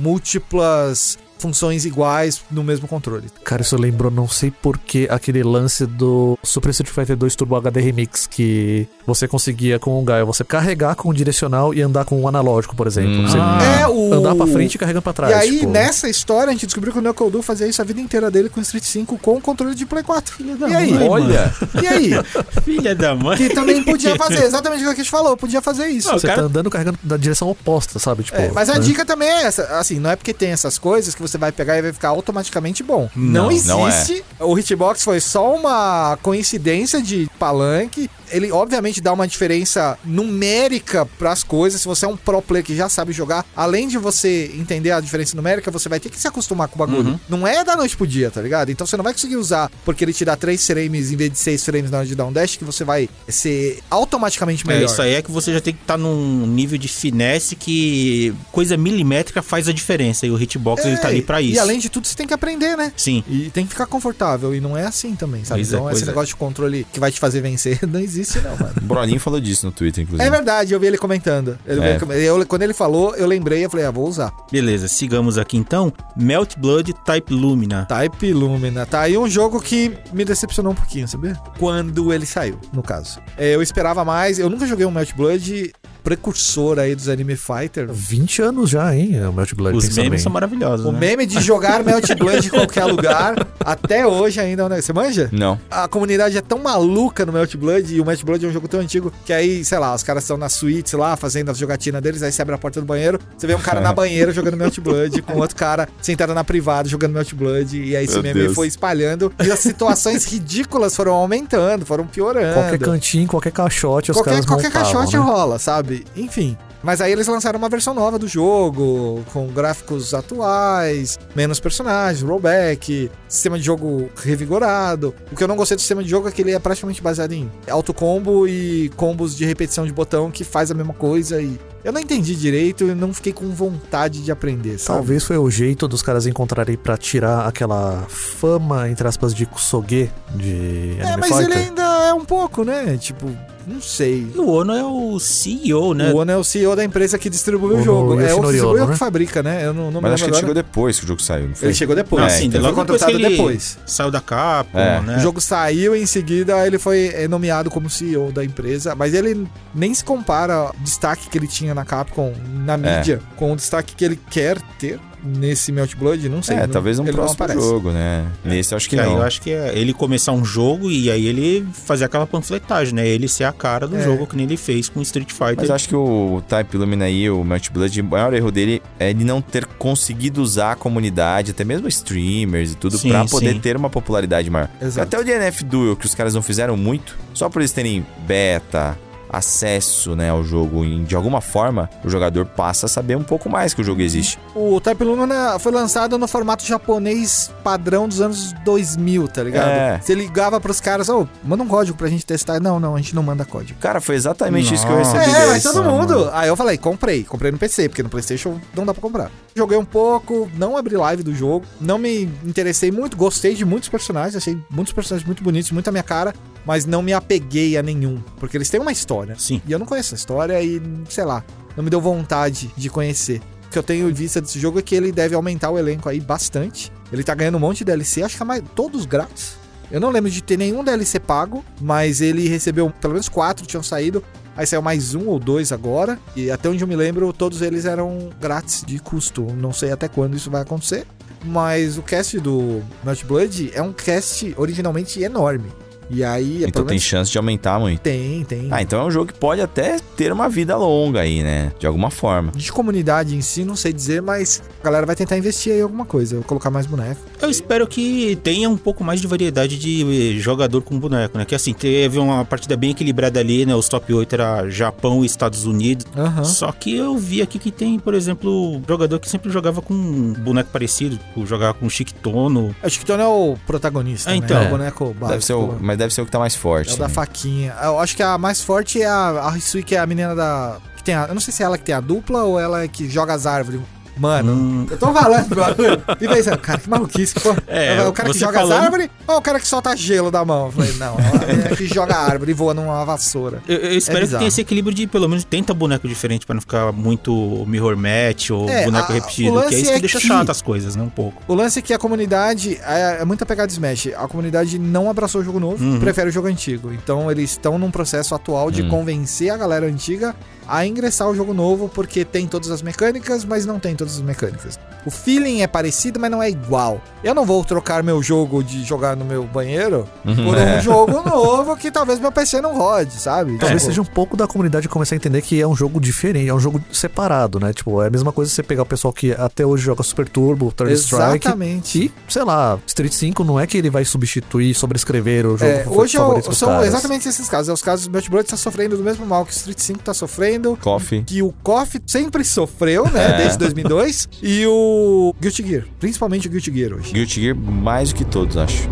múltiplas funções iguais no mesmo controle. Cara, isso lembrou, não sei porquê, aquele lance do Super Street Fighter 2 Turbo HD Remix, que você conseguia com o Gaio, você carregar com o direcional e andar com o analógico, por exemplo. Hum. Você Ah. É o andar pra frente e carregando pra trás. e aí, né, tipo. nessa história, a gente descobriu que o Knuckle Duo fazia isso a vida inteira dele com o Street 5 com o controle de Play 4. E aí? mãe, Olha, E aí? Filha da mãe. Que também podia fazer, exatamente o que a gente falou, podia fazer isso. Não, Você cara- tá andando carregando na direção oposta, sabe? Tipo, É, mas a né? dica também é essa. Assim, não é porque tem essas coisas que você vai pegar e vai ficar automaticamente bom. Não, Não, é. não existe. O hitbox foi só uma coincidência de palanque. Ele, obviamente, dá uma diferença numérica pras coisas. Se você é um pro player que já sabe jogar, além de você entender a diferença numérica, você vai ter que se acostumar com o bagulho. Uhum. Não é da noite pro dia, tá ligado? Então você não vai conseguir usar porque ele te dá 3 frames em vez de 6 frames na hora de dar um dash, que você vai ser automaticamente melhor. É, isso aí é que você já tem que estar num nível de finesse que coisa milimétrica faz a diferença. E o hitbox ele tá ali pra isso. É, E além de tudo, você tem que aprender, né? Sim. E tem que ficar confortável, e não é assim também, sabe? Pois é, então, esse pois é. Hum. negócio de controle que vai te fazer vencer não existe, não, mano. O Brolinho falou disso no Twitter, inclusive. É verdade, eu vi ele comentando. Ele- É. eu- quando ele falou, eu lembrei, eu falei, ah, vou usar. Beleza, sigamos aqui então. Melt Blood Type Lumina. Type Lumina, tá? E um jogo que me decepcionou um pouquinho, sabia? Quando ele saiu, no caso. É, eu esperava mais, eu nunca joguei um Melt Blood precursor aí dos Anime Fighter. Né? 20 anos já, hein? é O Melt Blood, Os memes pensando bem. são maravilhosos, O né? meme de jogar Melt Blood em qualquer lugar, até hoje ainda é um negócio. Você manja? Não. A comunidade é tão maluca no Melt Blood e o Melt Blood é um jogo tão antigo que aí, sei lá, os caras estão na suíte lá fazendo a jogatina deles, aí você abre a porta do banheiro, você vê um cara na banheira jogando Melt Blood, com outro cara sentado na privada jogando Melt Blood, e aí esse Meu meme Deus. foi espalhando e as situações ridículas foram aumentando, foram piorando. Qualquer cantinho, qualquer caixote, os Qualquer, caras qualquer montavam, caixote é um- né? rola, sabe? Enfim. Mas aí eles lançaram uma versão nova do jogo, com gráficos atuais, menos personagens, rollback, sistema de jogo revigorado. O que eu não gostei do sistema de jogo é que ele é praticamente baseado em autocombo e combos de repetição de botão que faz a mesma coisa e. Eu não entendi direito e não fiquei com vontade de aprender, sabe? Talvez foi o jeito dos caras encontrarem pra tirar aquela fama, entre aspas, de Kusoge de Anime É, mas Fighter. ele ainda é um pouco, né? Tipo, não sei. E o Ono é o CEO, né? O Ono é o CEO da empresa que distribui o Ono jogo. É o que Yoshinori distribui Ono, ou que né? fabrica, né? Eu não, não me Mas acho que lembro ele agora. chegou depois que o jogo saiu, não foi? Ele chegou depois. Não, sim, ele foi logo depois contratado que ele- depois. Saiu da Capcom, É. né? É, então. O jogo saiu e em seguida ele foi eh, nomeado como CEO da empresa, mas ele nem se compara ao destaque que ele tinha na Capcom, na mídia, com o destaque que ele quer ter nesse Melt Blood, não sei. é, não- talvez um ele não próximo aparece. É. jogo, né? Nesse eu acho que Que aí eu não. acho que é ele começar um jogo e aí ele fazer aquela panfletagem, né? Ele ser a cara do É. jogo que nem ele fez com Street Fighter. Mas eu acho que o Type Lumina aí, o Melt Blood, o maior erro dele é ele não ter conseguido usar a comunidade, até mesmo streamers e tudo, Sim, pra poder sim. ter uma popularidade maior. Exato. Até o DNF Duel, que os caras não fizeram muito, só por eles terem beta, acesso né, ao jogo, e de alguma forma, o jogador passa a saber um pouco mais que o jogo existe. O Type Lumina foi lançado no formato japonês padrão dos anos 2000, tá ligado? É. Você ligava pros caras, ô, manda um código pra gente testar. Não, não, a gente não manda código. Cara, foi exatamente isso que eu Nossa. recebi É, deles. mas todo Ah, mundo. mano. Aí eu falei, comprei. Comprei no PC, porque no PlayStation não dá pra comprar. Joguei um pouco, não abri live do jogo, não me interessei muito, gostei de muitos personagens, achei muitos personagens muito bonitos, muito a minha cara, mas não me apeguei a nenhum, porque eles têm uma história. Sim. E eu não conheço a história e, sei lá, não me deu vontade de conhecer. O que eu tenho vista desse jogo é que ele deve aumentar o elenco aí bastante. Ele tá ganhando um monte de DLC, acho que é mais, todos grátis. Eu não lembro de ter nenhum DLC pago, mas ele recebeu pelo menos quatro tinham saído. Aí saiu mais um ou dois agora. E até onde eu me lembro, todos eles eram grátis de custo. Não sei até quando isso vai acontecer. Mas o cast do Melt Blood é um cast originalmente enorme. E aí, é Então pelo tem menos- chance de aumentar muito. tem, tem. Ah, então é um jogo que pode até ter uma vida longa aí, né? De alguma forma. De comunidade em si, não sei dizer, mas a galera vai tentar investir aí em alguma coisa. Eu vou colocar mais boneco. Eu espero que tenha um pouco mais de variedade de eh, jogador com boneco, né? Que assim, teve uma partida bem equilibrada ali, né? Os top 8 era Japão e Estados Unidos. Aham. Só que eu vi aqui que tem, por exemplo, jogador que sempre jogava com um boneco parecido, tipo, jogava com Chiquitono. Acho que o Tony é o protagonista. É, né? então. É o boneco básico. Deve ser o- lá. mas deve ser o que tá mais É forte. o da né? faquinha. Eu acho que a mais forte é a, a Hisui, que é a menina da. Que tem a, eu não sei se é ela que tem a dupla ou ela é que joga as árvores. Mano. Hum, Eu tô falando do bagulho e pensando, cara, que maluquice que foi. É, o cara que você joga as falando- árvores ou o cara que solta gelo da mão? Eu falei, não, é que joga a árvore e voa numa vassoura. eu, eu espero que É bizarro. tenha esse equilíbrio de pelo menos tenta boneco diferente pra não ficar muito mirror match ou É, boneco a- o repetido, lance que é isso que é deixa que- chato as coisas, né? Um pouco. O lance é que a comunidade é, é muita pegada de Smash. A comunidade não abraçou o jogo novo, Uhum. prefere o jogo antigo. Então eles estão num processo atual de Uhum. Hum. convencer a galera antiga a ingressar o jogo novo, porque tem todas as mecânicas, mas não tem todas as mecânicas. O feeling é parecido, mas não é igual. Eu não vou trocar meu jogo de jogar no meu banheiro Uhum. por um É. jogo novo que talvez meu PC não rode, sabe? Talvez Tipo, seja um pouco da comunidade começar a entender que é um jogo diferente, é um jogo separado, né? Tipo, é a mesma coisa você pegar o pessoal que até hoje joga Super Turbo, Third Strike. Exatamente. um E, sei lá, Street 5 não é que ele vai substituir, sobrescrever o jogo É, fa- hoje é o- favorito dos são caras. exatamente esses casos. É os casos do Melt Blood tá sofrendo do mesmo mal que o Street 5 tá sofrendo, Coffee. que o KOF sempre sofreu, né, É. desde 2002, e o Guilty Gear, principalmente o Guilty Gear hoje. Guilty Gear mais do que todos, acho.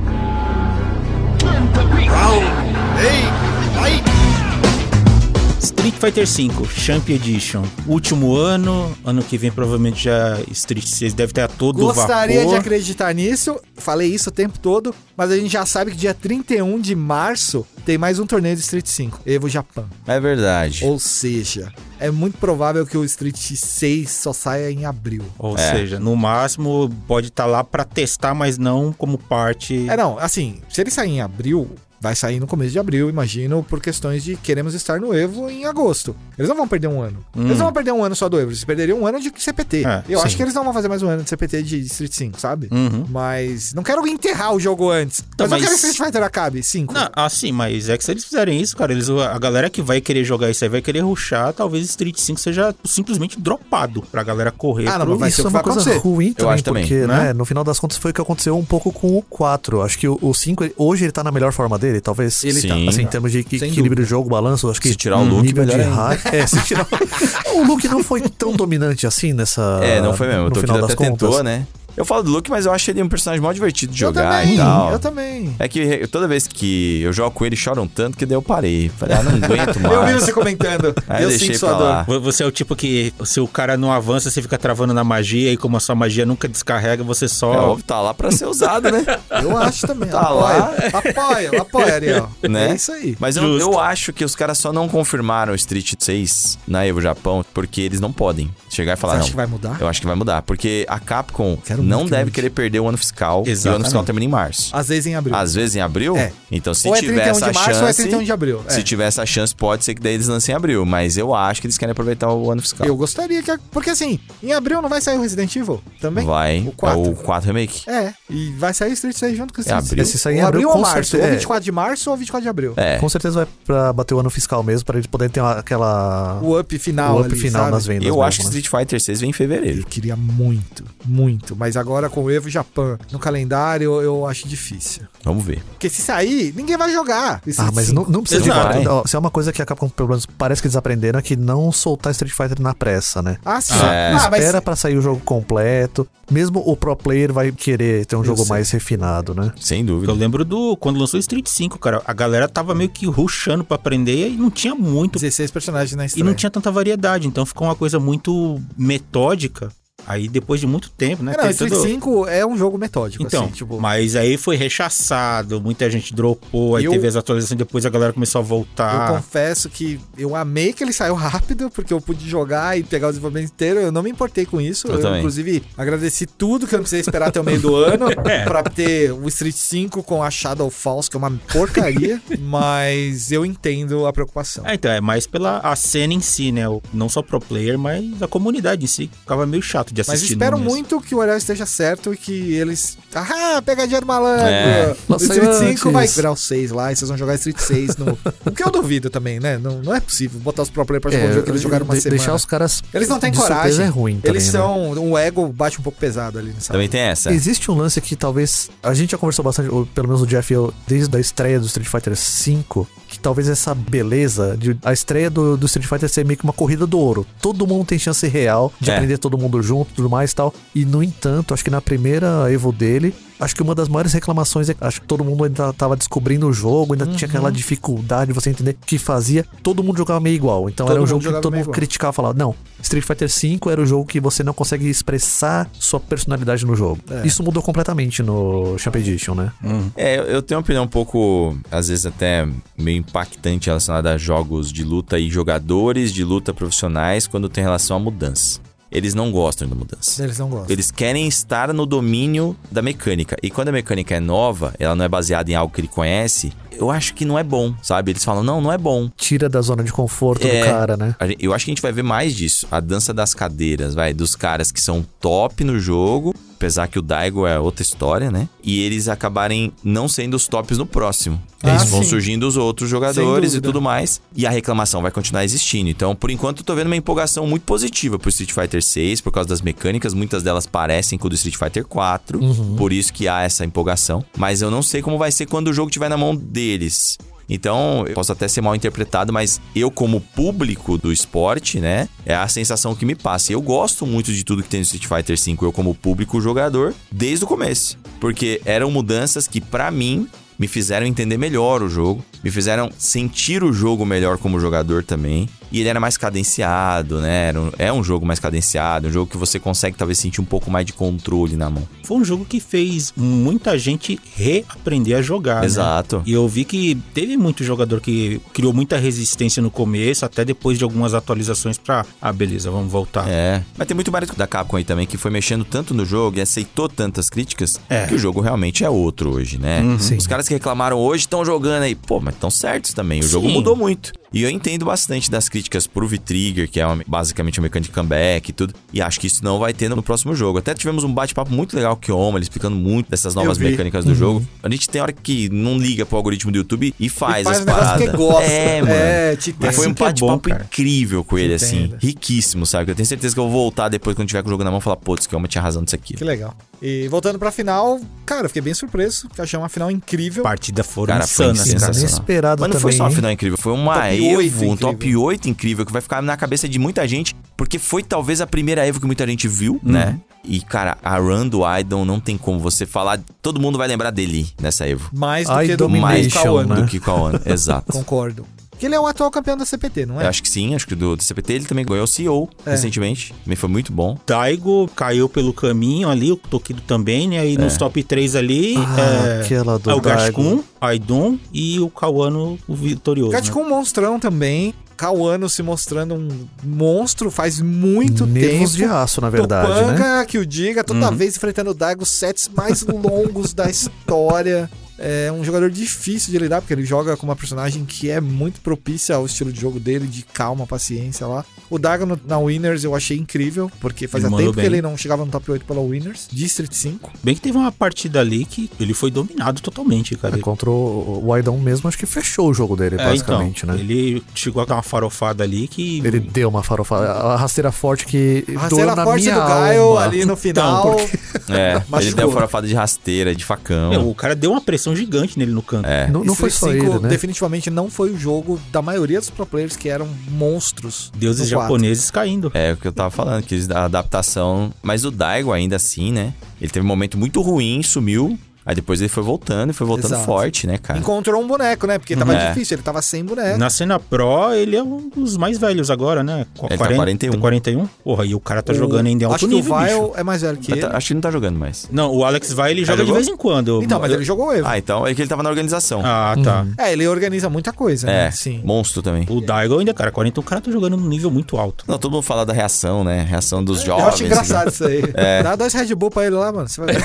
Street Fighter 5, Champ Edition. Último ano, ano que vem provavelmente já Street 6 deve estar a todo Gostaria de vapor. acreditar nisso, falei isso o tempo todo, mas a gente já sabe que dia 31 de março tem mais um torneio de Street 5, Evo Japão. É verdade. Ou seja, é muito provável que o Street 6 só saia em abril. Ou É. seja, no máximo pode estar lá pra testar, mas não como parte. É, não, assim, se ele sair em abril, vai sair no começo de abril, imagino, por questões de queremos estar no Evo em agosto. Eles não vão perder um ano. Hum. Eles não vão perder um ano só do Evo, eles perderiam um ano de CPT. É, Eu acho sim. que eles não vão fazer mais um ano de CPT de Street 5, sabe? Hum. Uhum. Mas não quero enterrar o jogo antes. Tá, mas, eu mas- quero que o Street Fighter acabe. 5. Não, assim, mas é que se eles fizerem isso, cara, eles, a galera que vai querer jogar isso aí vai querer ruxar, talvez Street 5 seja simplesmente dropado pra galera correr. Ah, não, mas vai ser o Isso é que uma vai coisa acontecer. ruim também, acho também, porque, né? né? no final das contas foi o que aconteceu um pouco com o 4. Acho que o, o 5, ele- hoje ele tá na melhor forma dele, talvez. Ele tá. Assim, em termos de equi- Sem equilíbrio de jogo, balanço, acho que... Se tirar o Luke, nível de melhor ainda. raio- É, se tirar... o Luke não foi tão dominante assim nessa... É, não foi mesmo. O No Tokida final até das contas. tentou, né? Eu falo do Luke, mas eu acho ele um personagem mó divertido de Eu jogar também, e tal. eu também. É que re- toda vez que eu jogo com ele, choram tanto que daí eu parei. Falei, ah, não aguento mais. Eu vi você comentando. Aí eu deixei sinto sua pra dor. lá. Vo- Você é o tipo que, se o cara não avança, você fica travando na magia, e como a sua magia nunca descarrega, você É só. óbvio, tá lá pra ser usado, né? Eu acho também. Tá apoio. lá. Apoio, apoio, Ariel. Né? É isso aí. Mas eu, Justo. eu acho que os caras só não confirmaram o Street 6 na Evo Japão porque eles não podem chegar e falar, Você não. acha que vai mudar? Eu acho que vai mudar, porque a Capcom Quero não muito, deve muito. querer perder o ano fiscal. E o ano Exatamente. fiscal termina em março. Às vezes em abril. Às vezes em abril? É. Então Ah, se ou é tiver 31 de essa março chance... ou é 31 de abril. Se É. tiver essa chance, pode ser que daí eles lancem em abril, mas eu acho que eles querem aproveitar o ano fiscal. Eu gostaria que. Porque assim, em abril não vai sair o Resident Evil também? Vai. O 4. É o 4 remake. É, e vai sair o Street 6 junto com o Street abril. 6. Esse É, sair em ou abril, ou com março. certeza. é, Ou 24 de março ou 24 de abril. É. Com certeza vai pra bater o ano fiscal mesmo, pra eles poderem ter uma- aquela... O up final. o up ali, final sabe? nas vendas. Eu mesmo, acho que né? Street Fighter 6 vem em Eu fevereiro. queria muito, muito. Mas agora com o Evo Japan no calendário, eu, eu acho difícil. Vamos ver. Porque se sair, ninguém vai jogar. Esse Ah, mas cinco. não, não precisa de Exato. quatro. Então, Se é uma coisa que a Capcom, pelo menos, parece que eles aprenderam, é que não soltar Street Fighter na pressa, né? Ah, sim. É. Ah, mas Espera pra sair o jogo completo. Mesmo o pro player vai querer ter um jogo sei. mais refinado, né? Sem dúvida. Eu lembro do. Quando lançou Street 5, cara, a galera tava meio que ruxando pra aprender e não tinha muito. 16 personagens na E estreia. não tinha tanta variedade, então ficou uma coisa muito metódica. Aí depois de muito tempo, né? É, não, teve Street todo- 5 é um jogo metódico, Então, assim, tipo... mas aí foi rechaçado, muita gente dropou, aí Eu- teve as atualizações, depois a galera começou a Ah. Eu voltar. confesso que eu amei que ele saiu rápido, porque eu pude jogar e pegar o desenvolvimento inteiro. Eu não me importei com isso. Eu Eu, também. inclusive, agradeci tudo que eu não precisei esperar até o meio do ano É. pra ter o Street 5 com a Shadow Falls, que é uma porcaria. mas eu entendo a preocupação. Ah, então, é mais pela a cena em si, né? O- Não só pro player, mas a comunidade em si. Ficava meio chato É, de Mas assistir. espero no início. muito que o horário esteja certo e que eles. Ah, pegadinha do malandro! É. O Nossa, Street antes. 5 vai virar o 6 lá e vocês vão jogar Street 6 no. o que eu duvido também, né? Não, não é possível botar os pro players pra jogar um jogo que eles jogaram uma É, de- semana. Deixar os caras. Eles não têm de coragem. surpresa é ruim, também, Eles né? são. Um ego bate um pouco pesado ali, sabe? Também tem essa. Existe um lance que talvez. A gente já conversou bastante, ou pelo menos o Jeff e eu, desde a estreia do Street Fighter V, que talvez essa beleza. De, a estreia do, do Street Fighter ser meio que uma corrida do ouro. Todo mundo tem chance real de É. aprender todo mundo junto tudo mais e tal. E no entanto, acho que na primeira Evo dele. Acho que uma das maiores reclamações é que acho que todo mundo ainda tava descobrindo o jogo, ainda Uhum. tinha aquela dificuldade de você entender o que fazia. Todo mundo jogava meio igual. Então Todo era um mundo jogo que jogava todo meio mundo igual. criticar, falar, não, Street Fighter V era o jogo que você não consegue expressar sua personalidade no jogo. É. Isso mudou completamente no Champ Edition, né? É, eu- eu tenho uma opinião um pouco, às vezes até meio impactante relacionada a jogos de luta e jogadores de luta profissionais quando tem relação à mudança. Eles não gostam da mudança. Eles não gostam. Eles querem estar no domínio da mecânica. E quando a mecânica é nova, ela não é baseada em algo que ele conhece, eu acho que não é bom, sabe? Eles falam, não, não é bom. Tira da zona de conforto É. do cara, né? A gen- Eu acho que a gente vai ver mais disso. A dança das cadeiras, vai. Dos caras que são top no jogo. Apesar que o Daigo é outra história, né? E eles acabarem não sendo os tops no próximo. Ah, Eles vão sim. surgindo os outros jogadores e dúvida. tudo mais. E a reclamação vai continuar existindo. Então, por enquanto, eu tô vendo uma empolgação muito positiva pro Street Fighter 6, por causa das mecânicas. Muitas delas parecem com o do Street Fighter 4. Uhum. Por isso que há essa empolgação. Mas eu não sei como vai ser quando o jogo estiver na mão deles. Então, eu posso até ser mal interpretado, mas eu, como público do esporte, né? É a sensação que me passa. E Eu gosto muito de tudo que tem no Street Fighter V, eu, como público jogador, desde o começo. Porque eram mudanças que, pra mim, me fizeram entender melhor o jogo, me fizeram sentir o jogo melhor como jogador também. E ele era mais cadenciado, né? Era um- é um jogo mais cadenciado, um jogo que você consegue talvez sentir um pouco mais de controle na mão. Foi um jogo que fez muita gente reaprender a jogar. né? Exato. E eu vi que teve muito jogador que criou muita resistência no começo, até depois de algumas atualizações pra. Ah, beleza, vamos voltar. Tá. É, mas tem muito mérito da Capcom aí também, que foi mexendo tanto no jogo e aceitou tantas críticas, que o jogo realmente é outro hoje, né? Uhum. Os caras que reclamaram hoje estão jogando aí, pô, mas estão certos também, o jogo Sim. mudou muito. E eu entendo bastante das críticas pro V-Trigger, que é uma- basicamente uma mecânica de comeback e tudo, e acho que isso não vai ter no próximo jogo. Até tivemos um bate-papo muito legal com o Kioma, ele explicando muito dessas novas vi. Uhum. mecânicas do jogo. A gente tem hora que não liga pro algoritmo do YouTube e faz, faz as um negócio paradas. que gosta. É, mano. É, te Mas Isso foi um que é bom, bate-papo cara. incrível com ele, assim. Entendo. Riquíssimo, sabe? Eu tenho certeza que eu vou voltar depois, quando tiver com o jogo na mão, e falar, putz, que o homem tinha razão disso aqui. Que legal. E voltando pra final, cara, eu fiquei bem surpreso, porque eu achei uma final incrível. Partida foram Cara, foi insanas, cara. sensacional. Inesperado Mas não foi também, só uma hein? final incrível, foi uma Top Evo, oito um incrível. top 8 incrível, que vai ficar na cabeça de muita gente, porque foi talvez a primeira Evo que muita gente viu, né? E, cara, a run do Idol não tem como você falar, todo mundo vai lembrar dele nessa Evo. Mais do Ai, que do Domination, Mais Michael Kawan. né? do que com a Ono, exato. Concordo. Porque ele é o atual campeão da CPT, não é? Eu acho que sim, acho que do, do CPT ele também ganhou o CEO É. recentemente, também foi muito bom. Daigo caiu pelo caminho ali, o Tokido também, né? E nos top 3 ali. É. Ah, é... aquela do é o Daigo. Gashkun, Aidon e o Kawano, o é vitorioso. né? Gaticum um monstrão também. Kauano se mostrando um monstro faz muito Nervos de tempo. aço, na verdade, né? Topanga, que o diga, toda vez enfrentando o Daigo, os sets mais longos da história. É um jogador difícil de lidar, porque ele joga com uma personagem que é muito propícia ao estilo de jogo dele, de calma, paciência lá. O Daigo no- na Winners eu achei incrível, porque fazia Ele tempo mandou que bem. ele não chegava no top 8 pela Winners. District 5. Bem que teve uma partida ali que ele foi dominado totalmente, cara. É, contra o o Aidon mesmo, acho que fechou o jogo dele, É, basicamente, então, né? Ele chegou a dar uma farofada ali que. Ele deu uma farofa, a rasteira forte que Ah, A doeu cena na forte minha do Gaio alma. Então, ali no final. porque- É, ele Machucou. deu farofada de rasteira, de facão. Meu, o cara deu uma pressão gigante nele no canto. É. Não, não foi Street só 5 ele, né? definitivamente não foi o jogo da maioria dos pro players que eram monstros. Deuses no quadro. japoneses caindo. É o que eu tava falando, que eles- a adaptação. Mas o Daigo, ainda assim, né? Ele teve um momento muito ruim, sumiu. Aí depois ele foi voltando e foi voltando Exato. forte, né, cara? Encontrou um boneco, né? Porque Uhum. tava É. difícil, ele tava sem boneco. Na cena pro, ele é um dos mais velhos agora, né? Qu- Ele tá 41. 41? Porra, e o cara tá O- jogando ainda em alto acho nível, que o bicho. Vile é mais velho que Mas ele. tá- acho que ele não tá jogando mais. Não, o Alex vai, ele joga de jogou? vez em quando. Então, mas Eu- ele jogou o Evo. Ah, então é que ele tava na organização. Ah, tá. Uhum. É, ele organiza muita coisa, é, né? Sim. monstro também. O Daigo ainda, cara, 41, o cara tá jogando num nível muito alto. Não, todo mundo fala da reação, né? Reação dos Eu jovens. acho engraçado isso aí. É. Dá dois Red Bull pra ele lá, mano. Você vai ver.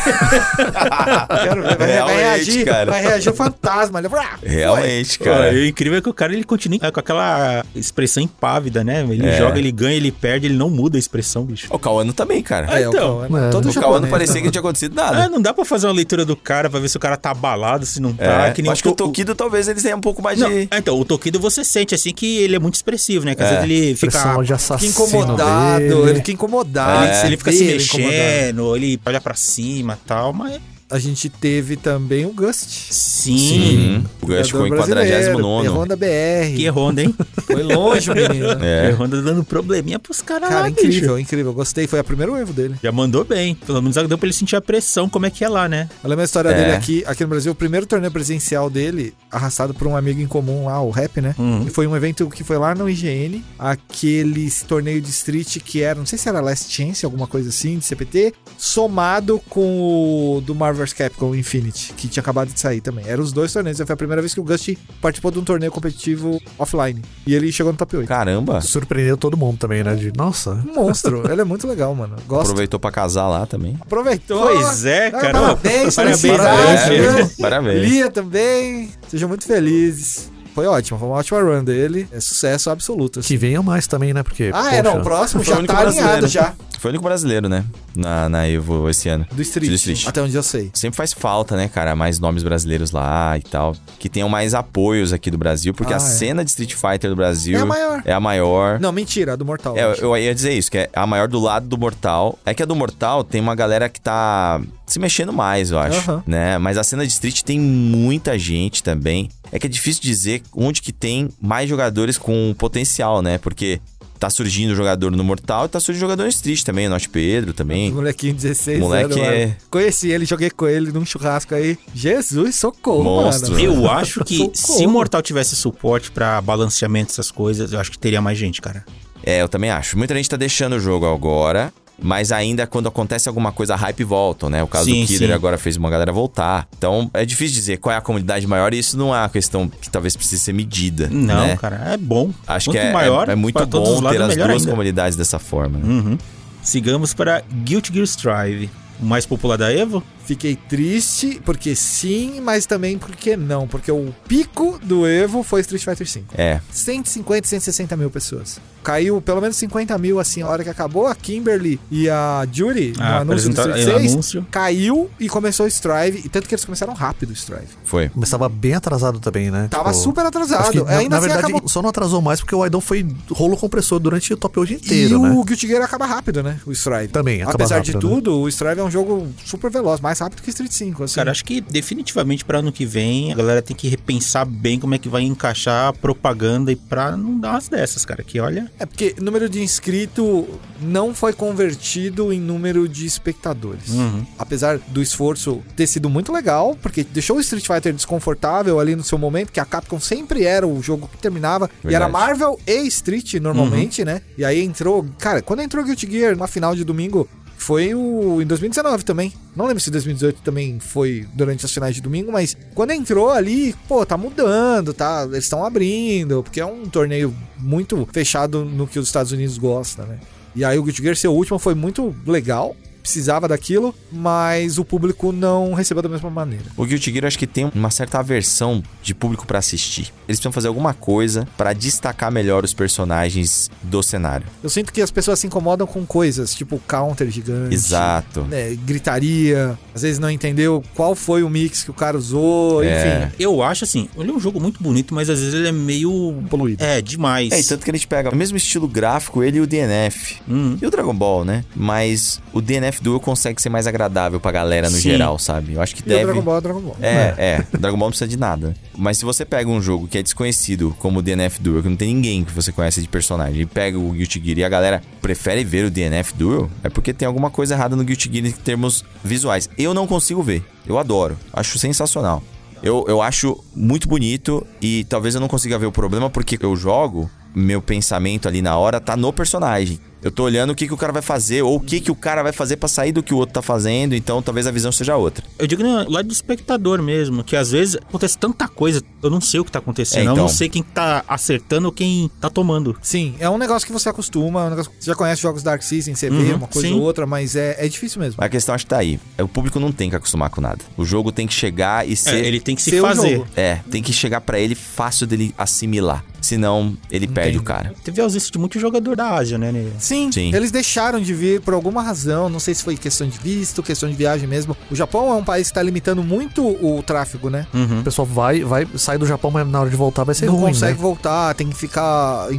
Ah, Quero ver, vai, vai Realmente, reagir. cara. Vai reagir o fantasma. Ele... Ah, Realmente, Cara, cara. o incrível é que o cara ele continua com aquela expressão impávida, né? Ele É. joga, ele ganha, ele perde, ele não muda a expressão, bicho. O Cauano também, cara. É, então. o Kawano. É, Todo o Cauano japonês. né? parecia que não tinha acontecido Ah, nada. não dá pra fazer uma leitura do cara pra ver se o cara tá abalado, se Ah, não tá. É, que nem acho que o To- Tokido talvez eles tenham um pouco mais Não, de. ah, então, o Tokido você sente assim que ele é muito expressivo, né? Que às É. vezes ele fica. Pressão de Fica assassino incomodado. dele. Ele fica incomodado. É. Ele, ele fica se Ele incomodado. mexendo, ele olha pra cima e tal, mas A gente teve também o Gust. sim. Uhum. O Gush ficou em brasileiro, 49. Honda BR. Que é Honda, hein? Foi longe, menino. É. É. Honda dando probleminha pros caras Cara, Ah, lá, bicho. incrível, incrível. Gostei. Foi o primeiro erro dele. Já mandou bem. Pelo menos deu pra ele sentir a pressão, como é que é lá, né? Eu lembro a história É. dele aqui, aqui no Brasil. O primeiro torneio presencial dele, arrastado por um amigo em comum lá, o Rap, né? Uhum. E Foi um evento que foi lá no IGN, aquele torneio de street que era, não sei se era Last Chance, alguma coisa assim, de CPT, somado com o do Marvel's Capcom Infinity, que tinha acabado de sair também. Eram os dois torneios, foi a primeira vez que o Gust participou de um torneio competitivo offline. E ele chegou no top 8. Caramba. Surpreendeu todo mundo também, né? De, nossa, Um monstro, ele é muito legal, mano. Gosto. Aproveitou pra casar lá também. Aproveitou. Pois é, Ah, cara. Parabéns, Parabéns, felicidades, parabéns. viu? É. Parabéns. Lia também. Sejam muito felizes. Foi ótimo, foi uma ótima run dele. É sucesso absoluto. assim. que venham mais também, né? Porque, Ah, é, não. O poxa, próximo Foi o já único tá alinhado brasileiro. já. Foi o único brasileiro, né? Na, na Evo esse ano. Do Street. Do Street. Até onde eu sei. Sempre faz falta, né, cara? Mais nomes brasileiros lá e tal. Que tenham mais apoios aqui do Brasil, porque a Ah, é. cena de Street Fighter do Brasil É a maior. É a maior. Não, mentira, a do Mortal. É, eu eu, acho. eu ia dizer isso, que é a maior do lado do Mortal. É que a do Mortal tem uma galera que tá se mexendo mais, eu acho, Aham. né? Mas a cena de Street tem muita gente também. É que é difícil dizer onde que tem mais jogadores com potencial, né? Porque Tá surgindo jogador no Mortal e tá surgindo jogador no Street também, Norte Pedro também. Molequinho de 16 Moleque anos. mano. é- Conheci ele, joguei com ele num churrasco aí. Jesus, socorro, Monstro, mano. né? Eu acho que Socorro. se o Mortal tivesse suporte pra balanceamento essas coisas, eu acho que teria mais gente, cara. É, eu também acho. Muita gente tá deixando o jogo agora, mas ainda quando acontece alguma coisa, a hype volta, né? O caso Sim, do Killer sim. agora fez uma galera voltar. Então, é difícil dizer qual é a comunidade maior e isso não é uma questão que talvez precise ser medida, Não, né? cara, é bom. Acho Quanto que é, maior, é- é muito pra todos os bom lados, ter as melhor duas ainda. comunidades dessa forma. né? Uhum. Sigamos para Guilty Gear Strive, o mais popular da Evo. Fiquei triste, porque sim, mas também porque não. Porque o pico do Evo foi Street Fighter V. É, 150, 160 mil pessoas. Caiu pelo menos 50 mil, assim, a hora que acabou. A Kimberly e a Judy, Ah, no anúncio do apresenta- Street 6, anúncio. caiu e começou o Strive. E tanto que eles começaram rápido o Strive. foi. Começava bem atrasado também, né? Tava Tipo, super acho que atrasado. na, Ainda na assim verdade, acabou. só não atrasou mais porque o Aidon foi rolo compressor durante o top hoje e inteiro, né? o Guilty Gear acaba rápido, né? O Strive. Também, acaba Apesar de rápido, né? tudo, o Strive é um jogo super veloz, mais rápido que Street 5. Assim. Cara, acho que definitivamente para ano que vem a galera tem que repensar bem como é que vai encaixar a propaganda e pra não dar umas dessas, cara. Que olha, É porque número de inscrito não foi convertido em número de espectadores. Uhum. Apesar do esforço ter sido muito legal, porque deixou o Street Fighter desconfortável ali no seu momento, que a Capcom sempre era o jogo que terminava. E Verdade. era Uhum. Marvel e Street normalmente, né? E aí entrou. Cara, quando entrou Guilty Gear na final de domingo. Foi o, em 2019 também. Não lembro se 2018 também foi durante as finais de domingo, mas quando entrou ali, pô, tá mudando, tá? Eles estão abrindo, porque é um torneio muito fechado no que os Estados Unidos gostam, né? E aí o Guilty Gear ser o último foi muito legal, precisava daquilo, mas o público não recebeu da mesma maneira. O Guilty Gear acho que tem uma certa aversão de público pra assistir. Eles precisam fazer alguma coisa pra destacar melhor os personagens do cenário. Eu sinto que as pessoas se incomodam com coisas, tipo counter gigante. Exato. né, gritaria, às vezes não entendeu qual foi o mix que o cara usou, É. enfim. eu acho assim, ele é um jogo muito bonito, mas às vezes ele é meio. Poluído. É, demais. É, e então- tanto que a gente pega o mesmo estilo gráfico, ele e o DNF. Uhum. E o Dragon Ball, né? Mas o DNF Duel consegue ser mais agradável pra galera no Sim. geral, sabe? Eu acho que E deve. o Dragon Ball é Dragon Ball. É, é. O Dragon Ball não precisa de nada. Mas se você pega um jogo que é desconhecido, como o DNF Duel, que não tem ninguém que você conhece de personagem, e pega o Guilty Gear e a galera prefere ver o DNF Duel, é porque tem alguma coisa errada no Guilty Gear em termos visuais. Eu não consigo ver. Eu adoro. Acho sensacional. Eu, eu acho muito bonito e talvez eu não consiga ver o problema porque eu jogo, meu pensamento ali na hora tá no personagem. Eu tô olhando o que, que o cara vai fazer ou o que, que o cara vai fazer pra sair do que o outro tá fazendo, então talvez a visão seja outra. Eu digo né, lá do espectador mesmo, que às vezes acontece tanta coisa, eu não sei o que tá acontecendo, É, eu não então. sei quem tá acertando ou quem tá tomando. Sim, é um negócio que você acostuma, é um negócio que você já conhece jogos Dark Season, você vê Uhum, uma coisa sim. ou outra, mas é, é difícil mesmo. A questão acho que tá aí. É, O público não tem que acostumar com nada. O jogo tem que chegar e É, ser. ele tem que se Seu fazer. jogo. É, tem que chegar pra ele fácil dele assimilar. Senão, ele perde o cara. Teve a ausência de muito jogador da Ásia, né? né? Sim, Sim. eles deixaram de vir por alguma razão, não sei se foi questão de visto, questão de viagem mesmo. O Japão é um país que tá limitando muito o tráfego, né? O pessoal vai, vai, sai do Japão, mas na hora de voltar vai ser não ruim, consegue né? voltar, tem que ficar em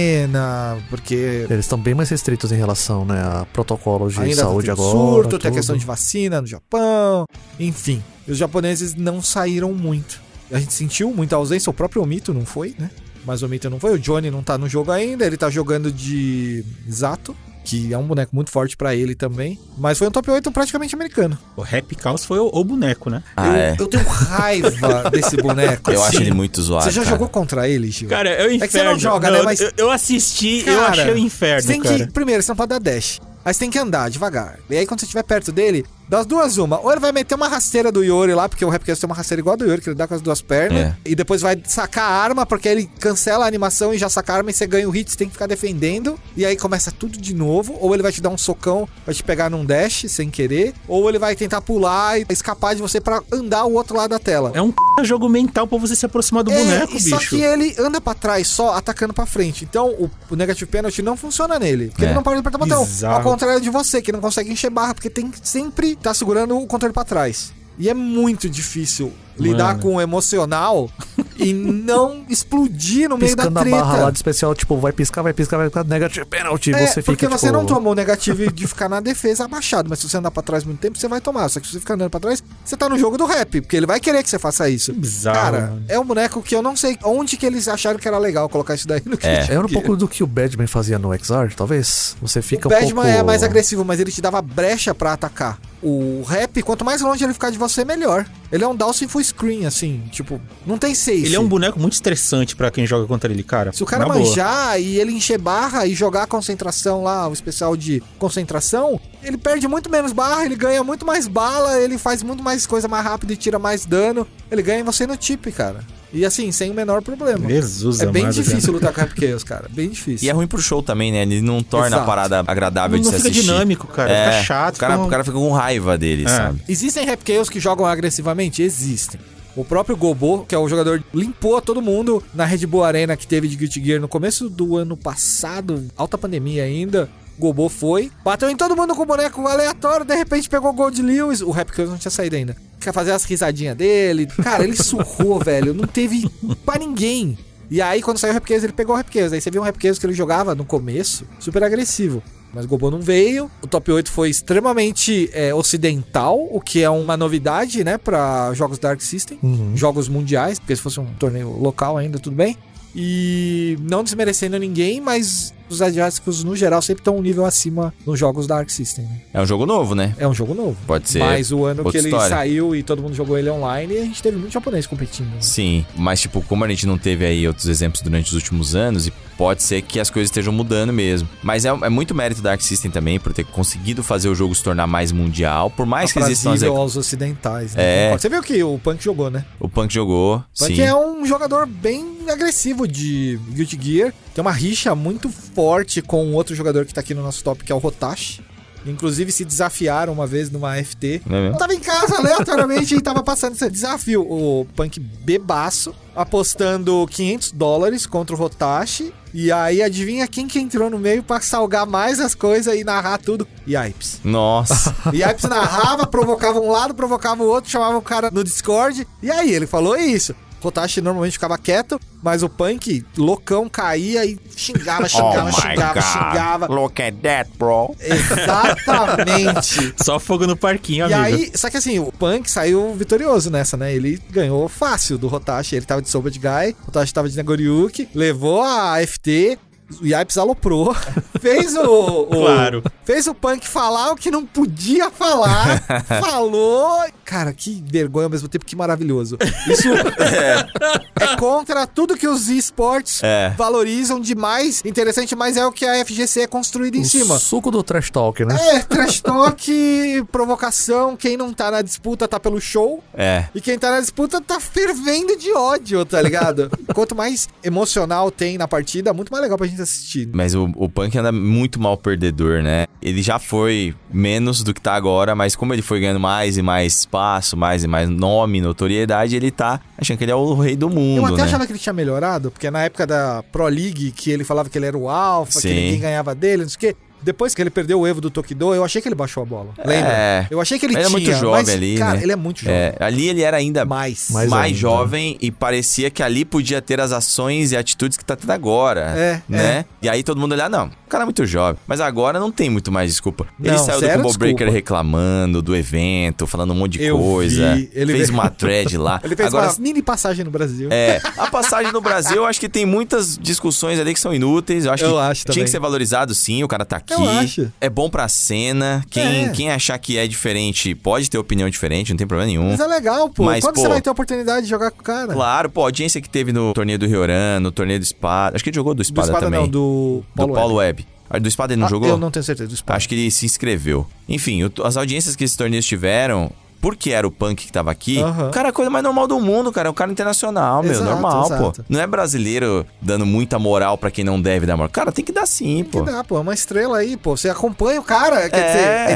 quarentena, porque Eles estão bem mais restritos em relação, né, a protocolos de ainda saúde tem agora. surto, tem a tudo. questão de vacina no Japão, enfim. Os japoneses não saíram muito. A gente sentiu muita ausência, o próprio Omito não foi, né? Mas o Omito não foi, o Johnny não tá no jogo ainda, ele tá jogando de Zato, que é um boneco muito forte pra ele também. Mas foi um top 8 praticamente americano. O Rap Caos foi o, o boneco, né? Ah, eu, é. eu tenho raiva desse boneco. Eu, assim. acho ele muito zoado. Você já cara. jogou contra ele, Gil? Cara, é o inferno. que você não joga, né, mas- eu, eu assisti, eu Cara, achei o Você inferno, tem cara. que. Primeiro, você não pode dar dash. Aí você tem que andar devagar. E aí, quando você estiver perto dele, das duas, uma. Ou ele vai meter uma rasteira do Yori lá, porque o Rapcast tem uma rasteira igual a do Yori, que ele dá com as duas pernas. É. E depois vai sacar a arma, porque ele cancela a animação e já saca a arma e você ganha o hit, você tem que ficar defendendo. E aí começa tudo de novo. Ou ele vai te dar um socão, vai te pegar num dash sem querer. Ou ele vai tentar pular e escapar de você pra andar o outro lado da tela. É um c... jogo mental pra você se aproximar do É, boneco, e Só bicho. que ele anda pra trás só, atacando pra frente. Então o, o negative penalty não funciona nele. Porque É. ele não pode apertar o botão. Bizarro. Ao contrário de você, que não consegue encher barra, porque tem que sempre tá segurando o controle pra trás. E é muito difícil lidar com o emocional e não explodir no meio Piscando da a treta. barra lá de especial, tipo, vai piscar, vai piscar, vai piscar, negative penalty, É, você fica, porque você tipo, não tomou o negativo de ficar na defesa abaixado, mas se você andar pra trás muito tempo, você vai tomar. Só que se você ficar andando pra trás, você tá no jogo do rap, porque ele vai querer que você faça isso. Bizarro. Cara, é um boneco que eu não sei onde que eles acharam que era legal colocar isso daí no É. kit. Era um pouco do que o Badman fazia no Exard, talvez. Você fica O um Batman pouco... é mais agressivo, mas ele te dava brecha pra atacar. O rap, quanto mais longe ele ficar de você, melhor. Ele é um Dawson full screen, assim, tipo, não tem seis. Ele é um boneco muito estressante pra quem joga contra ele, cara. Se o cara Na boa. manjar e ele encher barra e jogar a concentração lá, o especial de concentração, ele perde muito menos barra, ele ganha muito mais bala, ele faz muito mais coisa mais rápido e tira mais dano. Ele ganha em você no tip, cara. E assim, sem o menor problema. Jesus é bem amado, difícil cara. lutar com Rapkeus, cara. Bem difícil. E é ruim pro show também, né? Ele não torna a Exato. parada agradável de Não se fica assistir. dinâmico, cara. É, Fica chato, O cara, fica um- o cara fica com raiva dele, É. sabe? Existem Rapkeus que jogam agressivamente? Existem. O próprio Gobo, que é o jogador, limpou todo mundo na Red Bull Arena que teve de Guilty Gear no começo do ano passado, alta pandemia ainda. Gobo foi, bateu em todo mundo com o boneco aleatório, de repente pegou o gol de Lewis. O Rapkeus não tinha saído ainda. Quer fazer as risadinhas dele. Cara, ele surrou, velho. Não teve pra ninguém. E aí, quando saiu o Rapkeus, ele pegou o Rapkeus. Aí você viu um Rapkeus que ele jogava no começo, super agressivo. Mas o Gobo não veio. O top 8 foi extremamente é, ocidental, o que é uma novidade, né, pra jogos Dark System, Uhum. jogos mundiais, porque se fosse um torneio local ainda, tudo bem. E não desmerecendo ninguém, mas os asiáticos no geral sempre estão um nível acima nos jogos Dark System. né? É um jogo novo, né? É um jogo novo. Pode ser. mas o ano que outra ele história. saiu e todo mundo jogou ele online, a gente teve muito japonês competindo. né? Sim, mas tipo, como a gente não teve aí outros exemplos durante os últimos anos, e pode ser que as coisas estejam mudando mesmo. Mas é, é muito mérito da Arc System também por ter conseguido fazer o jogo se tornar mais mundial, por mais que existam as... Aprazível aos ocidentais, né? É. Você viu que o Punk jogou, né? O Punk jogou, Punk sim. é um jogador bem agressivo de Guilty Gear. Tem uma rixa muito forte com outro jogador que tá aqui no nosso top, que é o Rotashi. Inclusive se desafiaram uma vez numa FT. Não é mesmo? Eu tava em casa aleatoriamente e tava passando esse desafio. O Punk bebaço, apostando 500 dólares contra o Rotashi. E aí adivinha quem que entrou no meio pra salgar mais as coisas e narrar tudo? Yipes. Nossa, E aí você narrava, provocava um lado, provocava o outro, chamava o cara no Discord. E aí ele falou isso. Rotashi normalmente ficava quieto, mas o Punk, loucão, caía e Oh xingava, xingava, xingava, xingava. Look at that, bro. Exatamente. Só fogo no parquinho, E amigo. aí, só que assim, o Punk saiu vitorioso nessa, né? Ele ganhou fácil do Rotashi. Ele tava de Soba de Guy, o Rotashi tava de Nagoriuki, levou a FT, o Yipes aloprou, fez o, o- Claro. Fez o Punk falar o que não podia falar, falou. Cara, que vergonha ao mesmo tempo, que maravilhoso. Isso é, contra tudo que os esportes É. valorizam de mais interessante, mas é o que a FGC é construída em o cima. suco do trash talk, né? É, trash talk, provocação, quem não tá na disputa tá pelo show. É, E quem tá na disputa tá fervendo de ódio, tá ligado? Quanto mais emocional tem na partida, muito mais legal pra gente assistir. mas o, o Punk anda muito mal perdedor, né? Ele já foi menos do que tá agora, mas como ele foi ganhando mais e mais espaço, mais e mais nome, notoriedade, ele tá achando que ele é o rei do mundo, Eu até né? achava que ele tinha melhorado, porque na época da Pro League, que ele falava que ele era o alfa, que Sim. ninguém ganhava dele, não sei o quê. Depois que ele perdeu o Evo do Tokido, eu achei que ele baixou a bola. Lembra? É. Eu achei que ele Ele é tinha. muito jovem mas, ali, Cara, né? ele é muito jovem. É, ali ele era ainda Mais. né? mais, Mais ainda. jovem e parecia que ali podia ter as ações e atitudes que tá tendo agora. É, Né? E aí todo mundo olhar, não, o cara é muito jovem. Mas agora não tem muito mais desculpa. ele Não, saiu do zero Combo Breaker desculpa. reclamando do evento, falando um monte de Eu coisa. vi, ele fez veio- uma thread lá. Ele fez agora, uma mini passagem no Brasil. É, a passagem no Brasil, eu acho que tem muitas discussões ali que são inúteis. Eu acho Eu que acho tinha também. que ser valorizado sim, o cara tá aqui. Eu acho. É bom pra cena. Quem, É. quem achar que é diferente pode ter opinião diferente, não tem problema nenhum. Mas é legal, pô. Mas, Quando pô, você vai ter a oportunidade de jogar com o cara? Claro, pô, a audiência que teve no torneio do Rioran, no torneio do Espada. Acho que ele jogou do do Espada, espada também. não, do Do Paulo, Paulo Web. Ah, Do Espada ele não Ah, jogou? Eu não tenho certeza do espada. Acho que ele se inscreveu. Enfim, o- as audiências que esses torneios tiveram, porque era o punk que tava aqui, Aham. o cara é a coisa mais normal do mundo, cara. É um cara internacional, meu. Exato, normal, pô. exato. Não é brasileiro dando muita moral pra quem não deve dar moral. Cara, tem que dar sim, pô. Que dá, pô. É uma estrela aí, pô. Você acompanha o cara. Quer É.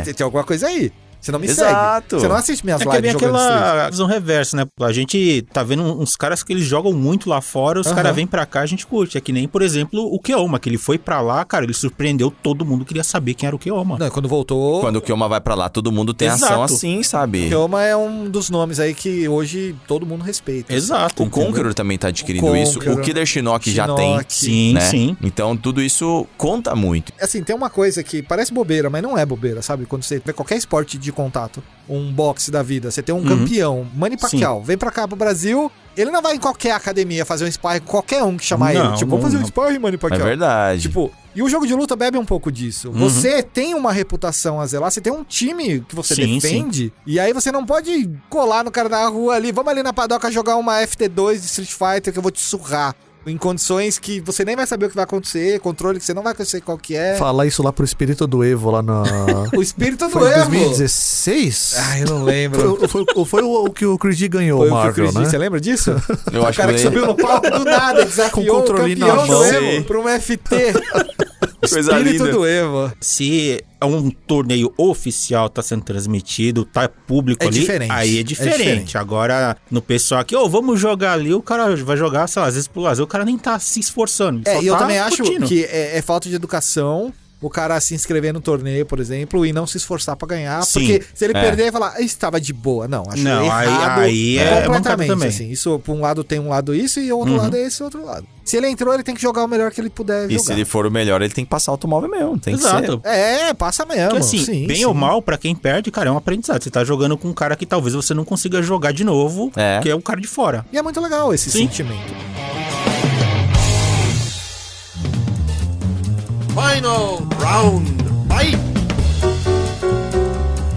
dizer, é- tem alguma coisa aí. Você não me Exato. segue. Você não assiste minhas É que é bem lives jogando Street. aquela visão reversa, né? A gente tá vendo uns caras que eles jogam muito lá fora, os Aham. caras vêm pra cá, a gente curte. É que nem, por exemplo, o Keoma, que ele foi pra lá, cara, ele surpreendeu todo mundo, queria saber quem era o Keoma. Não, quando voltou, Quando o Kioma vai pra lá, todo mundo tem ação Exato. assim, sabe? Ryoma é um dos nomes aí que hoje todo mundo respeita. Exato. O entendeu? Conqueror também tá adquirindo O isso. O Conqueror. Killer Shinnok já tem. Shinnok. Sim, né? sim. Então tudo isso conta muito. Assim, tem uma coisa que parece bobeira, mas não é bobeira, sabe? Quando você vê qualquer esporte de contato, um boxe da vida, você Uhum. tem um campeão, Manny Pacquiao, vem pra cá pro Brasil, ele não vai em qualquer academia fazer um sparring com qualquer um que chamar Não, ele. Tipo, vamos não, fazer um não. sparring, Manny É Pacquiao. verdade. Tipo, e o jogo de luta bebe um pouco disso. Uhum. Você tem uma reputação a zelar, você tem um time que você Sim, defende, e aí você não pode colar no cara da rua ali, vamos ali na padoca jogar uma FT2 de Street Fighter que eu vou te surrar. Em condições que você nem vai saber o que vai acontecer, controle que você não vai conhecer qual que é. Falar isso lá pro espírito do Evo lá na. O espírito do Foi em erro. 2016? Ah, eu não Foi, lembro. o- foi o- foi o, o que o Chris G ganhou, Foi o que o Marvel, Chris disse, você né? lembra disso? eu o acho cara que que subiu no palco do nada, desafiou o controle na campeão do mão. Evo pra um FT. coisa espírito linda. do Evo. Se é um torneio oficial, tá sendo transmitido, tá público É ali, diferente. aí É é diferente. diferente. Agora, no pessoal aqui, ô, vamos jogar ali, o cara vai jogar, sei lá, às vezes pro lazer, o cara nem tá se esforçando. ele É, só e eu tá também acho curtindo. que é, é falta de educação o cara se inscrever no torneio, por exemplo, e não se esforçar pra ganhar. Sim, porque se ele é. perder, ele falar, estava de boa. Não, acho Não, aí- errado aí é completamente. mancada também. Uhum. Assim. Isso, por um lado, tem um lado isso, e o outro lado é esse outro lado. Se ele entrou, ele tem que jogar o melhor que ele puder E jogar. se ele for o melhor, ele tem que passar o automóvel mesmo. Tem que ser. Exato. É, passa mesmo. Porque assim, sim, bem sim. ou mal, pra quem perde, cara, é um aprendizado. Você tá jogando com um cara que talvez você não consiga jogar de novo, É. que é um cara de fora. E é muito legal esse Sim. sentimento.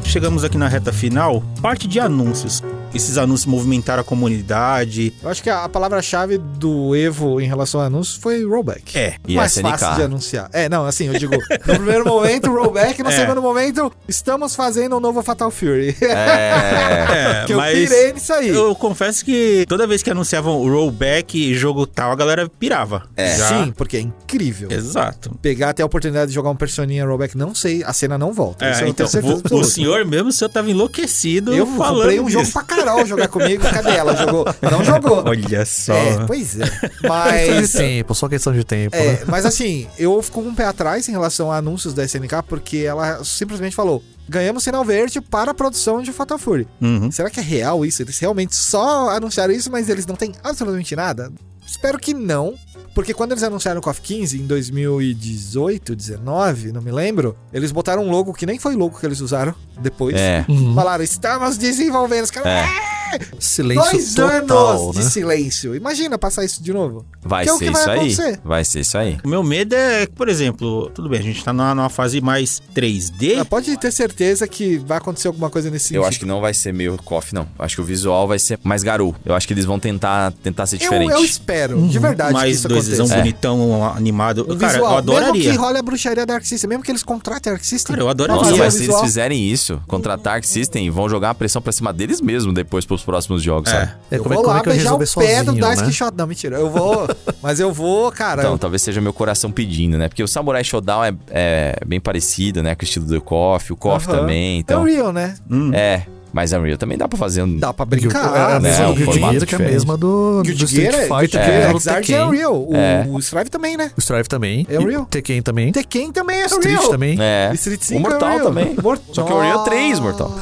Chegamos aqui na reta final, parte de anúncios. Esses anúncios movimentaram a comunidade. Eu acho que a, a palavra-chave do Evo em relação a anúncios foi rollback. É. E mais SNK. fácil de anunciar. É, não, assim, eu digo, no primeiro momento, rollback, no É. segundo momento, estamos fazendo um novo Fatal Fury. É. É, que eu pirei nisso aí. Eu confesso que toda vez que anunciavam rollback e jogo tal, a galera pirava. É. Já- Sim, porque é incrível. Exato. Pegar até a oportunidade de jogar um personinha rollback, não sei, a cena não volta. É, Isso eu então, tenho certeza vo- o, absoluta. senhor mesmo, o senhor tava enlouquecido Eu falando comprei um jogo disso. pra Carol jogar comigo, cadê ela? Jogou? Não jogou. Olha só. É, pois é. Questão de Mas. tempo, só questão de tempo, né? É, mas assim, eu fico com um pé atrás em relação a anúncios da SNK, porque ela simplesmente falou: ganhamos sinal verde para a produção de Fatal Fury. Uhum. Será que é real isso? Eles realmente só anunciaram isso, mas eles não têm absolutamente nada? Espero que não. Porque quando eles anunciaram o KOF 15 em 2018, 19, não me lembro, eles botaram um logo que nem foi logo que eles usaram depois. É. Falaram, estamos desenvolvendo. Os caras, "Ah, É. Silêncio dois total, anos né? de silêncio. Imagina passar isso de novo. Vai Que é o ser que vai isso aí. acontecer. Vai ser isso aí. O meu medo é, que, por exemplo, tudo bem, a gente tá numa, numa fase mais 3D. Ah, Pode ter certeza que vai acontecer alguma coisa nesse Eu acho que não vai ser meio coffee, não. Eu Acho que o visual vai ser mais garu. Eu acho que eles vão tentar, tentar ser Eu, é diferente. eu espero, de verdade, que mais isso dois aconteça. visão bonitão, animado. Um cara, visual, eu mesmo adoraria. que role a bruxaria da Arc System, mesmo que eles contratem a Arc System. Cara, eu adoraria. Nossa, Mas fazer um mas se eles visual- fizerem isso, contratar Arc System, vão jogar a pressão pra cima deles mesmo depois pros próximos jogos, É. sabe? É, eu como, é, vou como lá é que eu beijar o resolver pé sozinho, do Daisuke né? Shot. Não, mentira. Eu vou. mas eu vou, cara. é Então, eu- talvez seja meu coração pedindo, né? Porque o Samurai Shodown é, é bem parecido, né? Com o estilo do Coffee, o Coffee Aham. também, então... É real, né? Hum. É, mas a Unreal também dá pra fazer um... Dá pra Guilty- brincar. é, a né? mesma Não, do Guilty formato Gear, que é a diferente. mesma do, do Guilty Street Gear é- Fighter, Guilty que Gear é é o Xrd é Tekken. real. O, É. o Strive também, né? O Strive também. É Unreal. E Tekken também. Tekken também é Street real. também. É. E Street 5 o Mortal é real. também. Mor- Só que o Unreal 3, Mortal.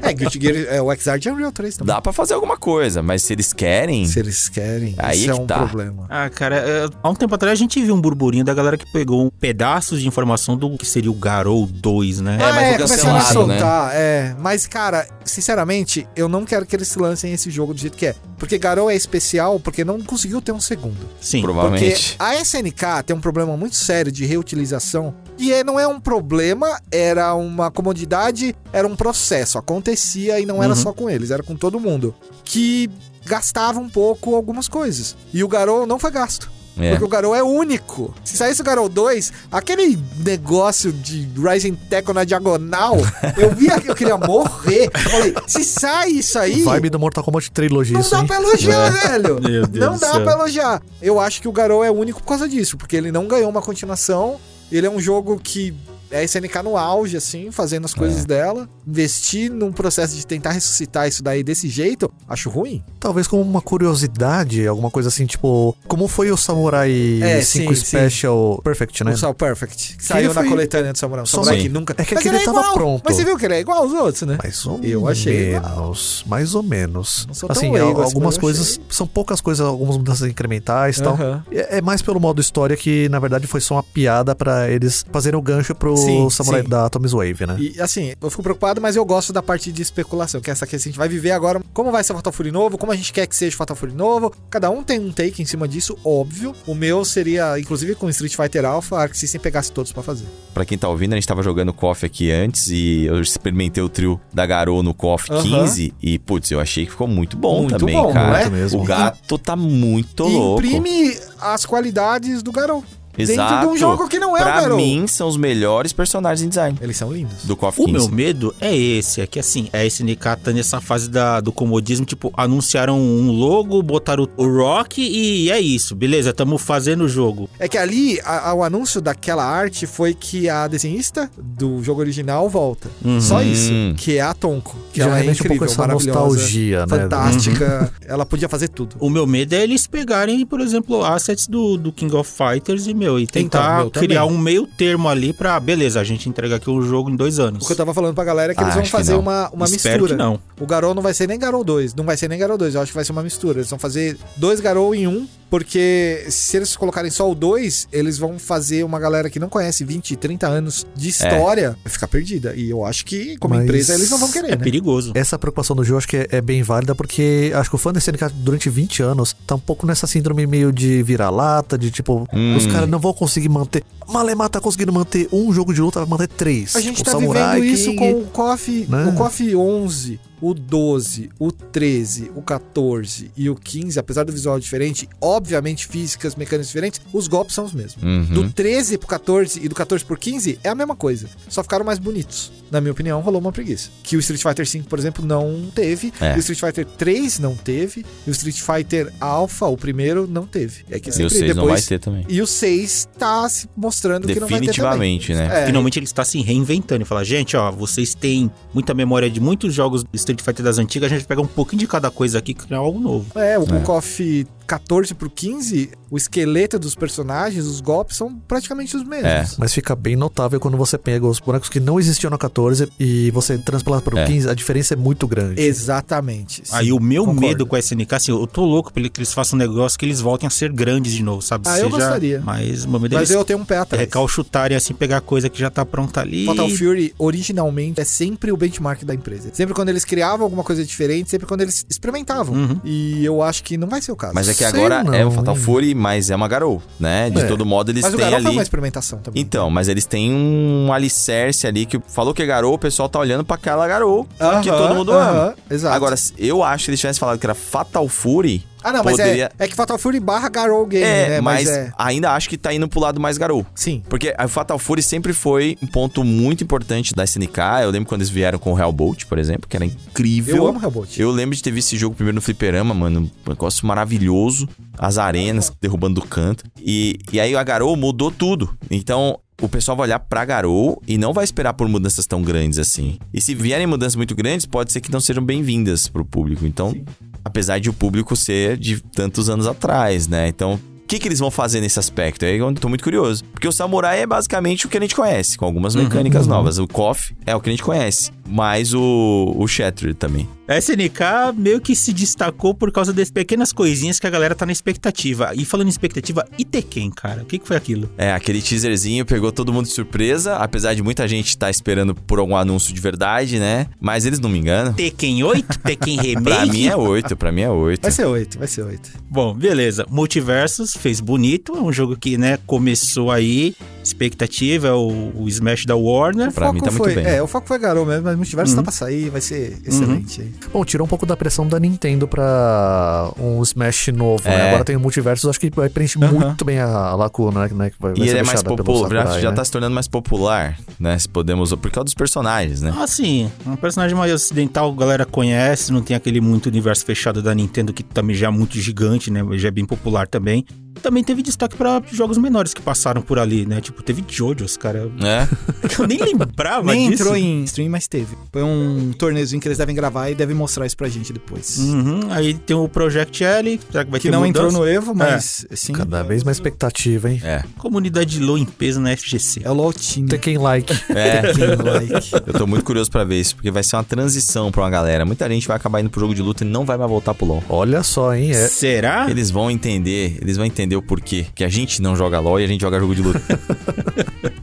É, Guilty Gear, é, o Xrd é Unreal 3 também. Dá pra fazer alguma coisa, mas se eles querem... Se eles querem, Aí isso é que um tá. problema. Ah, cara, é, há um tempo atrás a gente viu um burburinho da galera que pegou pedaços de informação do que seria o Garou 2, né? É, mas foi Ah, começaram a cancelado, né? soltar, é. Mas, cara, sinceramente, eu não quero que eles lancem esse jogo do jeito que é. Porque Garou é especial porque não conseguiu ter um segundo. Sim. Porque Provavelmente. a SNK tem um problema muito sério de reutilização. E é- não é um problema, era uma comodidade, era um processo. Acontecia e não era Uhum. só com eles, era com todo mundo. Que gastava um pouco algumas coisas. E o Garou não foi gasto. É. Porque o Garou é único. Se saísse o Garou 2, aquele negócio de Rising Teco na diagonal, eu via que eu queria morrer. Eu falei, se sai isso aí, Vibe do Mortal Kombat Trilogia, não isso, dá hein? É. pra elogiar, velho. Meu Deus não do dá céu. pra elogiar. Eu acho que o Garou é único por causa disso, porque ele não ganhou uma continuação. Ele é um jogo que a SNK no auge, assim, fazendo É. as coisas dela. Investir num processo de tentar ressuscitar isso daí desse jeito, acho ruim. Talvez como uma curiosidade, alguma coisa assim, tipo, como foi o Samurai É, 5 sim, sim. Special Perfect, né? O Soul Perfect, que saiu na foi- coletânea do Samurai. O Só Samurai sim. que nunca... É que Mas aquele ele é tava igual. pronto. Mas você viu que ele é igual aos outros, né? Mais ou Eu achei, menos, mais ou menos. Não sou tão assim, leigo al- assim, mas algumas eu coisas, são poucas coisas, algumas mudanças incrementais e tal. Aham. É é mais pelo modo história que, na verdade, foi só uma piada pra eles fazerem o gancho pro Sim, samurai sim. da Atomic Wave, né? E assim, eu fico preocupado, mas eu gosto da parte de especulação, que é essa que a gente vai viver agora. Como vai ser o Fatal Fury novo? Como a gente quer que seja o Fatal Fury novo? Cada um tem um take em cima disso, óbvio. O meu seria, inclusive com Street Fighter Alpha, Arc System pegasse todos pra fazer. Pra quem tá ouvindo, a gente tava jogando KOF aqui antes e eu experimentei o trio da Garou no KOF Aham. 15 e, putz, eu achei que ficou muito bom Muito também, bom, cara. não é? Muito mesmo. O gato tá muito e louco. imprime as qualidades do Garou. Dentro Exato. de um jogo que não é o pra Garou. mim, são os melhores personagens em design Eles são lindos. do KOF O 15. meu medo é esse, é que assim, a SNK tá nessa fase da, do comodismo, tipo, anunciaram um logo, botaram o- o rock e é isso, beleza, tamo fazendo o jogo. É que ali, a- a- o anúncio daquela arte foi que a desenhista do jogo original volta. Uhum. Só isso. Que é a Tonko. Que Já ela é remete um incrível, pouco essa maravilhosa. nostalgia, né? Fantástica. Uhum. Ela podia fazer tudo. O meu medo é eles pegarem, por exemplo, assets do, do King of Fighters e, meu, e Então, tentar meu também. criar um meio termo ali pra, beleza, a gente entrega aqui o jogo em dois anos. O que eu tava falando pra galera é que Ah, eles vão acho que fazer não. uma, uma Espero mistura. né? que não. O Garou não vai ser nem Garou 2, não vai ser nem Garou 2, eu acho que vai ser uma mistura. Eles vão fazer dois Garou em um, porque se eles colocarem só o 2, eles vão fazer uma galera que não conhece 20, 30 anos de história ficar perdida. E eu acho que, como Mas- empresa, eles não vão querer, É né? perigoso. Essa preocupação do Gil acho que é, é bem válida, porque acho que o fã da SNK durante 20 anos tá um pouco nessa síndrome meio de vira-lata, de tipo, Hum. os caras não vão conseguir manter. Malemar tá conseguindo manter um jogo de luta, vai manter três. A gente Tipo, tá Samurai vivendo isso King- com o KOF, Né? o KOF 11, o 12, o 13, o 14 e o 15, apesar do visual diferente, obviamente físicas, mecânicas diferentes, os golpes são os mesmos. Uhum. Do 13 pro 14 e do 14 pro 15 é a mesma coisa. Só ficaram mais bonitos. Na minha opinião, rolou uma preguiça. Que o Street Fighter V, por exemplo, não teve. É. E o Street Fighter 3 não teve. E o Street Fighter Alpha, o primeiro, não teve. É que E o sempre 6 depois. não vai ter também. E o 6 tá se mostrando que não vai ter. também. Definitivamente, né? É, Finalmente ele está se reinventando e fala, gente, ó, vocês têm muita memória de muitos jogos do Street Fighter das antigas, a gente pega um pouquinho de cada coisa aqui e cria algo novo. É, o é. KOF 14 pro 15, o esqueleto dos personagens, os golpes são praticamente os É. mesmos. Mas fica bem notável quando você pega os bonecos que não existiam no 14 e você transplanta pro É. 15, a diferença é muito grande. Exatamente. Sim, Aí o meu concordo. medo com a SNK, assim, eu tô louco pra ele- que eles façam um negócio que eles voltem a ser grandes de novo, sabe? Ah, eu gostaria. Mas o meu medo é Mas eles eu tenho um pé atrás. recalchutarem, assim, pegar coisa que já tá pronta ali. Fatal Fury, originalmente, é sempre o benchmark da empresa. Sempre quando eles criavam alguma coisa diferente, sempre quando eles experimentavam. Uhum. E eu acho que não vai ser o caso. Mas é que Sei agora não, é o Fatal hein? Fury, mas é uma Garou, né? De É. todo modo, eles Mas o têm Garou foi ali... uma experimentação também. Então, mas eles têm um alicerce ali que falou que é Garou, o pessoal tá olhando pra aquela Garou Então, que Aham, todo mundo ama. aham, Exato. Agora, se- eu acho que eles tivessem falado que era Fatal Fury, ah, não, mas poderia- é, é que Fatal Fury barra Garou Game, é, né? mas, Mas, é. ainda acho que tá indo pro lado mais Garou. Sim. Porque a Fatal Fury sempre foi um ponto muito importante da SNK. Eu lembro quando eles vieram com o Hellbolt, por exemplo, que era incrível. Eu amo Hellbolt. Eu lembro de ter visto esse jogo primeiro no fliperama, mano. Um negócio maravilhoso. As arenas derrubando do canto. E, e aí a Garou mudou tudo. Então. O pessoal vai olhar pra Garou e não vai esperar por mudanças tão grandes assim. E se vierem mudanças muito grandes, pode ser que não sejam bem-vindas pro público. Então, apesar de o público ser de tantos anos atrás, né? Então, o que, que eles vão fazer nesse aspecto? É Aí eu tô muito curioso. Porque o Samurai é basicamente o que a gente conhece, com algumas mecânicas novas. O KOF é o que a gente conhece, mas o, o Shattered também. A SNK meio que se destacou por causa das pequenas coisinhas que a galera tá na expectativa. E falando em expectativa, e Tekken, cara? O que, que foi aquilo? É, aquele teaserzinho pegou todo mundo de surpresa, apesar de muita gente estar esperando por algum anúncio de verdade, né? Mas eles não me enganam. Tekken 8? Tekken Remake? Pra mim é 8, pra mim é 8. Vai ser oito, vai ser oito. Bom, beleza. Multiversus fez bonito. É um jogo que, né, começou aí. Expectativa, é o, o Smash da Warner. Pra mim tá muito foi, bem. Uhum. É, o foco foi Garou mesmo, mas o multiverso tá pra sair, vai ser excelente. hein? Bom, tirou um pouco da pressão da Nintendo pra um Smash novo, né? É. Agora tem o multiverso, acho que vai preencher muito bem a lacuna, né? Que vai, vai E ser ele é mais deixada pelo popular, já, Sakurai, já né? tá se tornando mais popular, né? Se podemos. Por causa dos personagens, né? Assim, um personagem mais ocidental, a galera conhece, não tem aquele muito universo fechado da Nintendo que também já é muito gigante, né? Já é bem popular também. Também teve destaque pra jogos menores que passaram por ali, né? Tipo, teve Jojo's, cara. né? Eu nem lembrava Nem disso. entrou em stream, mas teve. Foi um torneiozinho que eles devem gravar e devem mostrar isso pra gente depois. Hum, Uhum, aí tem o Project L, será que vai Que ter não mudança? entrou no Evo, mas sim. Cada vez mais expectativa, hein? É. Comunidade low em peso na FGC. É o LOL Team. Tem quem like. É. Team, like. Eu tô muito curioso pra ver isso, porque vai ser uma transição pra uma galera. Muita gente vai acabar indo pro jogo de luta e não vai mais voltar pro LoL. Olha só, hein? É, Será? Eles vão entender, eles vão entender o porquê que a gente não joga LoL e a gente joga jogo de luta.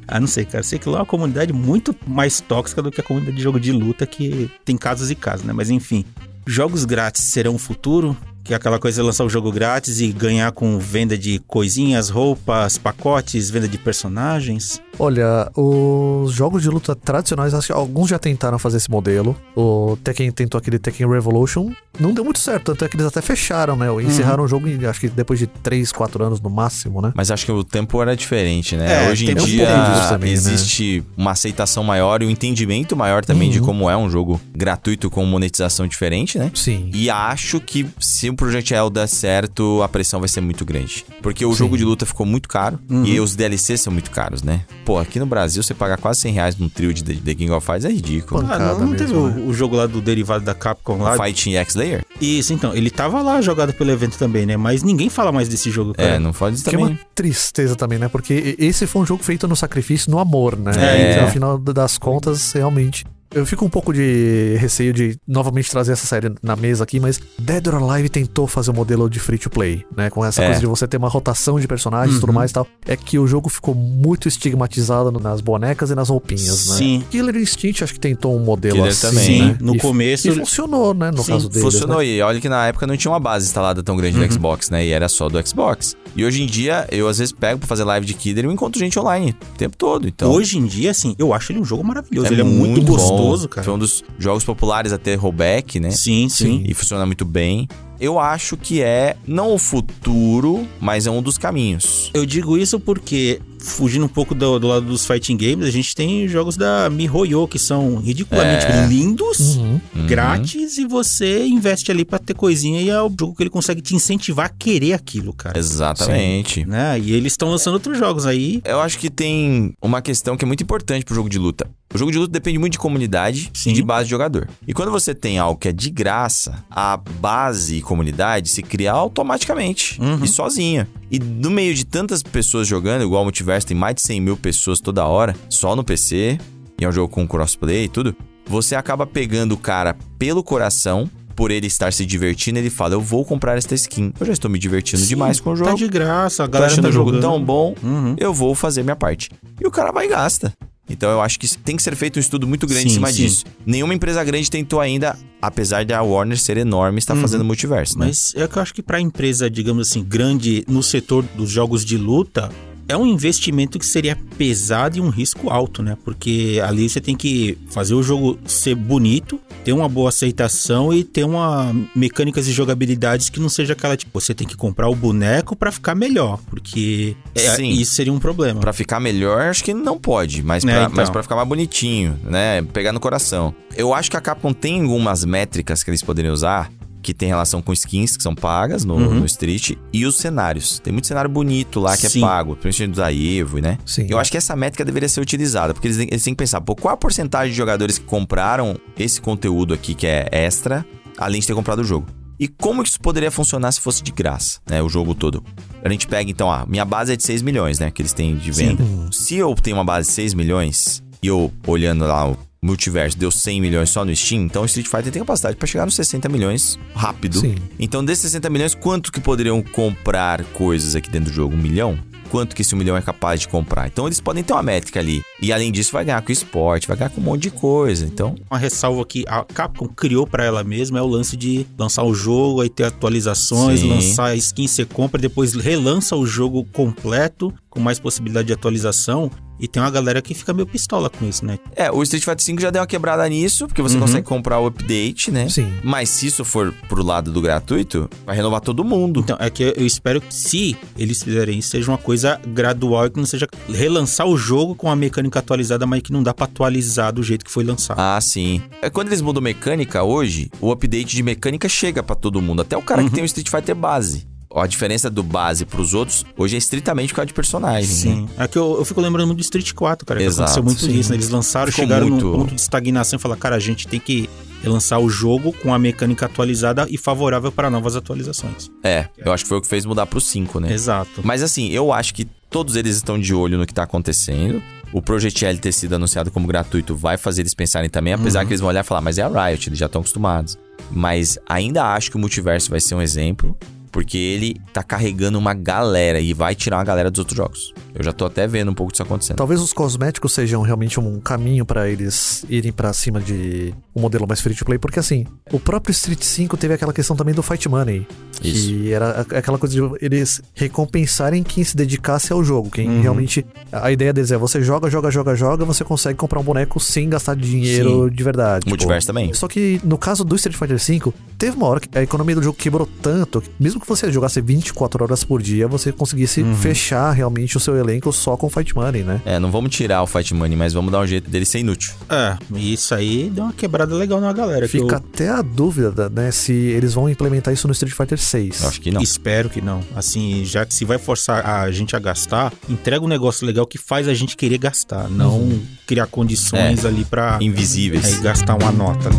Ah, não sei, cara. Sei que lá é uma comunidade muito mais tóxica do que a comunidade de jogo de luta, que tem casos e casos, né? Mas enfim, jogos grátis serão o futuro? Que é aquela coisa de lançar o jogo grátis e ganhar com venda de coisinhas, roupas, pacotes, venda de personagens. Olha, os jogos de luta tradicionais, acho que alguns já tentaram fazer esse modelo. O Tekken tentou aquele Tekken Revolution, não deu muito certo, tanto é que eles até fecharam, né? Encerraram o jogo, em, acho que depois de 3, 4 anos no máximo, né? Mas acho que o tempo era diferente, né? É, Hoje em tem um dia pouco disso também, né? existe uma aceitação maior e um entendimento maior também de Uhum. como é um jogo gratuito com monetização diferente, né? Sim. E acho que se o Project L der certo, a pressão vai ser muito grande. Porque o jogo de luta ficou muito caro e Uhum. os DLCs são muito caros, né? Pô, aqui no Brasil você pagar quase 100 reais num trio de The The King of Fights é ridículo. Ah, Pancada não, não teve mesmo, né? o, o jogo lá do derivado da Capcom lá? Fighting X Layer? Isso, então. Ele tava lá jogado pelo evento também, né? Mas ninguém fala mais desse jogo, cara. É, não pode Que é também. uma tristeza também, né? Porque e- esse foi um jogo feito no sacrifício, no amor, né? É. Então, no final d- das contas, realmente. Eu fico um pouco de receio de novamente trazer essa série na mesa aqui, mas Dead or Alive tentou fazer um modelo de free to play, né? Com essa É. Uhum. coisa de você ter uma rotação de personagens e tudo mais e tal. É que o jogo ficou muito estigmatizado no- nas bonecas e nas roupinhas, né? Sim. Killer Instinct acho que tentou um modelo Killer assim. também, Sim, né? no E- começo. E funcionou, né? No Sim, caso deles. Funcionou né? Uhum. e olha que na época não tinha uma base instalada tão grande do Xbox, né? E era só do Xbox. E hoje em dia, eu às vezes pego pra fazer live de Kidder e eu encontro gente online o tempo todo. Então, Hoje em dia, assim, eu acho ele um jogo maravilhoso. ele é muito, bom. gostoso, cara. Foi um dos jogos populares até rollback, né? Sim, sim. E funciona muito bem. Eu acho que é não o futuro, mas é um dos caminhos. Eu digo isso porque, fugindo um pouco do, do lado dos fighting games, a gente tem jogos da MiHoYo que são ridiculamente É. lindos, Uhum. grátis, e você investe ali pra ter coisinha e é o jogo que ele consegue te incentivar a querer aquilo, cara. Exatamente. Né? E eles estão lançando outros jogos aí. Eu acho que tem uma questão que é muito importante pro jogo de luta. O jogo de luta depende muito de comunidade Sim. e de base de jogador. E quando você tem algo que é de graça, a base e comunidade se cria automaticamente Uhum. e sozinha. E no meio de tantas pessoas jogando, igual o Multiverso tem mais de 100 mil pessoas toda hora, só no PC, e é um jogo com crossplay e tudo, você acaba pegando o cara pelo coração. Por ele estar se divertindo, ele fala: Eu vou comprar esta skin. Eu já estou me divertindo Sim, demais com o jogo. Tá de graça, a Tô galera achando tá o jogo jogando. tão bom, Uhum. eu vou fazer minha parte. E o cara vai e gasta. Então eu acho que tem que ser feito um estudo muito grande em Sim, cima sim. disso. Nenhuma empresa grande tentou ainda, apesar da Warner ser enorme, estar fazendo multiverso, né? Uhum. Mas é que eu acho que pra empresa, digamos assim, grande no setor dos jogos de luta, é um investimento que seria pesado e um risco alto, né? Porque ali você tem que fazer o jogo ser bonito, ter uma boa aceitação e ter uma mecânicas e jogabilidades que não seja aquela tipo, você tem que comprar o boneco pra ficar melhor, porque é, Sim. isso seria um problema. Pra ficar melhor, acho que não pode, mas É, pra, então. mas pra ficar mais bonitinho, né? Pegar no coração. Eu acho que a Capcom tem algumas métricas que eles poderiam usar, que tem relação com skins que são pagas no, Uhum. no Street, e os cenários. Tem muito cenário bonito lá que Sim. é pago, principalmente da Evo, né? Sim. Eu acho que essa métrica deveria ser utilizada, porque eles, têm- eles têm que pensar, pô, qual a porcentagem de jogadores que compraram esse conteúdo aqui que é extra, além de ter comprado o jogo? E como que isso poderia funcionar se fosse de graça, né? O jogo todo. A gente pega, então, ah, minha base é de 6 milhões, né? Que eles têm de Sim. venda. Se eu tenho uma base de 6 milhões e eu olhando lá o multiverso deu 100 milhões só no Steam, então o Street Fighter tem capacidade pra chegar nos 60 milhões rápido. Sim. Então, desses 60 milhões, quanto que poderiam comprar coisas aqui dentro do jogo? Um milhão? Quanto que esse um milhão é capaz de comprar? Então, eles podem ter uma métrica ali. E além disso, vai ganhar com esporte, vai ganhar com um monte de coisa. Então, Uma ressalva que a Capcom criou pra ela mesma é o lance de lançar o jogo, aí ter atualizações, Sim. lançar a skin você compra, depois relança o jogo completo, com mais possibilidade de atualização. E tem uma galera que fica meio pistola com isso, né? é, o Street Fighter V já deu uma quebrada nisso, porque você Uhum. consegue comprar o update, né? Sim. Mas se isso for pro lado do gratuito, vai renovar todo mundo. Então, é que eu espero que, se eles fizerem isso, seja uma coisa gradual e que não seja relançar o jogo com a mecânica atualizada, mas que não dá pra atualizar do jeito que foi lançado. Ah, sim. É quando eles mudam mecânica hoje, o update de mecânica chega pra todo mundo, até o cara que tem o Street Fighter base. a diferença do base pros outros hoje é estritamente por causa de personagem. né? Sim. É que eu, eu fico lembrando muito do Street 4, cara. que Exato, aconteceu muito sim. isso, né? Eles lançaram, Ficou chegaram muito- num ponto de estagnação e falaram, cara, a gente tem que lançar o jogo com a mecânica atualizada e favorável para novas atualizações. É, eu acho que foi o que fez mudar pro 5, né? Exato. Mas assim, eu acho que todos eles estão de olho no que tá acontecendo. O Project L ter sido anunciado como gratuito vai fazer eles pensarem também, apesar que eles vão olhar e falar, mas é a Riot, eles já estão acostumados. Mas ainda acho que o multiverso vai ser um exemplo, porque ele tá carregando uma galera e vai tirar uma galera dos outros jogos. Eu já tô até vendo um pouco disso acontecendo. Talvez os cosméticos sejam realmente um caminho pra eles irem pra cima de um modelo mais free to play, porque assim, o próprio Street 5 teve aquela questão também do Fight Money, que era a- aquela coisa de eles recompensarem quem se dedicasse ao jogo, quem realmente a ideia deles é você joga, joga, joga, joga, você consegue comprar um boneco sem gastar dinheiro de verdade. tipo. Multiverso também. Só que no caso do Street Fighter V, teve uma hora que a economia do jogo quebrou tanto, que mesmo que você jogasse 24 horas por dia, você conseguisse fechar realmente o seu elenco só com Fight Money, né? É, não vamos tirar o Fight Money, mas vamos dar um jeito dele ser inútil. É, e isso aí deu uma quebrada legal na É galera. que Fica eu até a dúvida, né, se eles vão implementar isso no Street Fighter 6. Eu acho que não. Espero que não. Assim, já que se vai forçar a gente a gastar, entrega um negócio legal que faz a gente querer gastar, não Uhum. criar É. condições ali pra Invisíveis. aí gastar uma nota.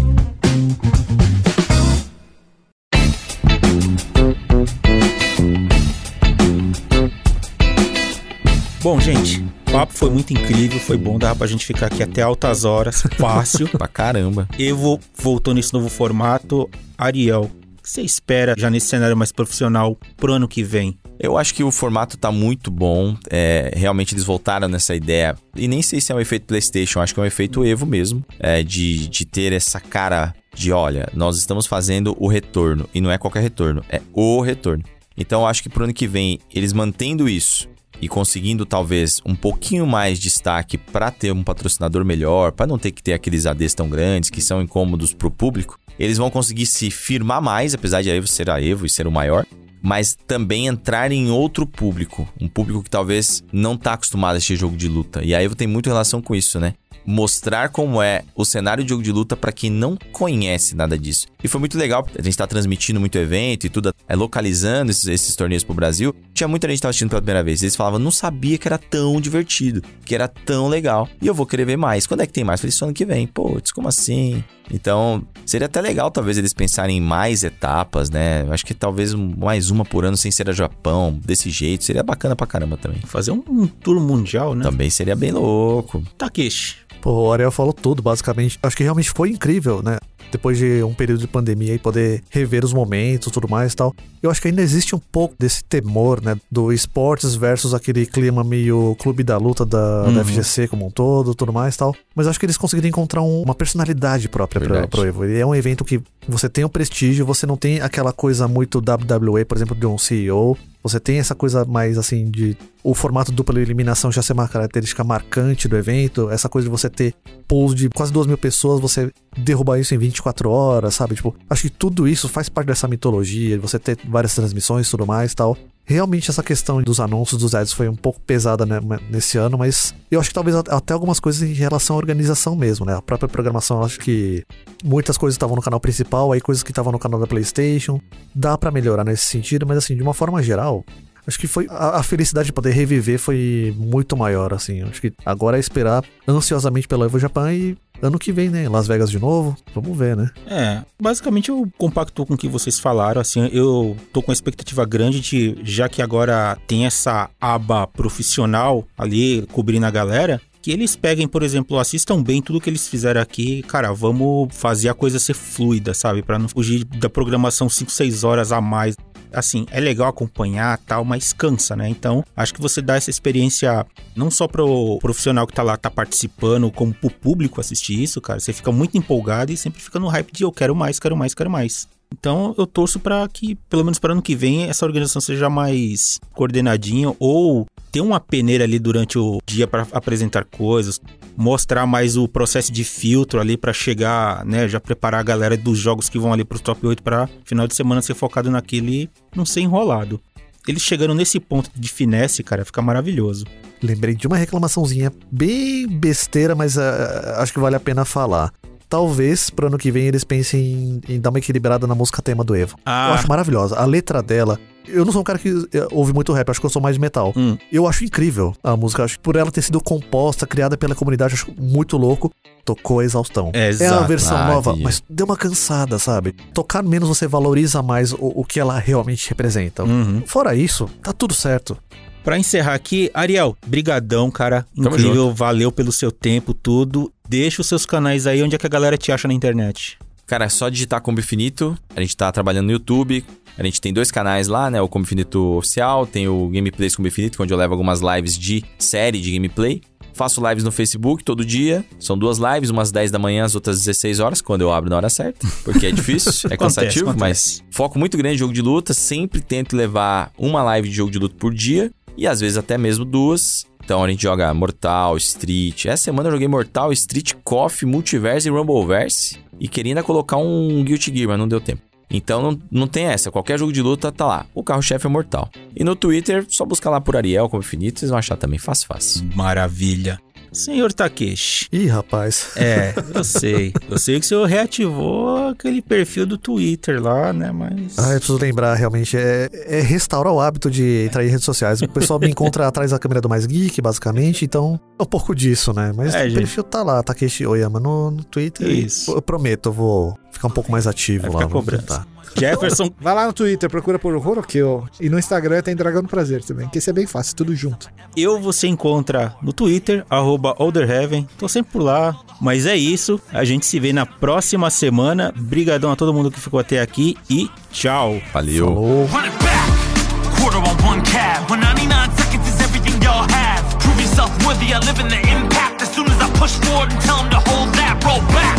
Bom, gente, o papo foi muito incrível, foi bom, dava pra gente ficar aqui até altas horas, fácil. Pra caramba. Eu vou voltando nesse novo formato. Ariel, o que você espera já nesse cenário mais profissional pro ano que vem? Eu acho que o formato tá muito bom. é, realmente eles voltaram nessa ideia. E nem sei se é um efeito PlayStation, acho que é um efeito Evo mesmo. é, de, de ter essa cara de: olha, nós estamos fazendo o retorno. E não é qualquer retorno, é o retorno. Então eu acho que pro ano que vem, eles mantendo isso e conseguindo talvez um pouquinho mais de destaque pra ter um patrocinador melhor, pra não ter que ter aqueles ADs tão grandes que são incômodos pro público, eles vão conseguir se firmar mais, apesar de a Evo ser a Evo e ser o maior mas também entrar em outro público, um público que talvez não tá acostumado a este jogo de luta. E a Evo tem muito relação com isso, né? Mostrar como é o cenário de jogo de luta pra quem não conhece nada disso. E foi muito legal, a gente tá transmitindo muito evento e tudo, é, localizando esses, esses torneios pro Brasil. Tinha muita gente que tava assistindo pela primeira vez. Eles falavam, não sabia que era tão divertido, que era tão legal. E eu vou querer ver mais. Quando é que tem mais? Falei, só ano que vem. Putz, como assim? Então, seria até legal talvez eles pensarem em mais etapas, né? Eu Acho que talvez um- mais uma por ano sem ser a Japão, desse jeito, seria bacana pra caramba também. Fazer um, um tour mundial, né? Também seria bem louco. Takeshi. Pô, o Ariel falou tudo, basicamente. Acho que realmente foi incrível, né? Depois de um período de pandemia e poder rever os momentos tudo mais e tal. Eu acho que ainda existe um pouco desse temor, né? Do esportes versus aquele clima meio clube da luta da, Uhum. da FGC como um todo, tudo mais e tal. Mas acho que eles conseguiram encontrar um- uma personalidade própria pra, Verdade. pro Evo. Ele é um evento que você tem o prestígio, você não tem aquela coisa muito WWE, por exemplo, de um CEO. Você tem essa coisa mais assim de o formato dupla eliminação já ser uma característica marcante do evento, essa coisa de você ter pools de quase duas mil pessoas, você derrubar isso em 24 horas, sabe? Tipo, acho que tudo isso faz parte dessa mitologia, de você ter várias transmissões e tudo mais e tal. Realmente essa questão dos anúncios dos ads foi um pouco pesada né, ma- nesse ano, mas eu acho que talvez at- até algumas coisas em relação à organização mesmo, né? A própria programação, eu acho que muitas coisas estavam no canal principal, aí coisas que estavam no canal da PlayStation. Dá pra melhorar nesse sentido, mas assim, de uma forma geral, acho que foi a, a felicidade de poder reviver foi muito maior, assim. Acho que agora é esperar ansiosamente pelo Evo Japan e ano que vem, né? Las Vegas de novo. Vamos ver, né? É, basicamente eu compacto com o que vocês falaram, assim, eu tô com uma expectativa grande de, já que agora tem essa aba profissional ali cobrindo a galera, que eles peguem, por exemplo, assistam bem tudo que eles fizeram aqui, cara, vamos fazer a coisa ser fluida, sabe, Pra não fugir da programação 5, 6 horas a mais. Assim, é legal acompanhar tal, mas cansa, né? Então, acho que você dá essa experiência não só pro profissional que tá lá, tá participando, como pro público assistir isso, cara. Você fica muito empolgado e sempre fica no hype de eu quero mais, quero mais, quero mais. Então eu torço pra que, pelo menos para ano que vem, essa organização seja mais coordenadinha ou ter uma peneira ali durante o dia pra apresentar coisas, mostrar mais o processo de filtro ali pra chegar, né, já preparar a galera dos jogos que vão ali pro top 8 pra final de semana ser focado naquele, não ser enrolado. Eles chegando nesse ponto de finesse, cara, fica maravilhoso. Lembrei de uma reclamaçãozinha bem besteira, mas ah, acho que vale a pena falar. Talvez pro ano que vem eles pensem em, em dar uma equilibrada na música tema do Evo. Ah. Eu acho maravilhosa. A letra dela Eu não sou um cara que eh, ouve muito rap, acho que eu sou mais de metal. Hum. Eu acho incrível a música, acho que por ela ter sido composta, criada pela comunidade, acho muito louco. Tocou a exaustão. É, É uma exato. versão Verdade. nova, mas deu uma cansada, sabe? Tocar menos você valoriza mais o, o que ela realmente representa. Uhum. Fora isso, tá tudo certo. Pra encerrar aqui, Ariel, brigadão, cara. Tamo Incrível, valeu pelo seu tempo, tudo. Deixa os seus canais aí, onde é que a galera te acha na internet. Cara, é só digitar Combo Infinito. A gente tá trabalhando no YouTube. A gente tem dois canais lá, né? O Combo Infinito Oficial, tem o Gameplays Combo Infinito, onde eu levo algumas lives de série de gameplay. Faço lives no Facebook todo dia. São duas lives, umas 10 da manhã, as outras 16 horas, quando eu abro na hora certa. Porque é difícil, é cansativo, acontece. mas foco muito grande em jogo de luta. Sempre tento levar uma live de jogo de luta por dia. E às vezes até mesmo duas. Então a gente joga Mortal, Street. Essa semana eu joguei Mortal, Street, Coffee, Multiverse e Rumbleverse. E queria ainda colocar um Guilty Gear, mas não deu tempo. Então não, não tem essa. Qualquer jogo de luta tá lá. O carro-chefe é Mortal. E no Twitter, só buscar lá por Ariel, como infinito, vocês vão achar também. Fácil, fácil. Maravilha. Senhor Takeshi. Ih, rapaz. É, eu sei. Eu sei que o senhor reativou aquele perfil do Twitter lá, né? Mas. Ah, eu preciso lembrar, realmente, é, é restaurar o hábito de entrar em redes sociais. O pessoal me encontra atrás da câmera do Mais Geek, basicamente, então é um pouco disso, né? Mas É, o gente. perfil tá lá, Takeshi Oyama no, no Twitter. Isso. E eu prometo, eu vou ficar um pouco mais ativo Vai lá. ficar vou cobrando. tentar. Jefferson. Vai lá no Twitter, procura por Horokyo. E no Instagram tem Dragão do Prazer também, que esse é bem fácil, tudo junto. Eu você encontra no Twitter, arroba Olderheaven. Tô sempre por lá. Mas é isso. A gente se vê na próxima semana. Brigadão a todo mundo que ficou até aqui e tchau. Valeu. Falou. Run it back. Quarter on one cab. When 99 seconds is everything y'all have. Prove yourself worthy. I live in the impact. As soon as I push forward and tell them to hold that, roll back.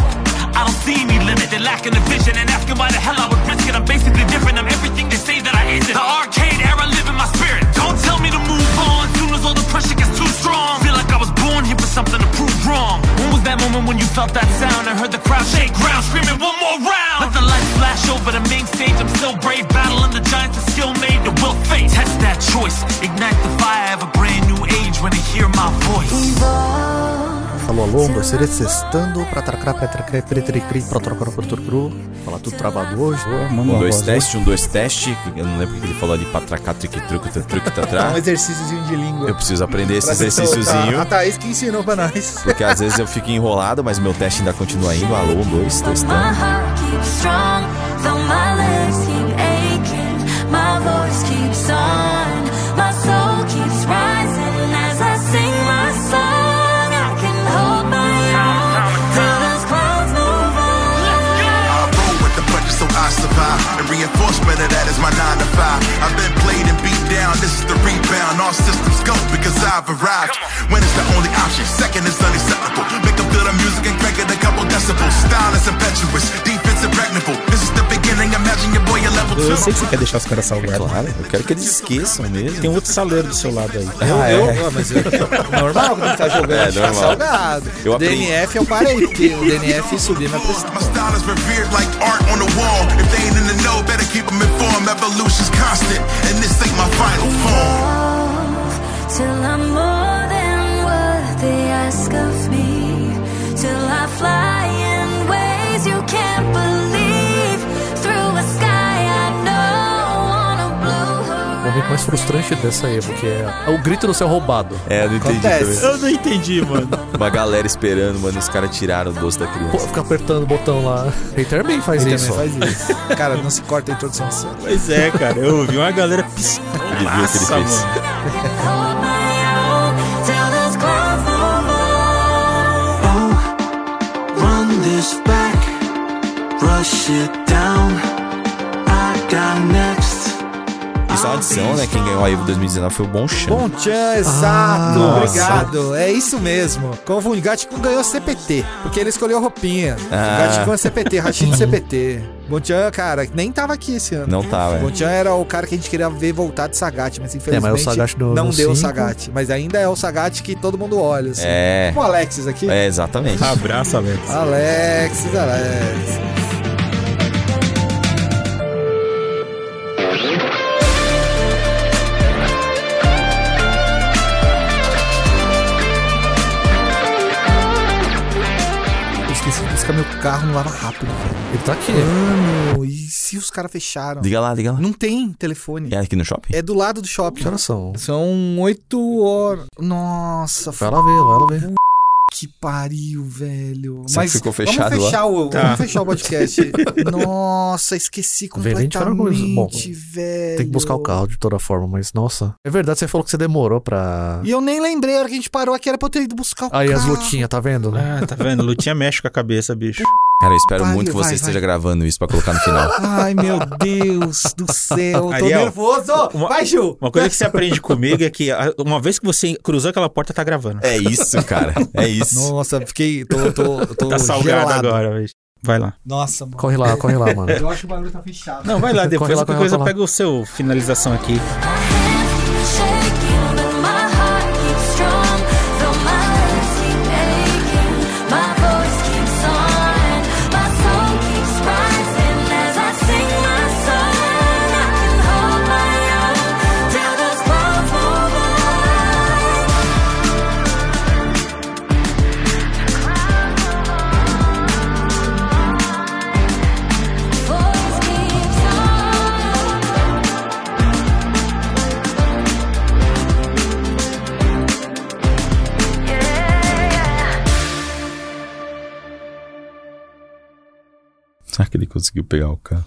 I don't see any limit. They're lacking the vision and asking why the hell I would risk it. I'm basically different. I'm everything they say that I isn't. The arcade era live in my spirit. Don't tell me to move on. Soon as all the pressure gets too strong. Feel like I was born here for something to prove wrong. When was that moment when you felt that sound? I heard the crowd shake ground, screaming one more round. Let the lights flash over the main stage. I'm still brave, battling the giants that skill made to will face. Test that choice, ignite the fire of a brand new age when they hear my voice. Falou alongo, serei sextando pra tracrá, pra tracrá, pra tricri, pra trocar por turcru. Falar tudo travado hoje. Um, dois, teste, um, dois, teste. Eu não lembro o que ele falou ali. Patracá, trique, truque, truque, truque, É um tatrá. exercíciozinho de língua. Eu preciso aprender esse Pra ver se eu- exercíciozinho. A, a Thaís que ensinou pra nós. Porque às vezes eu fico enrolado, mas meu teste ainda continua indo. Alô, um, dois, But testando. my heart keeps strong, though my legs keep aching. My voice keeps on, my soul keeps rising as I sing my song. I can hold my own till those clouds move on. I roll with the budget so I survive and reinforcement of that is my nine to five. I've been played and beat down. This is the rebound. All systems go because I've arrived. When is the only option? Second is unacceptable. Make them feel the music and crank it a couple decibels. Style is impetuous, defense impregnable. This is the beginning. Imagine your boy a level two. Eu sei que você quer deixar os caras salvados. Claro, eu quero que eles esqueçam mesmo. Tem um outro saleiro do seu lado aí. Ah, eu, é. ah, mas eu, normal quando tá jogando, É, a gente tá normal. salgado. Eu é o aprendi. DNF eu parei, porque o DNF subiu é minha pressão. My style is revered like art on the wall. If they ain't in the know, better keep them informed. Evolution's constant, and this ain't my final form. Evolve Till I'm more than what they ask of me. Till I fly in ways you can't believe. Through a sky I know on a blue O momento mais frustrante dessa Evo, que é o grito do céu roubado. É, eu não entendi Acontece. também. Eu não entendi, mano. Uma galera esperando, mano. Os caras tiraram o doce da Pô, criança. fica apertando o botão lá. Hater bem faz Ele isso. também faz isso. Cara, não se corta a introdução séria. Pois é, cara. Eu ouvi uma galera pistola. Ele viu o que ele Nossa, fez. mano. Hold my own till those clouds move on. Run this back, rush it down. I got next. E só uma adição, né? Quem ganhou a Evo 2019 foi o Bom Chan. Bom tchan, exato, obrigado. É isso mesmo. Confunde. Gaticum ganhou CPT, porque ele escolheu roupinha. Ah. Gaticum é CPT, Rashid CPT. Bom tchan, cara, nem tava aqui esse ano. Não tá, Bom velho. tchan era o cara que a gente queria ver voltar de Sagat, mas infelizmente É, mas o Sagat no- não no deu o cinco. Sagat. Mas ainda é o Sagat que todo mundo olha, assim. É. O Alexis aqui. É, exatamente. Tá Abraço, Alex. Alexis, Alexis. Esqueci, esqueci. música Meu Carro Não Lava Rápido. Ele tá aqui. Mano, e se os caras fecharam? Liga lá, liga lá. Não tem telefone. É aqui no shopping? É do lado do shopping. Que horas são? São oito horas. Nossa, Vai lá ver, vai lá ver. que pariu, velho. Será que ficou fechado vamos lá? fechar, o, Tá. vamos fechar o podcast. Nossa, esqueci Vem nem de falar com isso. Bom, completamente, velho. Tem que buscar o carro de toda forma, mas nossa. É verdade, você falou que você demorou pra. E eu nem lembrei, a hora que a gente parou aqui era pra eu ter ido buscar o Aí carro. É. as lutinhas, tá vendo? Ah, tá vendo? Lutinha mexe com a cabeça, bicho. Cara, eu espero Vai, muito que você vai, esteja vai. gravando isso pra colocar no final. Ai, meu Deus do céu. Tô Ariel, nervoso. uma- Vai, Ju. Uma coisa que você aprende comigo é que a- uma vez que você cruzou aquela porta, tá gravando. é isso, cara. É isso. Nossa, fiquei... Tô, tô, tô Tá salgado gelado. agora, bicho. Vai lá. Nossa, mano. Corre lá, corre lá, mano. Eu acho que o barulho tá fechado. Não, vai lá. Depois Corre lá, qualquer corre coisa lá, corre lá. pega o seu finalização aqui. shaking, but my heart keeps strong. Though my legs keep aching, my voice keeps on. My soul keeps rising as I sing my song. I can hold my own till those clouds move on. Voice keeps on. Será que ele conseguiu pegar o carro?